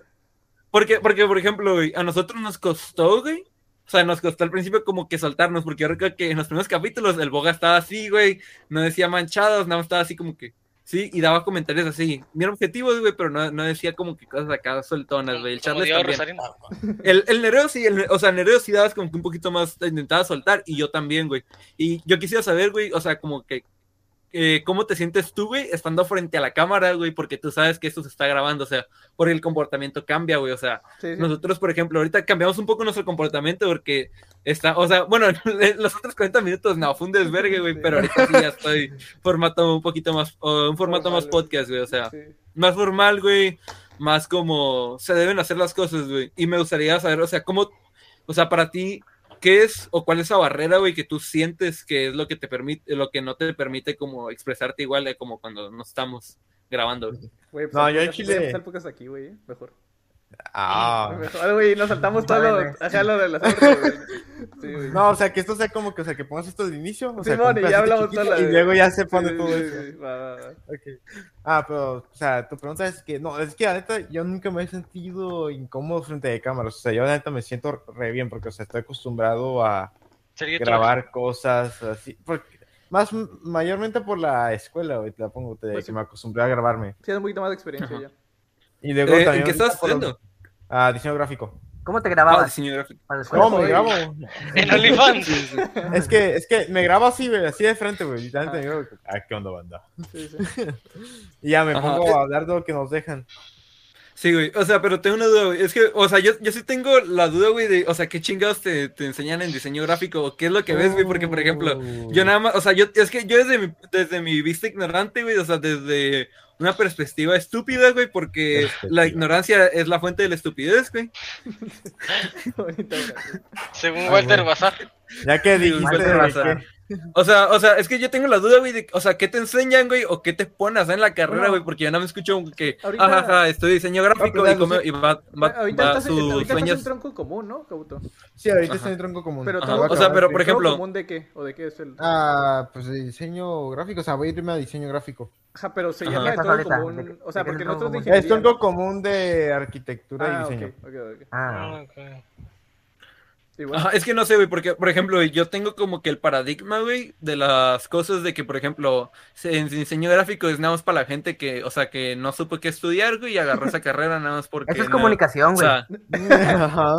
Porque, porque, por ejemplo, güey, a nosotros nos costó, güey. O sea, nos costó al principio como que soltarnos, porque yo recuerdo que en los primeros capítulos el Boga estaba así, güey. No decía manchados, nada más estaba así como que. Sí, y daba comentarios así. Mira objetivos, güey, pero no, no decía como que cosas acá soltonas, güey. El Como Charles digo, también. Rosarino. El, el Nereo sí, el- o sea, Nereo sí dabas como que un poquito más, te intentaba soltar, y yo también, güey. Y yo quisiera saber, güey, o sea, como que, eh, ¿cómo te sientes tú, güey, estando frente a la cámara, güey? Porque tú sabes que esto se está grabando, o sea, porque el comportamiento cambia, güey, o sea, Sí, sí. nosotros, por ejemplo, ahorita cambiamos un poco nuestro comportamiento porque está, o sea, bueno, los otros 40 minutos no, fue un desvergue, güey, Sí. pero ahorita sí ya estoy formato un poquito más, o un formato más Formal, güey. podcast, güey, o sea Sí. más formal, güey, más como se deben hacer las cosas, güey. Y me gustaría saber, o sea, cómo, o sea, para ti, ¿qué es o cuál es esa barrera, güey, que tú sientes que es lo que te permite, lo que no te permite como expresarte igual de como cuando no estamos grabando? güey? Güey, pues No, al yo en podcast- Chile- voy a empezar el podcast aquí, güey. eh, Mejor. Ah. Mejor, güey. Nos saltamos todo Vale, lo. güey. Ajá, lo de las armas, güey. Sí, güey. No, o sea, que esto sea como que, o sea, que pongas esto al inicio. O sea, Simón, con un y ya pedacito hablamos chiquito, toda la- Y luego ya se pone Sí, sí, todo sí, eso. sí, va, va, va. Ok. Ah, pero, o sea, tu pregunta es que, no, es que la neta, yo nunca me he sentido incómodo frente de cámaras. O sea, yo la neta me siento re bien porque, o sea, estoy acostumbrado a Sería grabar cosas así. Porque, más, mayormente por la escuela, güey, te la pongo, te, Pues sí. que me acostumbré a grabarme. Sí, es un poquito más de experiencia Ajá. ya. Y Eh, luego ¿En también. qué estás ahorita por- estudiando? Ah, diseño gráfico. ¿Cómo te Ah, grababas? diseño gráfico. para la escuela? ¿Cómo me güey. grabo? En OnlyFans. Es que, es que me grabo así, güey, así de frente, güey. y la neta Ah. me grabo, Ah, qué onda, banda. Sí, sí. Y ya me Ajá. pongo a hablar de lo que nos dejan. Sí, güey. O sea, pero tengo una duda, güey. Es que, o sea, yo, yo sí tengo la duda, güey, de, o sea, qué chingados te, te enseñan en diseño gráfico o qué es lo que ves, güey. Porque, por ejemplo, yo nada más, o sea, yo, es que yo desde mi, desde mi vista ignorante, güey, o sea, desde una perspectiva estúpida, güey, porque Perspectiva. la ignorancia es la fuente de la estupidez, güey. Bonito, güey. Según Walter güey. Bazar. Ya que Sí, dijiste igual te de vas a- que- O sea, o sea, es que yo tengo la duda, güey, de, o sea, ¿qué te enseñan, güey? ¿O qué te pones en la carrera, Bueno, güey? Porque yo nada me escucho que, ahorita- ajá, ajá, estoy diseño gráfico pero y, come- y va, va, ahorita va estás, en- sus ahorita estás en sueños. tronco común, ¿no, Cabuto? Sí, ahorita Ajá. está en tronco común. Pero Ajá. tronco- O sea, pero, ¿tronco por ejemplo- común de qué? ¿O de qué es el...? Ah, pues de diseño gráfico, o sea, voy a irme a diseño gráfico. Ajá, pero se Ajá. llama de Esa tronco solita, de- común... O sea, de que porque es nosotros tronco dijimos... Es tronco común de arquitectura y Ah, ok, diseño. ok, ok. Ah, Ah, ok. Y bueno, Ajá, es que no sé, güey, porque, por ejemplo, güey, yo tengo como que el paradigma, güey, de las cosas de que, por ejemplo, se- en diseño gráfico es nada más para la gente que, o sea, que no supo qué estudiar, güey, y agarró esa carrera nada más porque... Eso es no- comunicación, o güey. sea, Ajá.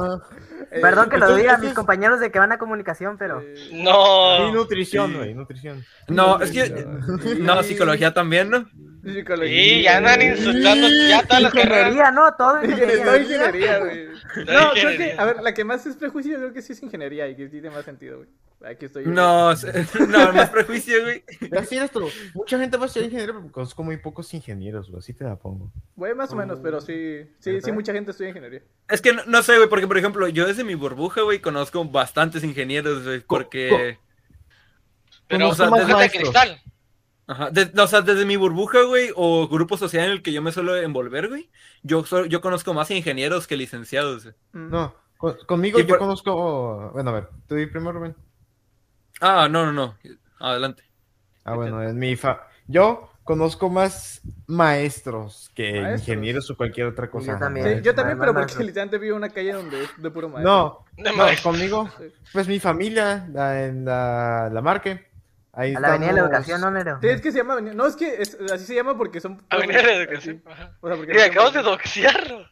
eh, Perdón que lo eso- diga a eso mis es- compañeros de que van a comunicación, pero... eh, No. Y nutrición, Sí. güey, nutrición. no, es que... No, psicología también, ¿no? Psicología. Sí, ya andan insultando ya todas las carreras. Ingeniería, no, todo ingeniería. Todo güey. ingeniería, güey. de No, creo ingeniería. que, a ver, la que más es prejuicio, creo que sí es ingeniería y que tiene más sentido, güey. Aquí estoy. yo. No, se- no, más prejuicio, güey. Así eres tú. Mucha gente va a ser ingeniero, pero conozco muy pocos ingenieros, güey. Así te la pongo. Güey, más o menos, pero sí, sí, sí, ¿Verdad? mucha gente estudia ingeniería. Es que no, no sé, güey, porque, por ejemplo, yo desde mi burbuja, güey, conozco bastantes ingenieros, güey, porque... Pero o sea, burbujas de maestros. cristal. Ajá, de- o sea, desde mi burbuja, güey, o grupo social en el que yo me suelo envolver, güey, yo, so- yo conozco más ingenieros que licenciados. güey. Mm. No, con- conmigo Y yo por- conozco. Bueno, a ver, tú di primero, Rubén. Ah, no, no, no. Adelante. Ah, bueno, en mi fa. Yo conozco más maestros que Maestros. ingenieros o cualquier otra cosa. Yo también. Sí, Maestros. yo también, Maestro. pero porque literalmente vivo en una calle donde es de puro maestro. No, De no, maestro. conmigo, pues mi familia, la, en la, la Marque. Ahí A la avenida de la estamos- educación, no, Nero. Sí, es que se llama. No, es que es- así se llama porque son. Avenida de Educación. Ajá. O sea, porque. Y acabas de doxearlo.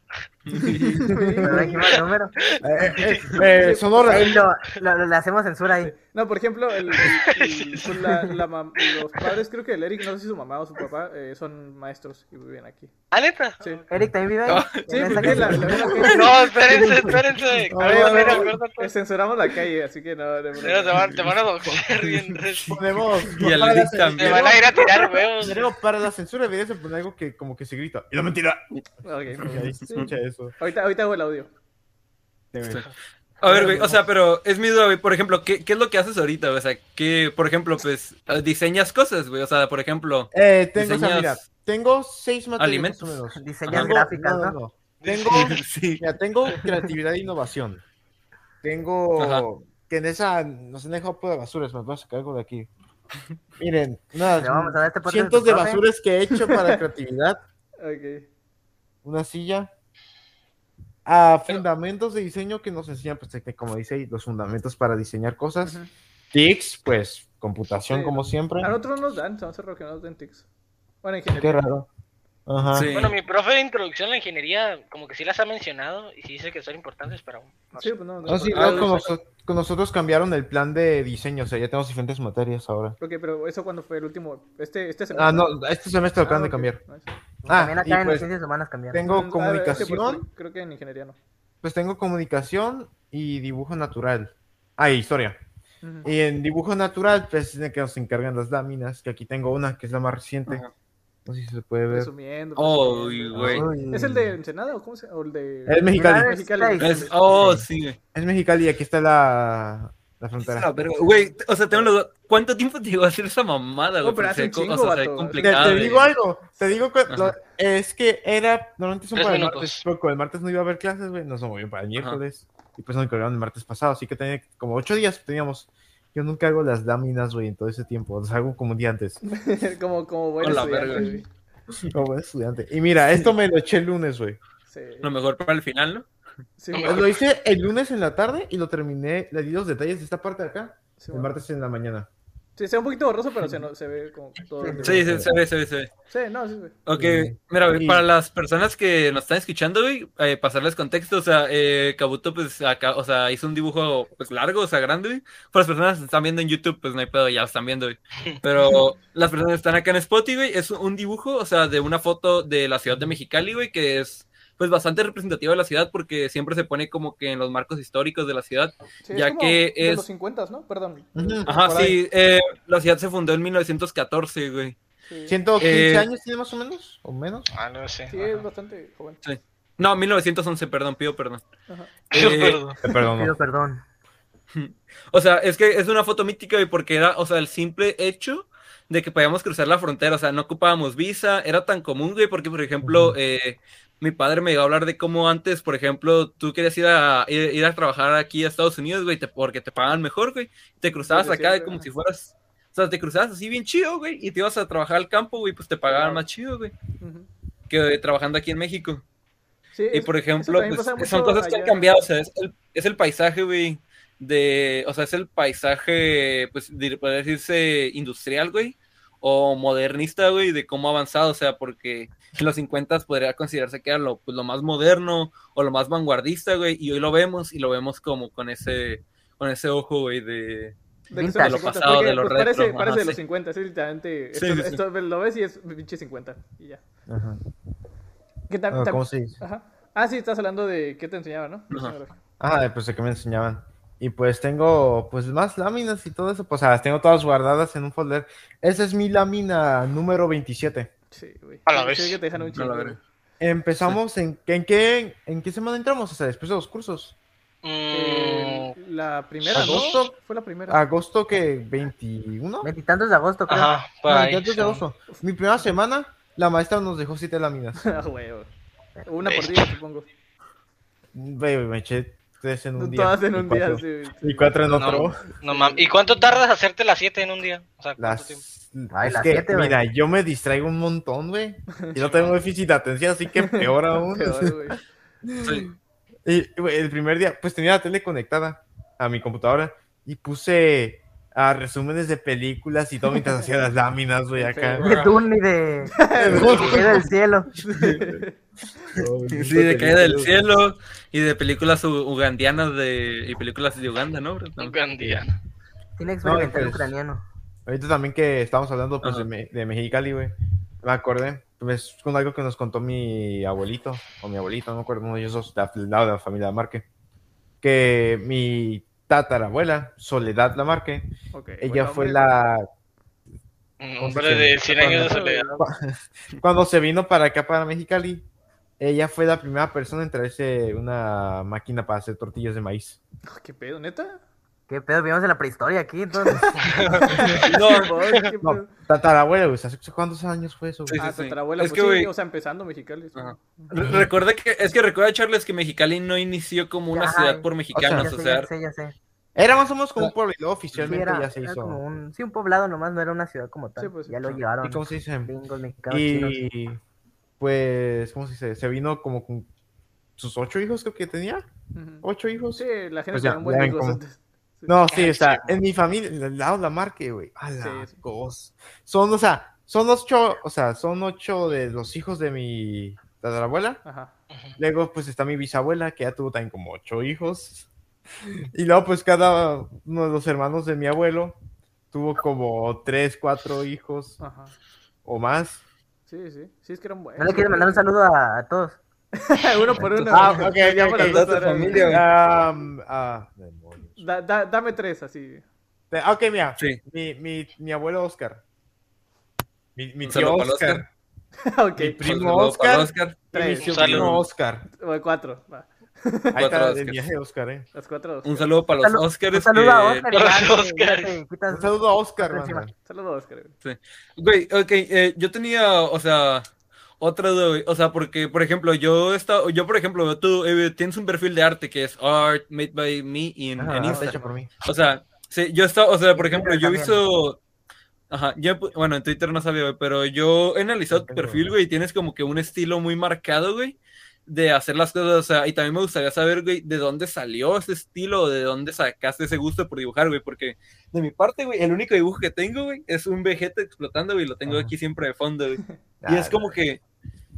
Pero aquí va el número. Eh, eh, eh, eh, pues, Sonora. Ahí lo, lo- lo- le hacemos censura ahí. No, por ejemplo, el- el- el- la- la mam- los padres, creo que el Eric, no sé si su mamá o su papá, eh, son maestros y viven aquí. ¿Ah, neta? Sí. Eric también vive ahí. Sí, en esa porque la, casa. la- la- No, espérense, espérense. A ver, a ver, a ver, Acuérdate. censuramos la calle, así que no. no, no. Pero Te van, te van a doxear bien. recio. Ponemos. Y al para la Eric censura- Te van a ir a tirar huevos. Pero para la censura deberías de poner algo que como que se grita. Y la mentira. Ok, Y ahí se escucha eso. Ahorita, ahorita hago el audio. A ver, güey, o sea, pero es mi duda, güey. Por ejemplo, ¿qué, qué es lo que haces ahorita? güey? O sea, que, por ejemplo, pues, eh, diseñas cosas, güey. O sea, por ejemplo, Eh, tengo, o sea, Diseñas- mira, tengo seis materias Alimentos. más o menos. Diseñas Tengo- gráficas, ¿no? Tengo, sí. mira, tengo creatividad e innovación. Tengo Ajá. que en esa nos han dejado por de basuras, me voy a sacar algo de aquí. Miren, nada, Le vamos a dar este podcast a cientos tu de profe. basuras que he hecho para creatividad, Ok. una silla. A fundamentos de diseño que nos enseñan, pues, que como dice, ahí, los fundamentos para diseñar cosas. Ujú. TICs, pues, computación Sí, como siempre. A nosotros no nos dan, estamos cerrados que no nos den tics. Bueno, en Qué general. raro. Ajá. Sí. Bueno, mi profe de introducción a la ingeniería, como que sí las ha mencionado y sí dice que son importantes, pero aún. no Sí, sé. pues no, no. No, sí, no. luego con, noso- con nosotros cambiaron el plan de diseño, o sea, ya tenemos diferentes materias ahora. Ah, Ok, pero eso cuando fue el último. Este, este Ah, no, este semestre lo acaban Ah, de ok. cambiar. Nice. Ah, También acá y en pues, ciencias humanas cambiaron. Ah, tengo este, pues, comunicación, creo que en ingeniería no. pues tengo comunicación y dibujo natural. Ah, y historia. Ujú. Y en dibujo natural, pues es de que nos encargan las láminas, que aquí tengo una que es la más reciente. No sé si se puede ver. Presumiendo. Oh, presumiendo. güey. Ay. ¿Es el de Ensenada o cómo se O el de. Es Mira, mexicali. es Mexicali. seis. Mm. Es- oh, sí, güey. Ah, Es mexicali y aquí está la, la frontera. Güey, o sea, tengo la duda, ¿Cuánto tiempo te iba a hacer esa mamada, No, pero güey? Porque hace un se- chingo, o sea, se- vato. Te, complicado. te güey. digo algo, te digo que lo- Ajá. es que era, normalmente son Tres para el minutos. martes, pero como el martes no iba a haber clases, güey, nos movieron para el Ajá. miércoles y pues nos encargaron el martes pasado, así que tenía como ocho días teníamos. Yo nunca hago las láminas, güey, en todo ese tiempo, las hago como un día antes, como, como buen Hola, estudiante, verga. güey. como buen estudiante. Y mira, esto me lo eché el lunes, güey. Sí. Lo mejor para el final, ¿no? Sí, No, güey. Lo hice el lunes en la tarde y lo terminé, le di los detalles de esta parte de acá, Sí, el bueno. martes en la mañana. Sí, se ve un poquito borroso, pero se, no- se ve como todo. Sí, sí, se ve, se ve, se ve. Sí, no, sí, güey. Ok, Sí. mira, güey, Y- para las personas que nos están escuchando, güey, eh, pasarles contexto, o sea, eh, Kabuto, pues, acá, o sea, hizo un dibujo, pues, largo, o sea, grande, güey. Para las personas que están viendo en YouTube, pues, no hay pedo, ya lo están viendo, güey. Pero las personas que están acá en Spotify, güey, es un dibujo, o sea, de una foto de la ciudad de Mexicali, güey, que es, pues, bastante representativa de la ciudad porque siempre se pone como que en los marcos históricos de la ciudad. Sí, es Ya como que de es- los 50, ¿no? Perdón. Ujú. Ajá, Por ahí. sí, eh, la ciudad se fundó en 1914, güey. Sí, 115 Eh, años tiene más o menos, o menos. Ah, no sé. Sí, es bastante joven. No, 1911, perdón, pido perdón. Ajá. Yo Eh, perdón. Te perdono. Pido perdón. O sea, es que es una foto mítica, güey, porque era, o sea, el simple hecho de que podíamos cruzar la frontera, o sea, no ocupábamos visa, era tan común, güey, porque, por ejemplo, eh, mi padre me iba a hablar de cómo antes, por ejemplo, tú querías ir a, ir, ir a trabajar aquí a Estados Unidos, güey, te- porque te pagan mejor, güey, te cruzabas Desde acá siempre, como ajá. si fueras, o sea, te cruzabas así bien chido, güey, y te ibas a trabajar al campo, güey, pues te pagaban Claro. más chido, güey, Ujú. que eh, trabajando aquí en México. Sí, Y es- por eso ejemplo, también pues, pasa son mucho cosas que han allá. cambiado, o sea, es el, es el paisaje, güey, de, o sea, es el paisaje, pues, dir- podría decirse industrial, güey, o modernista, güey, de cómo ha avanzado, o sea, porque en los 50 podría considerarse que era lo, pues, lo más moderno o lo más vanguardista, güey, y hoy lo vemos y lo vemos como con ese, con ese ojo, güey, de... De, que Vintage. son De lo 50, pasado, porque, de lo pues, Parece, retro, parece ajá, de los sí. 50, sí, literalmente. esto, Sí, sí, sí. esto lo ves y es pinche 50. Y ya. Ajá. ¿Qué tal- Ah, tal- ¿Cómo se dice? Ajá. Ah, sí, estás hablando de qué te enseñaba, ¿no? Ajá. Ah, pues de que me enseñaban. Y pues tengo pues más láminas y todo eso. Pues ah, las tengo todas guardadas en un folder. Esa es mi lámina número 27. Sí, güey. A la Sí, vez. que te dejan un A chingo. la güey. verga. Empezamos en, en qué en qué semana entramos, o sea, después de los cursos. Eh, Mm, la primera, ¿no? ¿Agosto? Ah, Fue la primera. Agosto que 21? Veintitantos de agosto, creo. ajá, por No, ahí, antes sí. de agosto. Mi primera semana, la maestra nos dejó siete láminas. Ah, güey, güey. Una por día, supongo. Baby, me eché tres en un día. Todas en y un cuatro- día, sí. güey. Y cuatro en No, otro. no mames. ¿Y cuánto tardas hacerte las 7 en un día? O sea, ¿cuánto tiempo? Las... Ay, es las que, siete, güey. mira, yo me distraigo un montón, güey. Y no tengo déficit de atención, así que peor aún. Peor, güey. Sí. Y, güey, el primer día, pues tenía la tele conectada a mi computadora y puse a resúmenes de películas y todo mientras hacía las láminas, güey, acá. Feo. De Dune y de. Caída pues. del cielo. Sí, de caída del cielo y de películas u- ugandianas de, y películas de Uganda, ¿no? bro? Un gran día. Tiene experimental pues. ucraniano. Ahorita también que estamos hablando pues, Ajá. de, Me- de Mexicali, güey. Me acordé, pues, con algo que nos contó mi abuelito, o mi abuelita, no me acuerdo, uno de ellos dos, de la, de la familia Lamarque, que mi tatarabuela, Soledad Lamarque, Ok, ella bueno, fue hombre. la... Un ¿Cómo se hombre de llama? 100 años de soledad. Cuando se vino para acá, para Mexicali, ella fue la primera persona en traerse una máquina para hacer tortillas de maíz. Ah, ¿Qué pedo, neta? ¿Qué pedo? Vivimos en la prehistoria aquí, entonces. No, ¿Qué No, pedo? tatarabuela, güey, ¿hace cuántos años fue eso? güey? Sí, Ah, sí. tatarabuela, Es pues que, sí, güey- o sea, empezando Mexicali. sí. Ajá. Re- Recuerda que, es que recuerda, Charles, que Mexicali no inició como una Ay, ciudad por ya mexicanos, sé, o ya sea, sé, ya sé. Era más o menos como un pueblo, y luego Sí, oficialmente era, ya se era hizo. como un, sí, un poblado nomás, no era una ciudad como tal. Sí, pues, sí. ya lo Ah, ¿Y llevaron. cómo se dice? Gringos, mexicanos, chinos. Y pues, ¿cómo se dice? Se vino como con sus ocho hijos, creo que tenía. Ujú. ¿Ocho hijos? Sí, la gente Pues se ya, un buen ya ven amigos cómo- antes. No, sí, o sea, en mi familia, al lado de la marca, güey. A la Sí, sí. cos- Son, o sea, son ocho, o sea, son ocho de los hijos de mi tatarabuela. Ajá. Luego, pues está mi bisabuela, que ya tuvo también como ocho hijos. Y luego, pues cada uno de los hermanos de mi abuelo tuvo como tres, cuatro hijos Ajá. o más. Sí, sí. Sí, es que eran buenos. ¿No le quieres mandar un saludo a, a todos? uno por uno. Ah, ok, ok, Ya para ok. las dos Datos horas. familia. Ah, mm, ah, demonios. Da- da- dame tres, así. Te- Ok, mira. Sí. Mi, mi, mi abuelo Oscar. Mi, mi Un tío saludo para el Oscar. ok. Mi Un primo saludo para Oscar. Oscar. y mi Tres. sobrino Saludos. Oscar. O Cuatro. va. Ahí está Oscars. el viaje de Oscar, eh. Las cuatro. Un saludo para los Salu- Oscars. Un saludo a que- Oscar. y ya te- ya Oscar. te quitas- Un saludo a Oscar, Oscar banda. encima. Saludos, Oscar. güey. Güey, ok, eh, yo tenía, o sea, otra duda, güey, o sea, porque, por ejemplo, yo he estado- yo, por ejemplo, tú eh, tienes un perfil de arte que es art made by me en, en Ah, Insta. hecho por mí. O sea, sí, yo estaba, o sea, por En ejemplo, yo Twitter he visto, ajá, yo, pu- bueno, en Twitter no sabía, güey, pero yo he analizado tu Entiendo, perfil, güey. güey, y tienes como que un estilo muy marcado, güey, de hacer las cosas, o sea, y también me gustaría saber, güey, de dónde salió ese estilo, de dónde sacaste ese gusto por dibujar, güey, porque de mi parte, güey, el único dibujo que tengo, güey, es un vejete explotando, güey, y lo tengo Ajá. aquí siempre de fondo, güey. Y Ah, es como que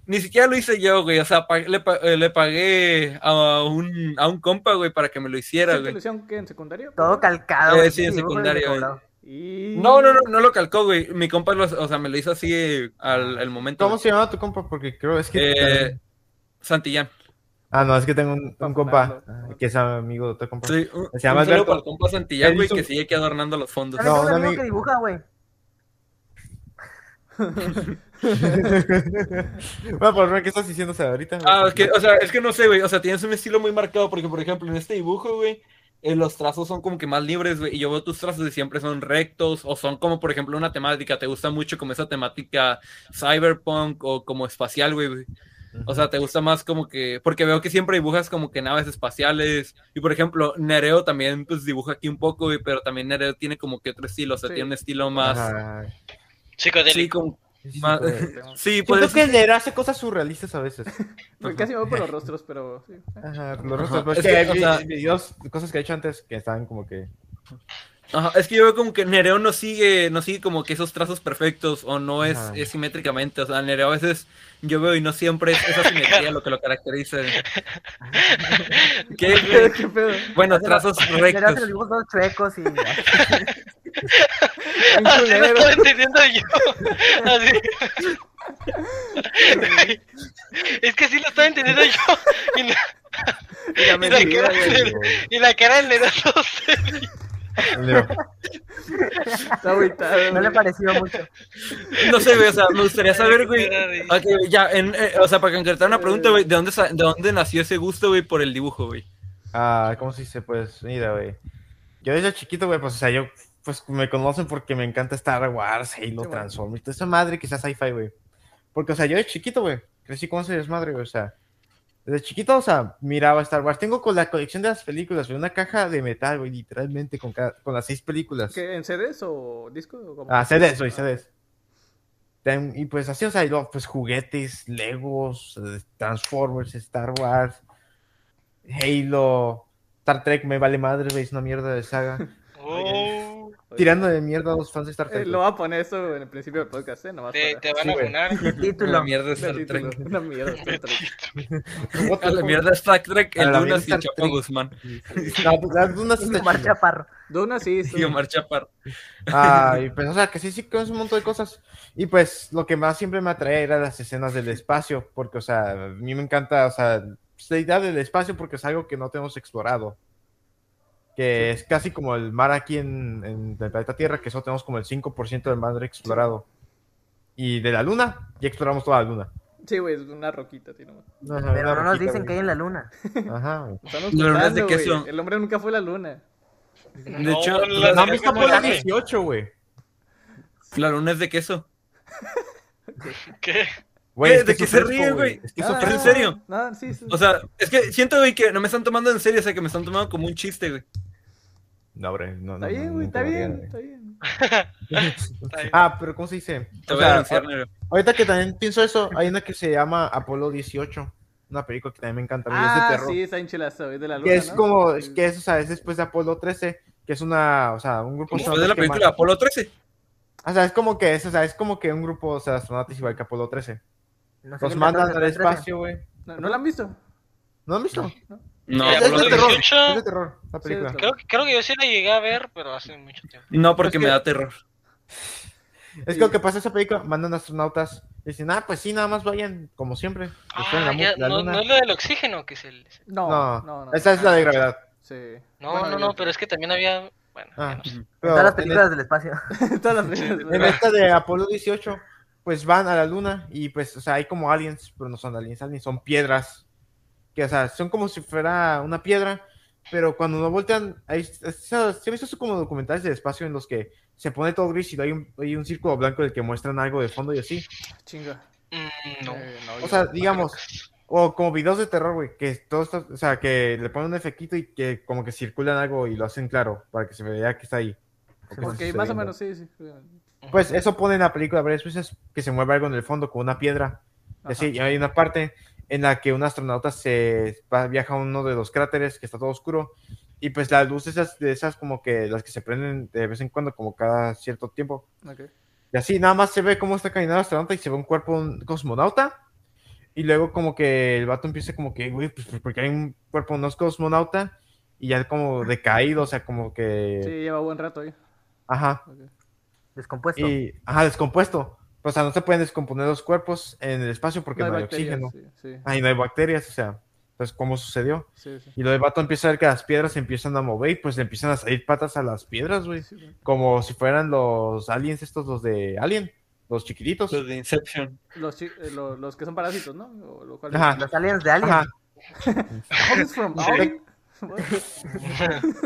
ni siquiera lo hice yo, güey, o sea, pa- le, pa- eh, le pagué a un, a un compa, güey, para que me lo hiciera, ¿Siente güey. ilusión que en secundario? Todo calcado. Eh, güey, sí, en dibujo de secundaria, güey. colado. Y... No, no, no, no lo calcó, güey. Mi compa, lo, o sea, me lo hizo así eh, al, al momento. Ah. ¿Cómo güey. se llama tu compa? Porque creo es que. Eh, Santillán. Ah, no, es que tengo un, un compa Ah, Fernando. que es amigo de otro compa. Sí, un, Se llama un saludo Alberto. para el compa Santillán, Él güey, hizo- que sigue aquí adornando los fondos. También No, tengo un un amigo que amigo- dibuja, güey. bueno, por ver qué estás diciéndose ahorita. Ah, es que, o sea, es que no sé, güey. O sea, tienes un estilo muy marcado porque, por ejemplo, en este dibujo, güey, eh, los trazos son como que más libres, güey. Y yo veo tus trazos y siempre son rectos o son como, por ejemplo, una temática. Te gusta mucho como esa temática cyberpunk o como espacial, güey, güey. O sea, te gusta más como que, porque veo que siempre dibujas como que naves espaciales. Y por ejemplo, Nereo también pues dibuja aquí un poco, güey, pero también Nereo tiene como que otro estilo, o sea, Sí. tiene un estilo más, Ajá. Psicodélico. sí, como, Sí, Ma- puede. Sí, Yo pues. creo que el Leer hace cosas surrealistas a veces. Pues Casi me voy por los rostros, pero sí. Ajá, los rostros, pero Es es que, que, hay o sea- vi- videos, cosas que he hecho antes que estaban como que. Ajá, es que yo veo como que Nereo no sigue, no sigue como que esos trazos perfectos o no es, Ajá. es simétricamente. O sea, Nereo a veces yo veo y no siempre es esa simetría lo que lo caracteriza. ¿Qué, güey? ¿Qué pedo? Bueno, trazos Pero hace los rectos. dibujos todos chuecos y. Un Así lo culero. estaba entendiendo yo. Así. Güey, Es que así lo estaba entendiendo yo. Y la, Y la y la mentira, cara, güey. del- y la cara del dedazo se Leo. Está agüitado, No le güey. pareció mucho. No sé, güey, o sea, me gustaría saber, güey. Era de- ok, güey, ya, en, eh, o sea, para concretar una pregunta, güey, ¿de dónde, sa- ¿de dónde nació ese gusto, güey, por el dibujo, güey? Ah, ¿cómo se dice? Pues, mira, güey. Yo desde chiquito, güey, pues, o sea, yo, pues, me conocen porque me encanta Star Wars, Halo, bueno. Transformers, toda esa madre que sea sci-fi, güey. Porque, o sea, yo de chiquito, güey, crecí con ese desmadre, güey, o sea. Desde chiquito, o sea, miraba Star Wars. Tengo con la colección de las películas, güey, una caja de metal, güey, literalmente, con, cada- con las seis películas. ¿Qué, ¿En CDs o disco? o cómo? Ah, CDs, güey, Ah, CDs. Ten- Y pues así, o sea, y luego, pues juguetes, Legos, eh, Transformers, Star Wars, Halo, Star Trek, me vale madre, güey, es una mierda de saga. Oh, oye. Tirando de mierda a los fans de Star Eh, Trek. lo voy a poner eso en el principio del podcast, ¿eh? Nomás te, para- te van a Sí, güey. funar. La Título. mierda es Del Star Trek. título. Una mierda, Star Trek. güey. A la mierda Star Trek, A el la Dunas y mierda Star Chapo Trek. Guzmán. No, pues, las dunas está Omar chido. Chaparro. Duna sí, Y Omar Chaparro. Ah, y pues, o sea, que sí, sí, con un montón de cosas. Y pues, lo que más siempre me atraía era las escenas del espacio, porque, o sea, a mí me encanta, o sea, pues, la idea del espacio porque es algo que no tenemos explorado. Que es casi como el mar aquí en, en el planeta Tierra, que solo tenemos como el 5% del mar explorado. Y de la luna, ya exploramos toda la luna. Sí, güey, es una roquita, sí, nomás. Pero Ajá, una no nos roquita, dicen que hay en la luna. güey. Ajá, güey. Están La luna es de ocultando, queso. güey. El hombre nunca fue a la luna. De hecho, No, la, No, está como por la dame. 18, güey. la luna es de queso. ¿Qué? Güey, ¿Qué? es que ¿De qué se fresco, ríe, güey? Es que Nada. está ¿Es fresco. en serio? Ah, No, sí, sí. O sea, es que siento, güey, que no me están tomando en serio, o sea, que me están tomando como un chiste, güey. No, hombre, no, no, está bien, no, güey, nunca está lo haría, bien, güey. está bien. bien. Ah, pero ¿cómo se dice? Te O voy a sea, denunciar, ahor- negro. ahorita que también pienso eso, hay una que se llama Apolo 18, una película que también me encanta, güey, es de Ah, terror. sí, está enchilazo, es de la luna, que es ¿no? como, es que es, o sea, es después de Apolo 13, que es una, o sea, un grupo Después de la que ma- película Apolo 13. O sea, es como que es, o sea, es como que un grupo, o sea, de astronautas igual que Apolo 13. No sé Los qué mandan tanto al se trata. espacio, güey. ¿No, no la han visto? ¿No han visto? No, Eh, es, Apolo de Apolo terror, 13. 18. es de terror, la película. Sí, es Creo, creo que yo sí la llegué a ver, pero hace mucho tiempo. No, porque Es me que- da terror. es que lo que pasa en esa película, mandan astronautas, y dicen, ah, pues sí, nada más vayan, como siempre. exploren Ah, mu- ya, no, luna. no es lo del oxígeno que es el... No, No, no, no. esa es la de gravedad. Sí. No, Bueno, no, yo- no, pero es que también había... Bueno, Ah, ya no sé. Pero Todas las en películas del espacio. Todas las películas, En güey. esta de Apolo 18, pues van a la luna y pues, o sea, hay como aliens, pero no son aliens, aliens son piedras. Que, o sea, son como si fuera una piedra, pero cuando no voltean, hay, o sea, ¿se han visto eso como documentales del espacio en los que se pone todo gris y hay un, hay un círculo blanco del que muestran algo de fondo y así? Chinga. Mm, no. Eh, no, O yo- sea, digamos, o como videos de terror, güey, que todo está, o sea, que le ponen un efectito y que como que circulan algo y lo hacen claro para que se vea que está ahí. o que está Ok, más o sucediendo. menos, sí, sí. Pues eso pone en la película varias veces que se mueve algo en el fondo con una piedra. Ajá. Sí, y hay una parte en la que un astronauta se va, viaja a uno de los cráteres que está todo oscuro y pues las luces esas, de esas como que las que se prenden de vez en cuando como cada cierto tiempo. Ok. Y así nada más se ve cómo está caminando el astronauta y se ve un cuerpo de un cosmonauta y luego como que el vato empieza como que, güey, pues porque hay un cuerpo de un cosmonauta y ya como decaído, o sea, como que... Sí, lleva buen rato ahí. Ajá. Ok. Descompuesto. Y, ajá, descompuesto. O sea, no se pueden descomponer los cuerpos en el espacio porque no hay, bacterias, oxígeno. Sí, sí, Ah, y no hay bacterias, o sea. Entonces, ¿cómo sucedió? sí, sí. Y lo de vato empieza a ver que las piedras se empiezan a mover y pues le empiezan a salir patas a las piedras, güey. Sí, güey. Como si fueran los aliens estos, los de Alien, los chiquititos. Los de Inception. Los, chi- eh, lo- los que son parásitos, ¿no? O lo cual- Ajá. Los aliens de Alien. Ajá. Homies from Alien. What?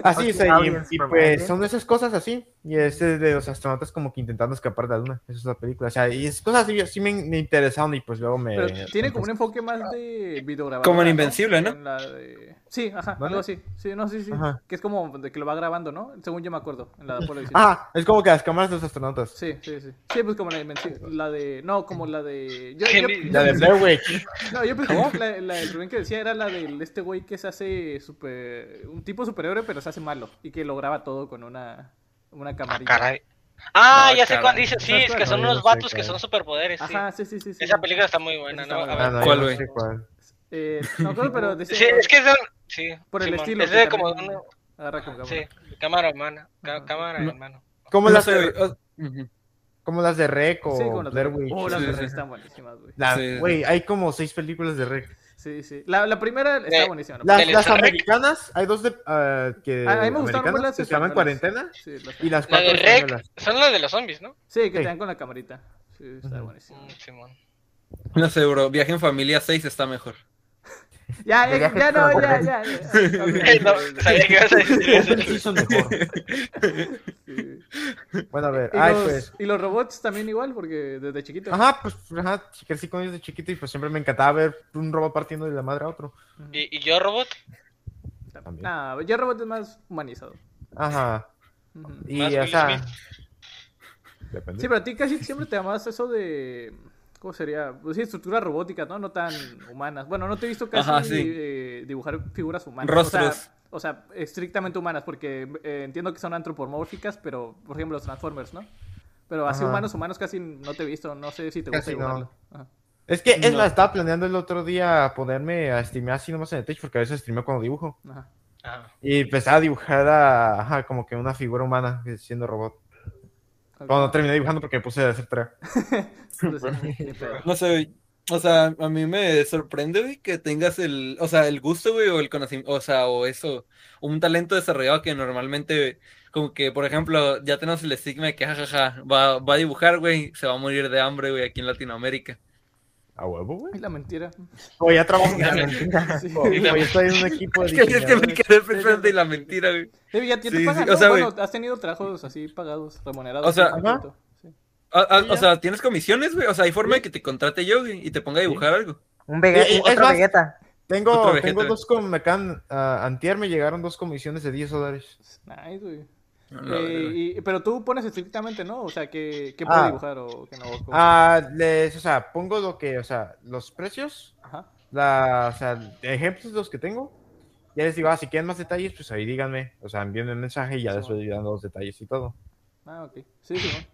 Así Ok, es, y, aliens y, from pues Alien. son esas cosas así. Y ese de los astronautas como que intentando escapar de la luna. Esa es la película. O sea, y es cosas así, sí me, me interesaron y pues luego me... Pero tiene como un enfoque más de videograbadora. Como en ¿no? Invencible, ¿no? En la de- Sí, ajá, ¿Vale? algo así. Sí, no, sí, sí. Ajá. Que es como de que lo va grabando, ¿no? Según yo me acuerdo, en la Apolo 18. Ah, es como que las cámaras de los astronautas. Sí, sí, sí. Sí, pues como la de Invencible- la de no, como la de yo, Sí, yo- mi- La de Blair Witch. no, yo pensé que la, la del Rubén que decía era la del este güey que se hace super un tipo superhéroe, pero se hace malo y que lo graba todo con una una Ah, camarita. caray. Ah, No, ya sé caray. cuál dices, sí, ¿Sabes es que cuál? son No, yo unos no sé vatos que cuál. son superpoderes, sí. Ajá, sí, sí, sí. sí. Esa película está muy buena, Esa ¿no? está A buena. Ah, ver. no, yo ¿Cuál, no güey? sé cuál. Eh, no me acuerdo, pero decía, Sí, es que es de un- Sí, por el Simón. estilo. Es que de como también de uno- agarra con Sí, cámara. cámara hermana. ca- Ajá. cámara No. hermano. Como, No las sé, güey. de, o- ujú. como las de Rec o Sí, como las de Blair Rec. Witch. Oh, las Sí, de sí, Rec sí. están buenísimas, güey. La- Sí. Güey, hay como seis películas de Rec. Sí, sí. La, la primera está Eh, buenísima. ¿no? Las, ¿Del las Rec? americanas, hay dos de, ah, que. A- a mí me gustaron americanas, más las que se llaman españolas. Cuarentena. Sí, las- Y las La cuatro de Rec españolas. son las de los zombies, ¿no? sí, que te Sí. dan con la camarita. Sí, está Ujú. buenísimo. Mm, Simón. No sé, bro. Viaje en familia 6 está mejor. Ya, De eh, viaje ya, con no, la ya, ya, mujer. ya. Ok. Eh, no, sabía que ibas a decir eso. Sí, son mejor. Sí. Bueno, a ver. Y, Ay, los, pues. y los robots también igual, porque desde chiquito. Ajá, pues ajá, crecí con ellos de chiquito y pues siempre me encantaba ver un robot partiendo de la madre a otro. ¿Y, y yo, robot? También. Nah, yo robot es más humanizado. Ajá. Ujú. Y, Más o Will sea. Smith. Depende. Sí, pero a ti casi siempre te amabas eso de. ¿Cómo sería? Pues sí, estructuras robóticas, ¿no? No tan humanas. Bueno, no te he visto casi Ajá, sí. eh, dibujar figuras humanas. O Rostros. sea, o sea, estrictamente humanas, porque eh, entiendo que son antropomórficas, pero, por ejemplo, los Transformers, ¿no? Pero así Ajá. humanos, humanos casi no te he visto. No sé si te gusta Casi no. dibujarlo. Ajá. Es que es No. la estaba planeando el otro día ponerme a streamear así nomás en el Twitch porque a veces streameo cuando dibujo. Ajá. Ah, Y empezaba a dibujar a, ajá, como que una figura humana que siendo robot. Ok. Cuando terminé dibujando porque me puse a hacer tarea. Entonces, ni pedo. No sé, güey. O sea, a mí me sorprende, güey, que tengas el, o sea, el gusto, güey, o el conocimiento, o sea, o eso, un talento desarrollado que normalmente, güey, como que, por ejemplo, ya tenemos el estigma de que, jajaja, va, va a dibujar, güey, se va a morir de hambre, güey, aquí en Latinoamérica. A huevo, Ay, güey. la mentira. O ya trabajo en la mentira. Sí. O- o ya estoy en un equipo de Es que, es que me diseñadores. quedé pensando y la mentira, güey. Eh, ya, ya te Sí, pagan, sí, ¿no? o sea, Bueno, güey. has tenido trabajos así pagados, remunerados. O sea, por completo. Sí. O, Ah, o- o sea, ¿tienes comisiones, güey? O sea, ¿hay forma de que te contrate yo, güey, y te ponga a dibujar algo? Un Vegeta, Y- y- es otro más- Vegeta. Tengo, Otro vejete, tengo güey. dos con me acaban, ah, antier me llegaron dos comisiones de 10 dólares. Nice, güey. No, no, Eh, güey. y- pero tú pones estrictamente, ¿no? O sea, que, que puedo Ah. dibujar o que no. o cómo. Ah, les, o sea, pongo lo que, o sea, los precios, Ajá. la, o sea, ejemplos de los que tengo. Ya les digo, ah, si quieren más detalles, pues ahí díganme. O sea, envíenme un mensaje y ya Sí, les voy dando los detalles y todo. Ah, ok. Sí, sí. bueno.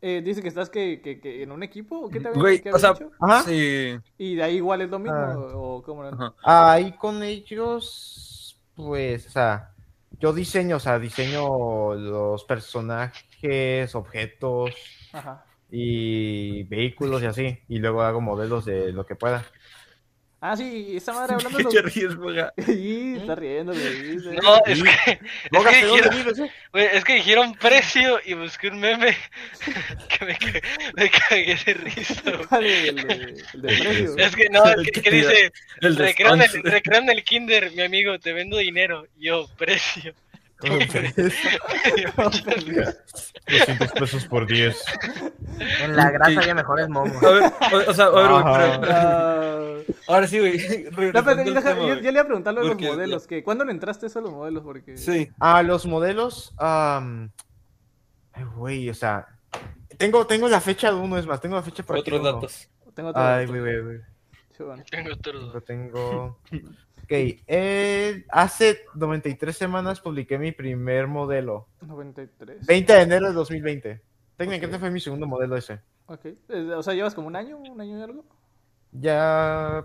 Eh, dice que estás que, que, que en un equipo. ¿o ¿Qué te habían- Güey, qué o sea, habían dicho? Ajá. Sí. Y de ahí igual es lo mismo. Ah. O cómo no. Ajá. Ahí con ellos, pues, o sea, yo diseño, o sea, diseño los personajes, objetos Ajá. y vehículos y así. Y luego hago modelos de lo que pueda. Ah, sí, y esa madre hablando. ¿Qué de te los- ríes, boga? Y está riendo, güey. dice. No, es que, es Boga, que ¿de dónde dijeron, vives, eh? güey, es que dijeron precio y busqué un meme que me, ca- me cagué de risa. güey. ¿Cuál es el, de- el de precio? Es que no, es que, que dice, El recreo en, el, response. recreo en el kinder, mi amigo, te vendo dinero. Yo, precio. No, 200 pesos por 10. En la grasa Sí. había mejores momos. A ver, o, o sea, a ver, güey, pero- pero- ahora sí, güey. No, regresando Ah, pero al yo, deja- tema, yo- güey. yo le iba a preguntar lo de los Porque- modelos. Que, ¿Cuándo le entraste eso a los modelos? Porque... Sí. Ah, los modelos. am, ay, güey, o sea. Tengo, tengo la fecha de uno, es más, tengo la fecha por aquí Otros de uno. datos. Tengo todo. Ay, güey, güey, güey. Sí, bueno. Tengo otro Lo duda. tengo. Ok, eh, hace 93 semanas publiqué mi primer modelo. 93. 20 de enero de 2020. Técnicamente Ok. fue mi segundo modelo ese. Ok. Eh, O sea, llevas como un año, un año y algo. Ya.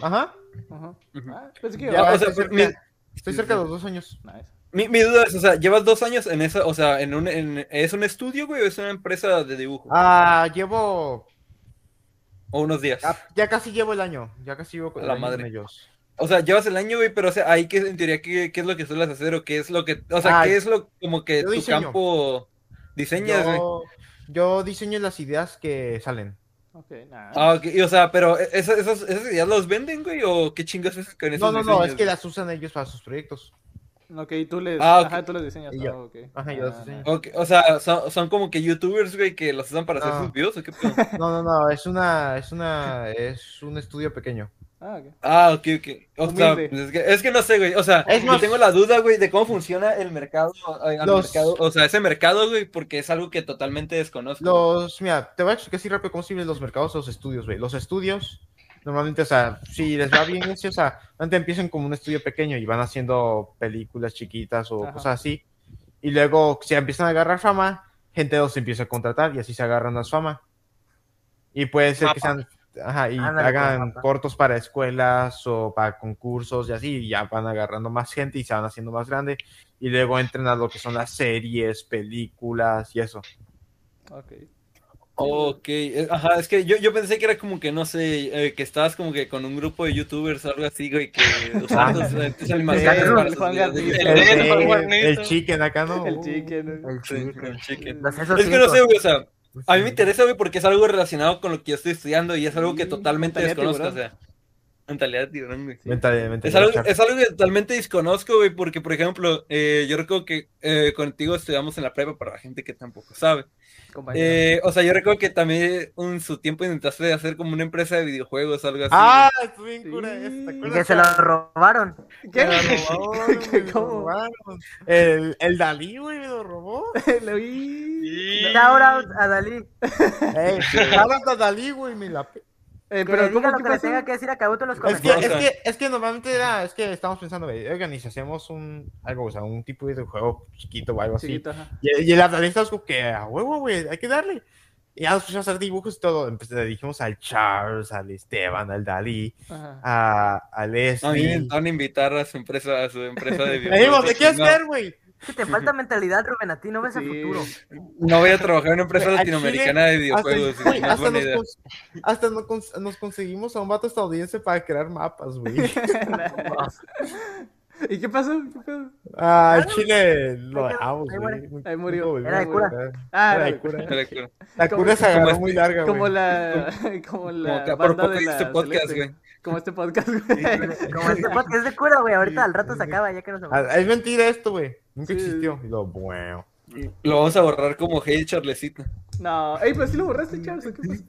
Ajá. Ajá. Ujú. Ah, pensé que Ya, llevaba- o sea, pues, estoy cerca, mi- estoy cerca de los dos años. Nice. Mi, mi duda es, o sea, llevas dos años en esa, o sea, en un, en- ¿es un estudio, güey, o es una empresa de dibujo? Ah, llevo. O unos días. Ya, ya casi llevo el año. Ya casi llevo A el la año madre. con ellos. O sea, llevas el año, güey, pero, o sea, ahí que en teoría, ¿qué, qué es lo que sueles hacer o qué es lo que, o sea, Ah, qué es lo, como que yo tu diseño. campo diseñas, güey? Yo, yo diseño las ideas que salen. Ok, nice. Ah, ok, y, o sea, pero, ¿e- ¿esas, esas, esas ideas los venden, güey, o qué chingas es con No, esos no, no, diseños, es que güey? las usan ellos para sus proyectos. Ok, tú les, Ah, ok. ajá, tú les diseñas. Y yo. Ah, ok. Ajá, yo Ah, los diseño. nice. Ok, o sea, son, son como que youtubers, güey, que Ah. los usan para hacer No. sus videos, ¿o qué pedo? No, no, no, es una, es una, es un estudio pequeño. Ah, ok. Ah, ok, ok. O sea, pues, Humilde. es que, es que no sé, güey. O sea, Es yo más- tengo la duda, güey, de cómo funciona el mercado, eh, al Los- mercado. O sea, ese mercado, güey, porque es algo que totalmente desconozco. Los, mira, te voy a explicar así rápido cómo sirven los mercados a los estudios, güey. Los estudios, normalmente, o sea, si les va bien, es, o sea, antes empiezan como un estudio pequeño y van haciendo películas chiquitas o Ajá. cosas así. Y luego, si empiezan a agarrar fama, gente los empieza a contratar y así se agarran más fama. Y puede ser que sean, ajá, y Ándale, hagan pues, mapa. cortos para escuelas o para concursos y así, y ya van agarrando más gente y se van haciendo más grande. Y luego entran a lo que son las series, películas y eso. Ok. Ok, eh, ajá, es que yo, yo pensé que era como que, no sé, eh, que estabas como que con un grupo de youtubers o algo así, güey, que usaban tus, eh, tus animaciones el para sus Juan videos de Gabriel. YouTube. El- El, el- el- el- el chicken acá, ¿no? Uh, El chicken. Eh, El Sí, chico. el chicken. Los esos Es que no sé, cinco. güey, o sea, a mí me interesa, güey, porque es algo relacionado con lo que yo estoy estudiando y es algo que Sí, totalmente mentalidad de desconozco, o sea, mentalidad de tiburón, güey. Mentalidad- mentalidad Es algo, shark. es algo que totalmente desconozco, güey, porque, por ejemplo, eh, yo recuerdo que eh, contigo estudiamos en la prepa para la gente que tampoco sabe. compañero. Eh, o sea, yo recuerdo que también en su tiempo intentaste hacer como una empresa de videojuegos, algo así. Ah, estuvo bien Sí. cura esa, ¿te Y Y acuerdas? que se lo robaron. Me ¿Qué? lo robaron, ¿Qué? me lo ¿Cómo? robaron. El, el Dalí, güey, me lo robó. Lo vi. Eh, Shout out a Dalí. Ey, Jalas a Dalí, güey, me la... pe- Que Eh, pero le diga ¿cómo lo que que le pasó? tenga que decir a Kabuto en los Es que, comentarios. es que, es que normalmente era, es que estábamos pensando, güey, oigan, y si hacemos un, algo, o sea, un tipo de juego chiquito o algo así. Chiquito, ajá. Y, y el analista es como que a huevo, güey, hay que darle. Y ya nos pusimos a hacer dibujos y todo. Empecé, le dijimos al Charles, al Esteban, al Dalí, Ajá. a, a A mí me Leslie. intentaron invitar a su empresa, a su empresa de Le dijimos, ¿de videojuegos. qué No, hacer, güey? que te falta mentalidad, Rubén. A ti no ves el Sí. futuro. no voy a trabajar en una empresa Güey, al latinoamericana de Hasta, videojuegos. güey, no es hasta pues buena nos, idea. cons- hasta nos cons- nos conseguimos a un vato estadounidense para crear mapas, güey. ¿Y qué pasó? ¿Qué pedo? Ah, en Chile lo Ahí dejamos, muere. güey. Ahí murió. Nunca Era de volvimos, cura. güey. Ah, Era de no, cura. Pero, claro, La Como- cura se agarró como muy este- larga, Como güey. la. Como Como la. que a banda propósito de de este la podcast, Celeste. güey. Como este podcast, güey. Como este podcast es de cura, güey. Ahorita al rato se acaba, ya que nos Ah, Es mentira esto, güey. Sí. Nunca existió. Y lo, bueno. Lo vamos a borrar como Hey Charlecita. No. Ey, pero sí lo borraste, Charles. ¿o ¿Qué pasó?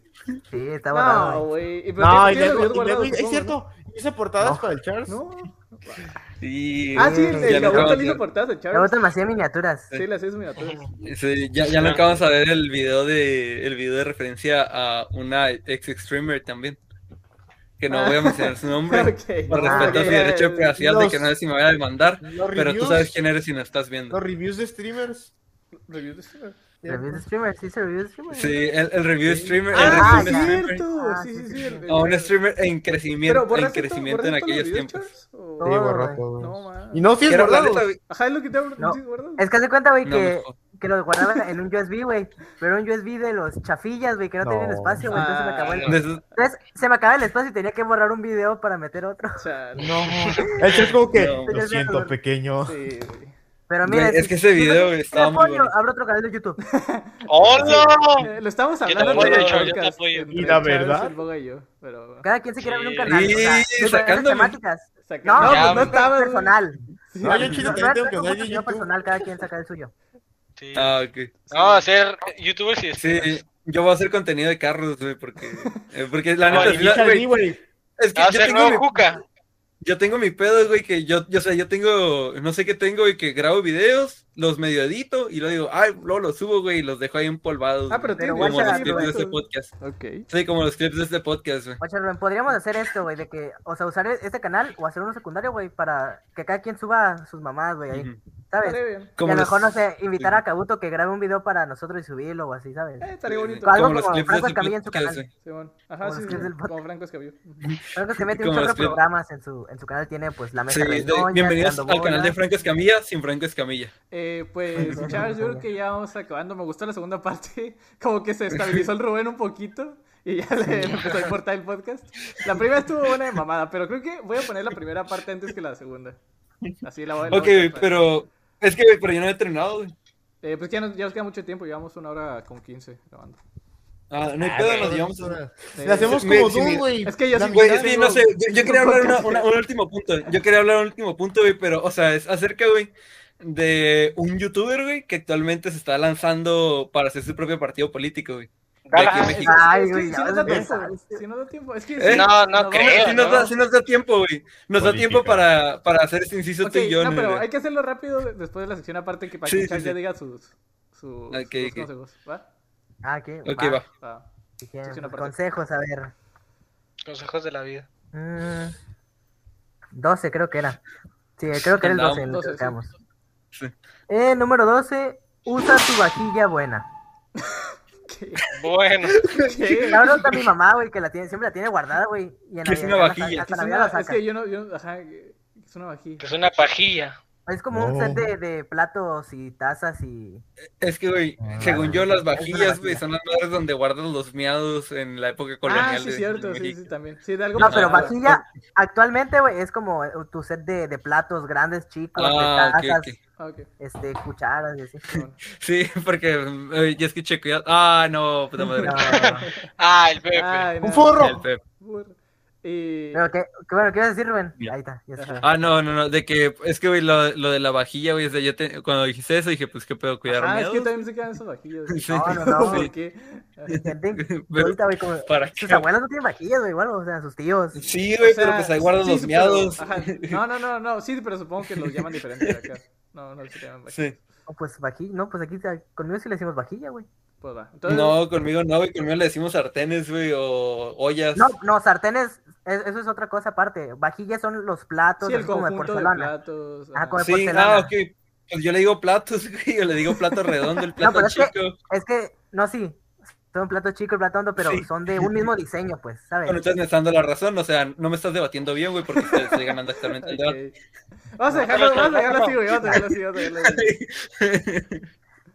Sí, está borrado. No, güey. Y pero No, ¿qué- y qué lo habías luego, y luego- guardado, es supongo, cierto, hice portadas No. para el Charles. ¿no? Sí, Ah, sí, el, ya el lo Gabriel acabas le de- hizo portadas a Charles. Kabuto me hacía miniaturas. Sí, las hizo miniaturas. sí, ya, ya lo acabas de ver el video de el video de referencia a una ex streamer también. Que no voy a mencionar su nombre. Ah. Ok. Por Ah, respeto a ok, mi derecho de el- privacidad de los- que no sé si me vaya a demandar. Los Pero tú reviews- sabes quién eres si nos estás viendo. Los reviews de streamers. Review de- Reviews de streamer, sí, se reviews de streamer. Sí, el, el review streamer. El Ah, Ah, review de un streamer. cierto. Ah, Sí, sí, sí, sí, sí. sí. el- A un el- streamer en Pero crecimiento, en borraste todo- crecimiento en borraste todos los aquellos videos, tiempos. Charles, o- Sí, No, borró güey. todo. No, man. Y no, sí, Que es era la borrado. neta, güey. Ajá, es lo que te hago. No. sí, guardado. Es que hace cuenta, güey, No, que, mejor. que los guardaba en un USB, güey. Pero un USB de los chafillas, güey, que no, No. tenían espacio, güey. Entonces se me acabó el. De esos- Entonces se me acaba el espacio y tenía que borrar un video para meter otro. Chale, No. El Charles como que, No. lo siento, pequeño. sí, güey. Pero Güey, mira. es si- que ese si no video tiene estaba muy apoyo, bueno. Abro otro canal de YouTube. ¡Hola! Eh, Lo estamos te hablando apoyo, en el yo te podcast apoyo. entre Y la Charles, verdad- el Boga y yo, pero- Cada quien se quiere abrir un Sí. canal. o sea, Y diferentes sacándome. temáticas. Saca- No, pues ya, no güey. estaba, güey. personal. Sí, No, yo sí, chido sí. también tengo no, canal de no, YouTube. personal, cada quien saca el suyo. Sí. Ah, ok. No, ser youtubers y Sí, yo voy a hacer contenido de carros, güey, porque, eh, porque Ah, la neta, Ay, sí, la- hija de mí, güey, güey. es que Ah, yo ser tengo, mi, nuevo Juca. yo tengo mi pedo, güey, que yo, yo, o sea, yo tengo, no sé qué tengo, y que grabo videos, los medio edito, y luego digo, ay, luego los subo, güey, y los dejo ahí empolvados, Ah, pero güey, tiene como guacha, los clips de güey. este podcast. Ok. Sí, como los clips de este podcast, güey. Oye, Rubén, podríamos hacer esto, güey, de que, o sea, usar este canal o hacer uno secundario, güey, para que cada quien suba sus mamás, güey, ahí, Ujú. ¿sabes? Estaría bien. Y Como a lo los- mejor, no sé, invitar a Kabuto que grabe un video para nosotros y subirlo o así, ¿sabes? Eh, estaría bonito. Algo como los como clips de Franco este Escamilla en su podcast, canal. güey. Simón. Ajá, Como los sí, sí, clips del como Franco Escamillo. Creo que se mete un Como chorro de los clip- programas en su, en su canal, tiene pues la mesa Sí, de- Reñoña, bienvenidos Tirando al canal de Bola. Franco Escamilla, sin Franco Escamilla. Eh, pues, Charles, yo creo que ya vamos acabando. Me gustó la segunda parte. Como que se estabilizó el Rubén un poquito. Y ya le le empezó a importar el podcast. La primera estuvo una de mamada, pero creo que voy a poner la primera parte antes que la segunda. Así la voy la Ok, voy a. pues. güey, pero, es que, güey, pero yo no he terminado, güey. Eh, pues que ya nos, ya nos queda mucho tiempo, llevamos una hora con 15 grabando. Ah, no hay Ah, pedo, güey, nos no, llevamos no, a- no. Sí. Le hacemos Sí, como sí, Doom, sí. güey. Es que yo La sí- Güey, Ya mitad- sí, tengo- no sé, yo, yo quería tengo hablar una- podcast. una- un último punto, yo quería hablar un último punto, güey, pero, o sea, es acerca, güey, de un youtuber, güey, que actualmente se está lanzando para hacer su propio partido político, güey. de Ah, aquí en México. Ay, es que güey, si ya nos da ves. tiempo, güey, si nos da tiempo. Es que ¿Eh? si- No, no creo, Si nos, da, sí nos da tiempo, güey. Nos da Política. tiempo para, para hacer este inciso Ok, tú y yo. no, pero nene. hay que hacerlo rápido de- después de la sección aparte que para Sí, que sí, Chad ya sí. diga sus, sus, Ok, sus ok. consejos. ¿Va? Ah, ok. Ok, va. va. Va. Bien, Sección aparte. Consejos, a ver. Consejos de la vida. Mm, 12 creo que era. Sí, creo que era el Andamos, 12 en lo que 12, sí. acabamos. Sí. Eh, número 12, usa tu vajilla buena. Bueno, ¿Qué? La verdad está mi mamá, güey, que la tiene, siempre la tiene guardada, güey. y en ¿Qué es Navidad una la sa- vajilla? hasta Es, Navidad una, la es saca. que yo no, yo, ajá, es una vajilla. Ah, es pues una pajilla. Es como un No. set de, de platos y tazas y... Es que, güey, Ah. según yo, las Es vajillas, una güey, vajilla. son las madres donde guardas los miados en la época colonial. Ah, sí, de- cierto, de sí, México. sí, también. Sí, de algo No, Ah, pero pasado. vajilla actualmente, güey, es como eh, tu set de, de platos grandes, chicos, Ah, de ok, tazas, ok. Ah, ok. este, cucharas y así. Bueno. Sí, porque eh, ya escuché cuidado. Ah, no, puta madre. No, Ah, el Pepe. Ay, ¡Un no, Eh, El forro! Pep. burro. Y... pero qué, qué bueno, ¿qué ibas a decir, Rubén? Ya. Ahí está, ya está. Ah, no, no, no, de que es que, güey, lo, lo de la vajilla, güey, es de yo te- cuando dijiste eso dije, pues qué pedo, cuidar Ah, es que miados. también se quedan esas vajillas. güey. Sí. No, no, no. ¿Por qué? Gente, que Pero, ahorita, güey, como... ¿Para qué? Sus abuelos no tienen vajillas, güey, igual, o sea, sus tíos. Sí, güey, O sea, pero pues ahí guardan sí, los sí, pero- miados. ajá. No, no, no, no, sí, pero supongo que los llaman diferente acá. No, no se llaman vajillas. Sí. No, pues vajilla, no, pues aquí ta- conmigo sí le decimos vajilla, güey. Pues va. Entonces, No, conmigo no, güey, conmigo le decimos sartenes, güey, o ollas. No, no, sartenes, es- eso es otra cosa aparte. Vajillas son los platos, sí, el así como de conjunto de porcelana. platos. Ah, ajá. con- de sí, porcelana. ah, ok. Pues yo le digo platos, güey, yo le digo plato redondo, el plato pero es que- chico. Es que, no, sí, son platos chicos, plato hondo, pero Sí. son de un mismo diseño, pues, ¿sabes? No estás me estás dando la razón, o sea, no me estás debatiendo bien, güey, porque estoy, estoy ganando actualmente el debate. Ok. Vamos a dejarlo, vamos a dejarlo así, güey. Vamos a dejarlo así, vamos a dejarlo así.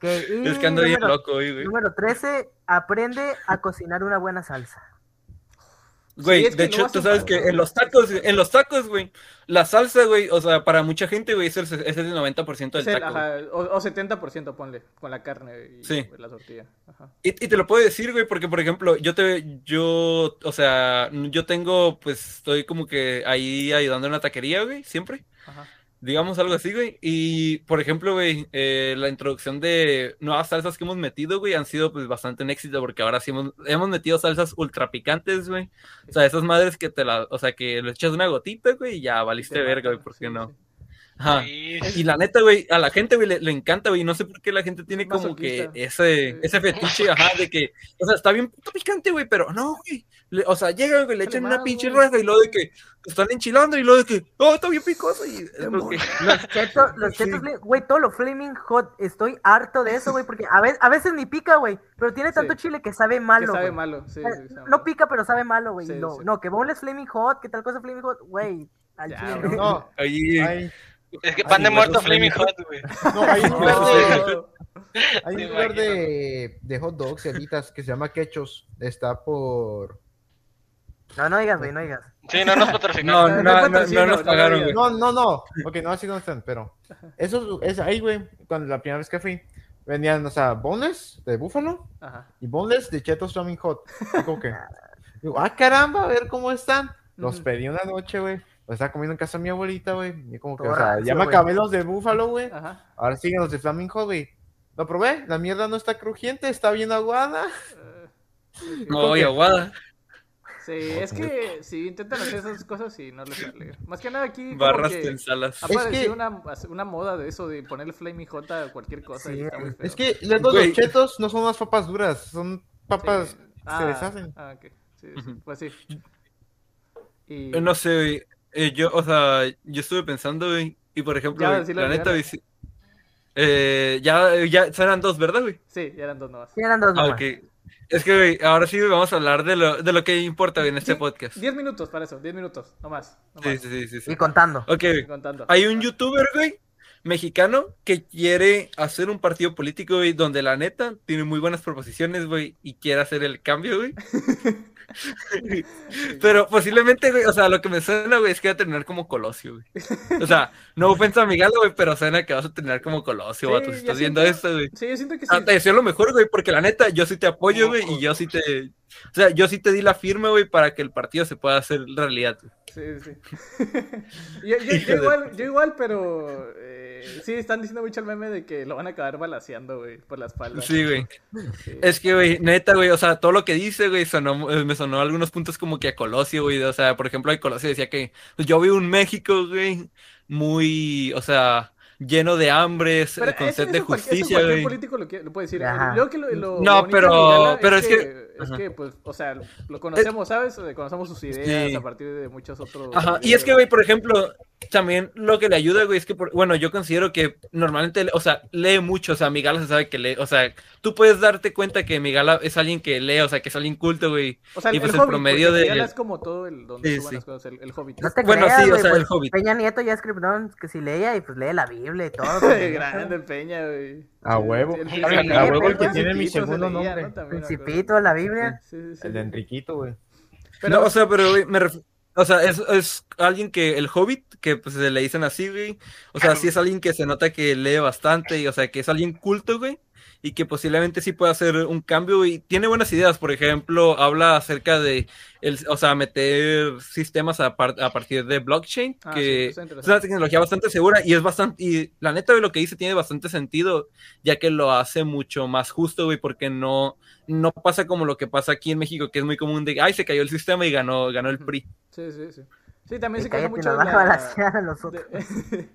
Que- y es que ando bien número, loco, hoy, güey. número 13, aprende a cocinar una buena salsa. Güey, Sí, es que de luego hecho, tú hacen sabes que favor. en los tacos, en los tacos, güey, la salsa, güey, o sea, para mucha gente, güey, es el, es el 90% del Es el- taco. güey. ajá, o, o 70% ponle, con la carne y Sí. la tortilla. Ajá. Y, y te lo puedo decir, güey, porque, por ejemplo, yo te, yo, o sea, yo tengo, pues, estoy como que ahí ayudando en la taquería, güey, siempre. Ajá. Digamos algo así, güey. Y, por ejemplo, güey, eh, la introducción de nuevas salsas que hemos metido, güey, han sido pues bastante un éxito porque ahora sí hemos, hemos metido salsas ultra picantes, güey. O sea, esas madres que te la, o sea, que le echas una gotita, güey, y ya valiste Te Este verga, matan, güey, ¿por sí, qué no? sí. Ajá. Sí. Y la neta, güey, a la gente, güey, le, le encanta, güey. No sé por qué la gente tiene como que Masoquista. ese, ese fetiche, ajá, de que, o sea, está bien puto picante, güey, pero no, güey. Le- o sea, llegan, güey, le Dale echan más, una pinche güey. raja y luego de que están enchilando y luego de que, oh, está bien picoso. Y es como que, Cheto- los chetos, fla- güey, todo lo flaming hot, estoy harto de eso, güey, porque a veces, a veces ni pica, güey, pero tiene tanto Sí. chile que sabe malo. Que sabe güey. malo, sí, Eh, sí, sabe malo. No pica, pero sabe malo, güey. Sí, no, sí. no, que boneless flaming hot, que tal cosa flaming hot, güey. Al Ya, chile, güey. no. No, Oye, hay, Es que pan de Ay, muerto los Flaming Flaming Hot, güey. no, hay un lugar de, No. hay Te un lugar imagino. de, de hot dogs y alitas que se llama Quechos. Está por... No, no digas, güey, no digas. Sí, no nos no, patrocinó. no, no, no, no, patrocino, nos no, pagaron, no, güey. No, no, no. Ok, no, así no están, pero... Eso es, es ahí, güey. Cuando la primera vez que fui, venían, o sea, boneless de búfalo Ajá. y boneless de chetos flaming hot. Digo que... Digo, ah, caramba, a ver cómo están. Los Ujú. pedí una noche, güey. Los estaba comiendo en casa de mi abuelita, güey. Y como que, Todo o sea, rancio, ya me güey. acabé los de búfalo, güey. Ajá. Ahora siguen los de Flaming Hot, güey. Lo probé, la mierda no está crujiente, está bien aguada. Eh, No, oye, aguada. Sí, es que si intentan hacer esas cosas y no les sale. Más que nada aquí como Barras que tensalas. ha Es aparecido que- una, una moda de eso de ponerle Flaming J a cualquier cosa Sí, y está muy feo. Es que luego Güey. los chetos no son las papas duras, son Sí. papas que Ah, se deshacen. Ah, ok. Sí, sí, Ujú. Pues sí. Y... No sé, güey. Eh, yo, o sea, yo estuve pensando, güey. Y por ejemplo, Ya, güey, sí, la la neta, primera. güey, sí- eh, ya, ya serán dos, ¿verdad, güey? Sí, ya eran dos nomás. Sí, eran dos Ah, nomás. ok. Es que, güey, ahora sí güey, vamos a hablar de lo, de lo que importa güey, en este Sí, podcast. Diez minutos para eso, diez minutos, nomás. Sí, nomás. sí, sí, sí, sí. Y contando. Ok, güey. Contando. hay un youtuber, güey, mexicano que quiere hacer un partido político, güey, donde la neta tiene muy buenas proposiciones, güey, y quiere hacer el cambio, güey. Pero posiblemente, güey, o sea, lo que me suena, güey, es que va a terminar como Colosio, güey. O sea, no ofensa a mi galo, güey, pero suena que vas a terminar como Colosio, Sí, vato, si ya estás siento- viendo esto, güey. Sí, yo siento que sí. Ah, te deseo lo mejor, güey, porque la neta, yo sí te apoyo, güey, y yo sí te... O sea, yo sí te di la firma, güey, para que el partido se pueda hacer realidad. güey. Sí, sí. yo, yo- yo Hijo de- igual, yo igual, pero eh, eh, sí, están diciendo mucho el meme de que lo van a acabar balaseando, güey, por la espalda. Sí, güey. Sí. Es que, güey, neta, güey, o sea, todo lo que dice, güey, sonó, eh, me sonó algunos puntos como que a Colosio, güey, o sea, por ejemplo, a Colosio decía que pues, yo vi un México, güey, muy, o sea, lleno de hambre, s- Pero con eso- sed de eso cual- eso justicia, cualquier güey. político lo, quiere- lo puede decir. eh, Ajá. Yo que lo, lo No, bonito de pero- Mandela pero es que- Es Ajá. que, pues, o sea, lo- lo conocemos, ¿sabes? Eh, Conocemos sus ideas Sí. a partir de muchos otros... Ajá, y es que, videos. güey, por ejemplo, también lo que le ayuda, güey, es que, por- bueno, yo considero que normalmente, o sea, lee mucho, o sea, Migala se sabe que lee, o sea, tú puedes darte cuenta que Migala es alguien que lee, o sea, que es alguien culto, güey. O sea, el, y pues el el Hobbit, promedio porque de- Mandela es como todo el donde Sí, suban sí. las cosas, el, el Hobbit. No te Bueno, creas, sí, o güey, sea, pues, el Hobbit. Peña Nieto ya escribió no, que si leía y pues lee la Biblia y todo. De pues, grande Peña, güey. A Sí, huevo. el- A el- huevo el el que tiene mi Principito se segundo leía, nombre. ¿no? También me acuerdo. Principito, la Biblia. Sí, sí, sí. El de Enriquito, güey. Pero- no, o sea, pero, güey, me ref- O sea, es, es alguien que, el hobbit, que pues se le dicen así, güey. O sea, sí es alguien que se nota que lee bastante y, o sea, que es alguien culto, güey. Y que posiblemente sí pueda hacer un cambio y tiene buenas ideas. Por ejemplo, habla acerca de, el, o sea, meter sistemas a, par- a partir de blockchain, Ah, sí, que está interesante. es una tecnología bastante segura y es bastante, y la neta, güey, lo que dice tiene bastante sentido, ya que lo hace mucho más justo, güey, porque no, no pasa como lo que pasa aquí en México, que es muy común de, ay, se cayó el sistema y ganó, ganó el PRI. Sí, sí, sí. Sí, también Y se queja cállate, mucho nos de van a la, balancear a nosotros. de,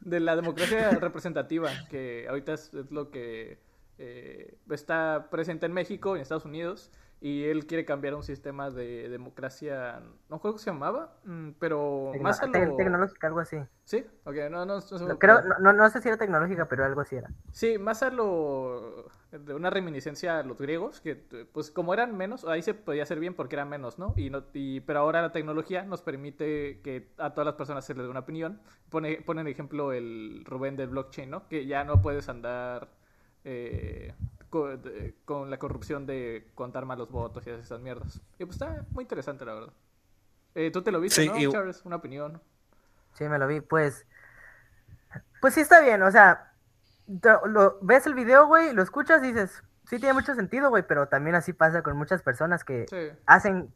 de la democracia representativa, que ahorita es, es lo que eh, está presente en México, en Estados Unidos, y él quiere cambiar un sistema de democracia, no creo que se llamaba, mm, pero Tecno- más a tec- lo... Tecnológica, algo así. Sí, ok, no, no, no sé- No, creo, no, no, no sé si era tecnológica, pero algo así era. Sí, más a lo de una reminiscencia a los griegos, que pues como eran menos, ahí se podía hacer bien porque eran menos, ¿no? Y no y, pero ahora la tecnología nos permite que a todas las personas se les dé una opinión. Pone, pone el ejemplo el Rubén del blockchain, ¿no? Que ya no puedes andar eh, co- de- con, la corrupción de contar malos votos y esas mierdas. Y pues está muy interesante, la verdad. Eh, Tú te lo viste, Sí, ¿no, y- Charles? Una opinión. Sí, me lo vi, pues. Pues sí está bien, o sea, lo, lo- ves el video, güey, lo escuchas y dices, sí tiene mucho sentido, güey, pero también así pasa con muchas personas que Sí, hacen,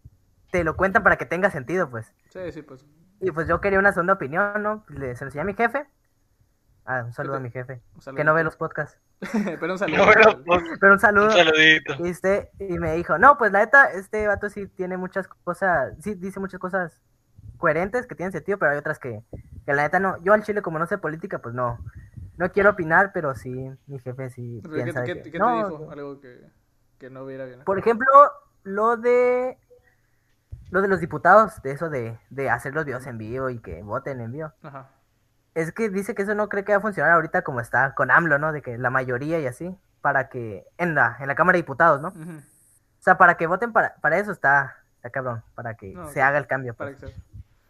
te lo cuentan para que tenga sentido, pues. sí, sí, pues. Y pues yo quería una segunda opinión, ¿no? Le se lo enseñé a mi jefe. Ah, un saludo a mi jefe, Un saludo. que no ve los podcasts. pero un saludo. No, pero, pues, Pero un saludo. un saludito. Y, este, y me dijo, no, pues la neta, este vato sí tiene muchas cosas, sí dice muchas cosas coherentes que tienen sentido, pero hay otras que, que la neta no. Yo al Chile, como no sé política, pues no, no quiero opinar, pero sí, mi jefe sí Pero, ¿Qué, piensa qué- que, qué te no, dijo? no". Pues Algo que, que no hubiera bien. Por ejemplo, lo de lo de los diputados, de eso de, de hacer los videos en vivo y que voten en vivo. Ajá. Es que dice que eso no cree que va a funcionar ahorita como está con AMLO, ¿no? De que la mayoría y así, para que, en la, en la Cámara de Diputados, ¿no? Ujú. O sea, para que voten para, para eso está, está cabrón, para que No, se ok. haga el cambio. Para Pues. que sea-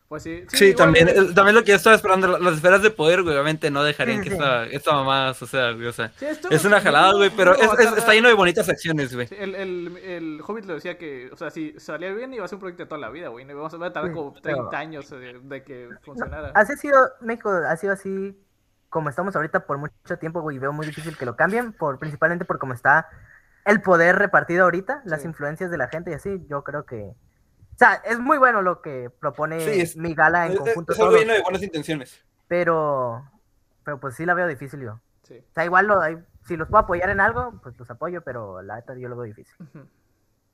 Pues sí. Sí, igual, también, güey. eh, también lo que yo estaba esperando, la- las esferas de poder, güey, obviamente no dejarían Sí, que sí. esta, esta mamá, o sea, güey, o sea, Sí, esto es no- una jalada, güey, pero no va es- a es- tardar. está lleno de bonitas acciones, güey. Sí, El, el, el Hobbit lo decía que, o sea, si salía bien iba a ser un proyecto de toda la vida, güey. no Vamos a va a tardar Sí, como pero- 30 años eh, de que funcionara. Así ha sido, México ha sido así como estamos ahorita por mucho tiempo, güey. Veo muy difícil que lo cambien, por, principalmente por cómo está el poder repartido ahorita, las Sí. influencias de la gente y así. Yo creo que. O sea, es muy bueno lo que propone Sí, es- mi gala en Es, conjunto es algo todos, Eh, lleno de buenas intenciones. pero. Pero pues sí la veo difícil yo. O Sí. sea, igual lo, hay- si los puedo apoyar en algo, pues los apoyo, pero la neta yo lo veo difícil. Ujú.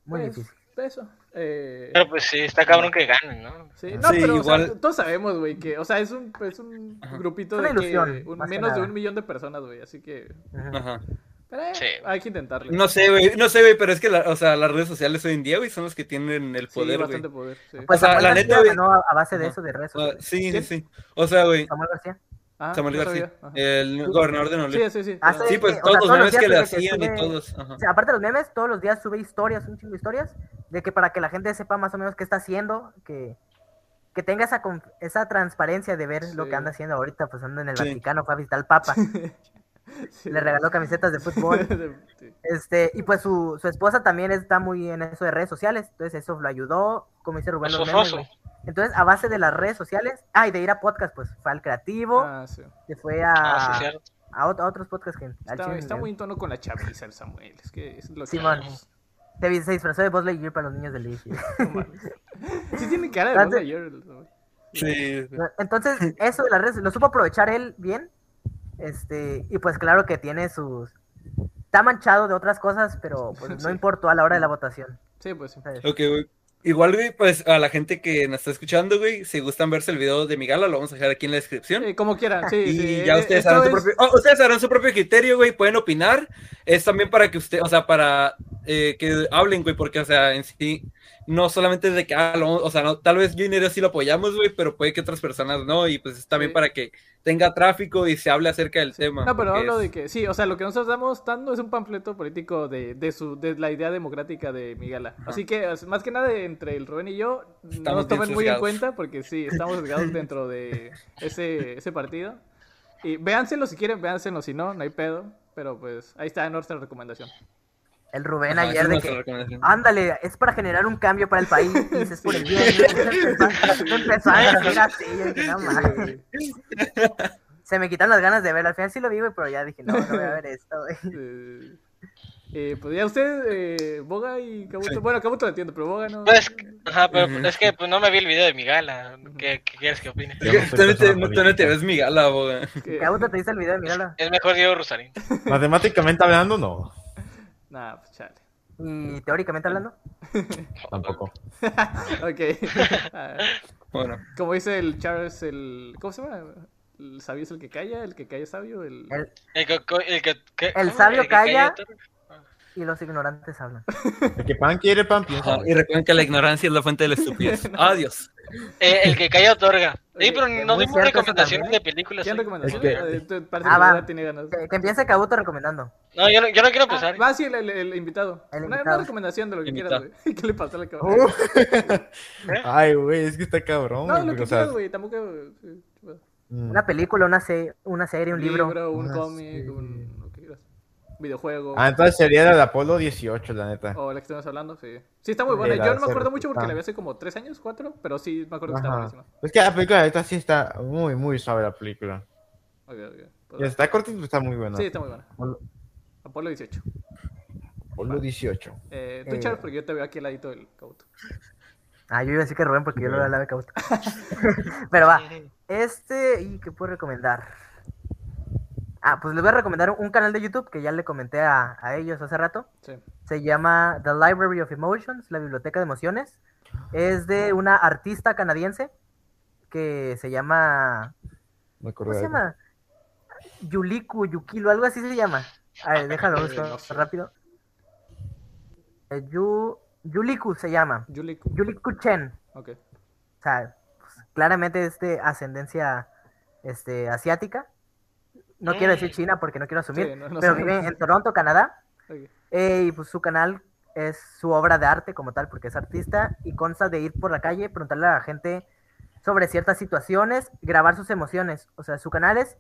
Muy Pues, difícil. Eso. Eh, Pero pues sí, está cabrón que ganen, ¿no? Sí, no, Sí, pero o sea, igual- todos sabemos, güey, que, o sea, es un, es un grupito Es una de que ilusión, un- más que menos de nada. un millón de personas, güey, así que... Ujú. Ajá. pero, eh, Sí. Hay que intentarlo. No sé, güey, no sé, güey, pero es que, la- o sea, las redes sociales hoy en día, güey, son los que tienen el Sí, poder, güey. bastante poder. sí. Pues sea, la Samuel neta, García güey. ganó a, a base de Ajá. eso de redes Ah, sociales. sí, sí, ¿Quién? sí. O sea, güey, Samuel García. Ah, Samuel no García, sabía, ajá. el gobernador de Nuevo León. Sí, sí, sí. Hace- Sí, pues o sea, todos los todos los memes que le días desde que hacían y sube- todos. Ajá. O sea, aparte de los memes, todos los días sube historias, un chingo de historias, de que para que la gente sepa más o menos qué está haciendo, que, que tenga esa, conf- esa transparencia de ver lo Sí. que anda haciendo ahorita, pues anda en el Sí. Vaticano, fue a visitar al Papa, Sí. le regaló camisetas de fútbol. Sí. Este, y pues su, su esposa también está muy en eso de redes sociales, entonces eso lo ayudó, como dice Rubén Los los memes, sofoso. güey. Entonces, a base de las redes sociales, ah, y de ir a podcast, pues fue al creativo, Ah, sí. se fue Ah, sí, a, cierto. a ot- a otros podcasts que al Está, chile está le- muy en tono con la chaviza el Samuel. Es que es lo que. Simón. hablamos. se, se disfrazó de Buzz Lightyear para los niños del Lee. No mames. Sí, tiene cara de Antes- Buzz Lightyear, el Samuel. Sí, sí. Entonces, eso de las redes, lo supo aprovechar él bien. Este, y pues claro que tiene sus... Está manchado de otras cosas, pero pues no Sí. importó a la hora de la votación. Sí, pues sí. ¿sabes? Ok, güey. Igual, güey, pues a la gente que nos está escuchando, güey, si gustan verse el video de mi gala, lo vamos a dejar aquí en la descripción. Sí, eh, como quieran, sí. Y sí. ya Eh, ustedes esto harán, su es- propio, oh, ustedes harán su propio criterio, güey, pueden opinar. Es también para que ustedes, o sea, para eh, que hablen, güey, porque, o sea, en sí, no solamente es de que, ah, lo vamos- o sea, no, tal vez yo y Nerea sí lo apoyamos, güey, pero puede que otras personas no, y pues es también Sí. para que tenga tráfico y se hable acerca del tema. No, pero porque hablo es- de que, sí, o sea, lo que nosotros estamos dando es un panfleto político de, de, su, de la idea democrática de Migala. Así que, as- más que nada, entre el Rubén y yo, no Estamos nos tomen bien muy en sesgados. cuenta porque sí, estamos sesgados dentro de ese, ese partido. Y véanselo si quieren, véanselo si no, no hay pedo. Pero pues ahí está nuestra recomendación. El Rubén Ajá, esa ayer de es nuestra que... recomendación. ah, Ándale, es para generar un cambio para el país. Y dices, por el bien. ¿no?" Empezó a decir así. yo dije, "No mames". Se me quitaron las ganas de verlo. Al final sí lo vi, güey, pero ya dije, no, no voy a ver esto, güey. Eh, eh, pues ya usted, eh, Boga y Kabuto. Bueno, Kabuto lo entiendo, pero Boga no. Pues, ajá, pero Ujú. es que pues, no me vi el video de mi gala. ¿Qué, qué quieres que opine? Yo no soy Tú no te- persona no- tú no te política. ves mi gala, güey. que- Kabuto, te hice el video, míralo. Es mejor Diego Rosarín. Matemáticamente hablando, no. Nah, pues chale. Y teóricamente hablando, Tampoco. Ok. Ah, Bueno. como dice el Charles, el. ¿Cómo se llama? El sabio es el que calla, el que calla es sabio. El... el- El, que- co- el, que- que- El ¿cómo? sabio que calla calla. y los ignorantes hablan. El que pan quiere, pan piensa. Ajá, y recuerden que la ignorancia es la fuente de la estupidez. Adiós. Eh, el que calla otorga. Sí, Oye, pero es no muy dimos cierto eso recomendaciones de también. películas. ¿Quién sí. recomendación? Es Eh, que- Parece Ah, que va. Boga tiene ganas. Que, que empiece Kabuto recomendando. No, yo, no- yo no quiero Ah, empezar. va, sí, el, el- el invitado. El Una- Una, invitado. recomendación de lo que Invitado. quieras, güey. ¿Qué le pasó a la cabeza? Uh. Ay, güey, es que está cabrón. no, güey, lo que porque, o sea, quieras, güey. Tampoco. sí, bueno. mm, Una película, una, se- una serie, un libro. un Ah, cómic, sí. un. Lo que quieras. Videojuego. Ah, entonces sería la de Apolo 18, la neta. O la que estamos hablando, sí. Sí, está muy buena. Era, Yo no me se acuerdo mucho porque resulta. la vi hace como tres años, cuatro, pero sí me acuerdo que Ajá. estaba buenísima. Es que la película, la neta, sí está muy, muy suave la película. Ok, ok. Pues, Y está cortita, pero está muy buena. Sí, está muy buena. Apolo, Apolo 18. Apolo 18. Eh, tú, Eh. Charles, porque yo te veo aquí al ladito del cauto. Ah, yo iba a decir que Rubén porque yo lo hablaba de Kabuto. Pero va. Este, ¿y qué puedo recomendar? Ah, pues les voy a recomendar un canal de YouTube que ya le comenté a, a ellos hace rato. Sí. Se llama The Library of Emotions, la biblioteca de emociones. Es de una artista canadiense que se llama. Me acuerdo ¿Cómo se de algo. llama? Yuliku, Yukilo, algo así se llama. A ver, déjalo busco no sé. rápido. Eh, Yu- Yuliku se llama. Julie. Yuliku Chen. Ok. O sea, pues, claramente es de ascendencia este, asiática. No quiero decir China porque no quiero asumir, Mm. Sí, no- no pero sé. vive en Toronto, Canadá. ok. Eh, y pues su canal es su obra de arte como tal, porque es artista y consta de ir por la calle, preguntarle a la gente sobre ciertas situaciones, grabar sus emociones. O sea, su canal es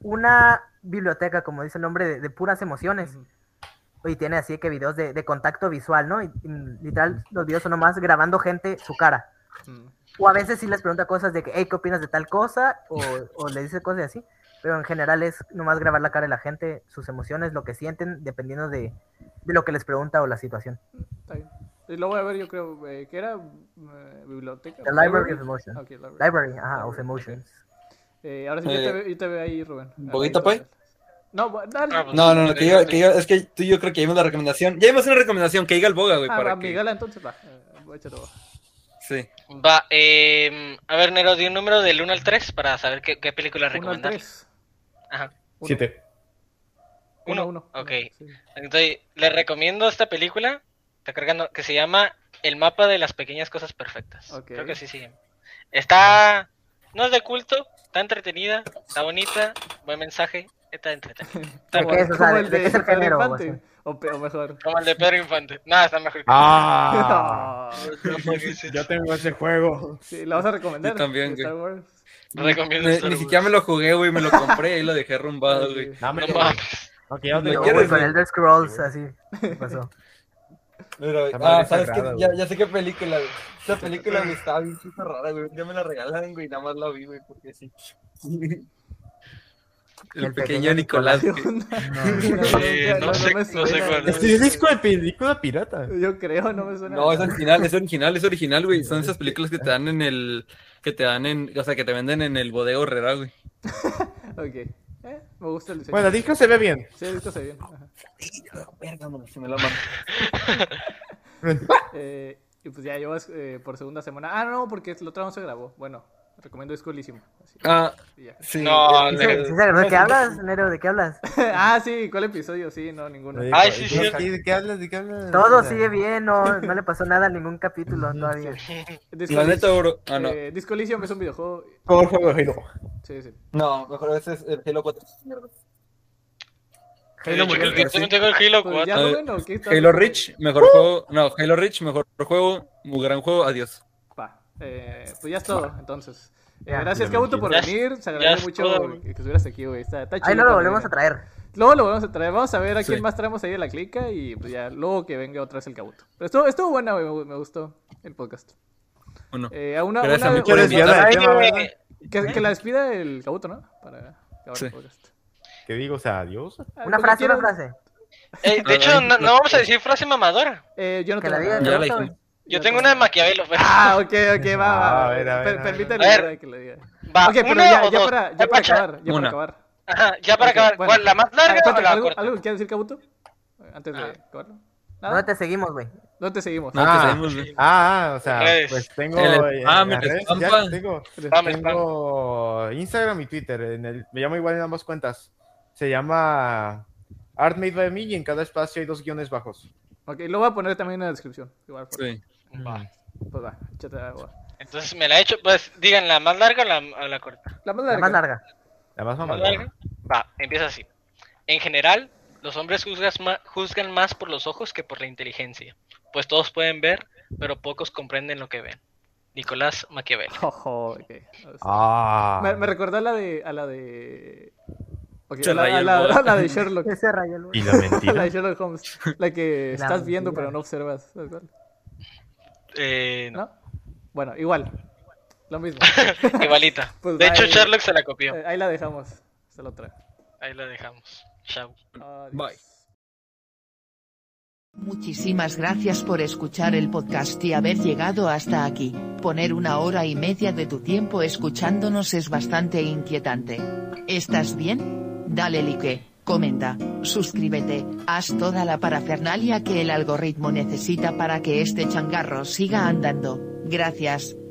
una biblioteca, como dice el nombre, de, de puras emociones. Ujú. Y tiene así que videos de, de contacto visual, ¿no? Y, y literal, los videos son nomás grabando gente su cara. Mm. O a veces sí les pregunta cosas de que, hey, ¿qué opinas de tal cosa? O, o le dice cosas así. Pero en general es nomás grabar la cara de la gente, sus emociones, lo que sienten, dependiendo de, de lo que les pregunta o la situación. Está bien. Y lo voy a ver, yo creo, eh, que era eh, biblioteca. The Library of Emotions. Ok, Library. Library, ajá, of Library, Emotions. Eh, ahora sí, yo te, Eh, veo, yo te veo ahí, Rubén. ¿Boguita, Al ladito pues? del- No, bo- dale. Ah, pues, No, no, no, que diga- que diga- es que tú y yo creo que ya vimos la recomendación. Ya vimos una recomendación, que diga el boga, güey, Ah, para va, que... Miguel, entonces va. Eh, voy a echar abajo. Sí. Va, eh, a ver, Nero, di un número del 1 al 3 para saber qué, qué película Uno al recomendar. tres. Ajá. Uno. Siete. Uno, Uno. uno. Ok. Sí. Entonces, les recomiendo esta película está cargando, que se llama El mapa de las pequeñas cosas perfectas. Ok. Creo que sí, sí. Está. No es de culto, está entretenida, está bonita, buen mensaje, está entretenida. Está Como- qué bueno. es? O sea, como ¿de- el de qué es el Pedro género o Infante, así? O, pe- o mejor. Como el de Pedro Infante. No, está mejor. que- ¡Ah! No. No mames, Yo tengo ese juego. Sí, la vas a recomendar. Yo también, Star Wars. Recomiendo Ni- Star Ni Wars. siquiera me lo jugué, güey, me lo compré y lo dejé arrumbado, Sí. güey. Dame. No güey. mames. Ok, ya No lo No, tengo, güey, quieres, güey. con güey. Elder Scrolls, así pasó. Pero, Esa madre ah, ¿sabes qué? sagrada, Ya, güey. ya sé qué película, güey. Esa película me estaba bien chita rara, güey. Ya me la regalaron, güey, nada más la vi, güey, porque sí. El pequeño Nicolás, ¿Qué güey. onda? Eh, no sé- me no sé suena, cuál güey. Este es disco de película pirata. Yo creo, no me suena. No, es original, es original, es original, güey. Son esas películas que te dan en el. Que te dan en. O sea, que te venden en el bodeo Herrera, güey. Ok. Eh, me gusta el diseño. Bueno, el disco se ve bien. Sí, el disco se ve bien. ajá. se me la mano. Eh, y pues ya llevas eh, por segunda semana. Ah, no, porque el otro no se grabó. Bueno, recomiendo Escolísimo. Así, Ah, y ya. sí. No, Eh, de- eh, César, ¿de qué hablas, Nero? ¿De qué hablas? ah, sí, ¿cuál episodio? Sí, no, ninguno. Ay, sí, ¿Y sí. tú, ¿De qué hablas? ¿De qué hablas? Todo sigue bien, no, no le pasó nada a ningún capítulo todavía. Disco La neta, Elysium. bro. Ah, no. Eh, Disco Elysium es un videojuego. Por favor, Jairo. Sí, sí. No, mejor ese es el Halo 4. Yo Halo murió. yo también tengo el Halo Pues 4. ya, Eh, bueno, ¿qué tal? Halo Reach, mejor juego. No, Halo Reach, mejor juego. Muy gran juego, adiós. Pa. Eh, pues ya es todo, entonces. Eh, Ya. gracias, Ya me Kabuto, por Ya es- venir. Se ya agradece es mucho todo, güey. que estuvieras aquí, güey. Está, está Ahí chido no lo también, volvemos eh. a traer. Luego lo vamos a traer. Vamos a ver a Sí. quién más traemos ahí de la clica y pues ya luego que venga otra vez el Kabuto. Pero estuvo, estuvo buena, güey. Me, me gustó el podcast. Bueno, Eh, a una, Gracias a una- mí por una- invitarme. Ya la Ay, tema, ¿verdad? eh, que, que la despida el Kabuto, ¿no? Para acabar Sí. el podcast. ¿Qué digo? O sea, adiós. Ah, Una como frase, una quieran. frase. eh, de hecho, no, no vamos a decir frase mamadora. Eh, yo no Que tengo la diga el nada. ya la Kabuto. dije. Yo tengo una de Maquiavelo, pues. Ah, ok, ok, va, va, va. Ah, a ver, Per- a ver, a ver. permítanle A ver. ahora que lo diga. Va, ok, pero una ya, o ya dos. para, ya para Pacha. acabar, ya para Una. acabar. Ajá, ya para Ok, acabar. bueno. ¿Cuál, ¿La más larga Ah, o espérate, la ¿algo, corta? Ah. ¿Algo que quieras decir, Kabuto? Antes de acabarlo. ¿Nada? ¿Dónde te seguimos, güey? ¿Dónde te seguimos? no, que Ah. seguimos, güey. Ah, ah, o sea, Redes. pues tengo El eh, spam, las el redes spam, sociales, pa. tengo, Ah, Spam, spam. tengo Instagram y Twitter. En el, me llamo igual en ambas cuentas. Se llama Art Made by Me y en cada espacio hay dos guiones bajos. Ok, lo voy a poner también en la descripción. Igual, por- Sí. Va. pues va, échate agua. Entonces me la he hecho, pues digan la más larga o la, o la corta. La más La larga. más larga. La más ¿La más mamada. larga? Va, empieza así. En general, los hombres juzgas ma- juzgan más por los ojos que por la inteligencia, pues todos pueden ver, pero pocos comprenden lo que ven. Nicolás Maquiavelo. Ojo, ok. O sea, Ah. Me, me recordó a la de. A la de... Ok, a, Se la, rayó a el la- boda. a la de Sherlock. Ese rayo, güey. Y la A la mentira. de Sherlock Holmes. La que La estás viendo mentira. pero no observas. ¿sabes cuál? Eh, no, ¿No? Bueno, igual. Lo mismo. igualita. Pues de hecho, bye. Sherlock se la copió. Eh, Ahí la dejamos. Se lo trae. Ahí la dejamos. Chao. Adiós. Bye. Muchísimas gracias por escuchar el podcast y haber llegado hasta aquí. Poner una hora y media de tu tiempo escuchándonos es bastante inquietante. ¿Estás bien? Dale like, comenta, suscríbete, haz toda la parafernalia que el algoritmo necesita para que este changarro siga andando. Gracias.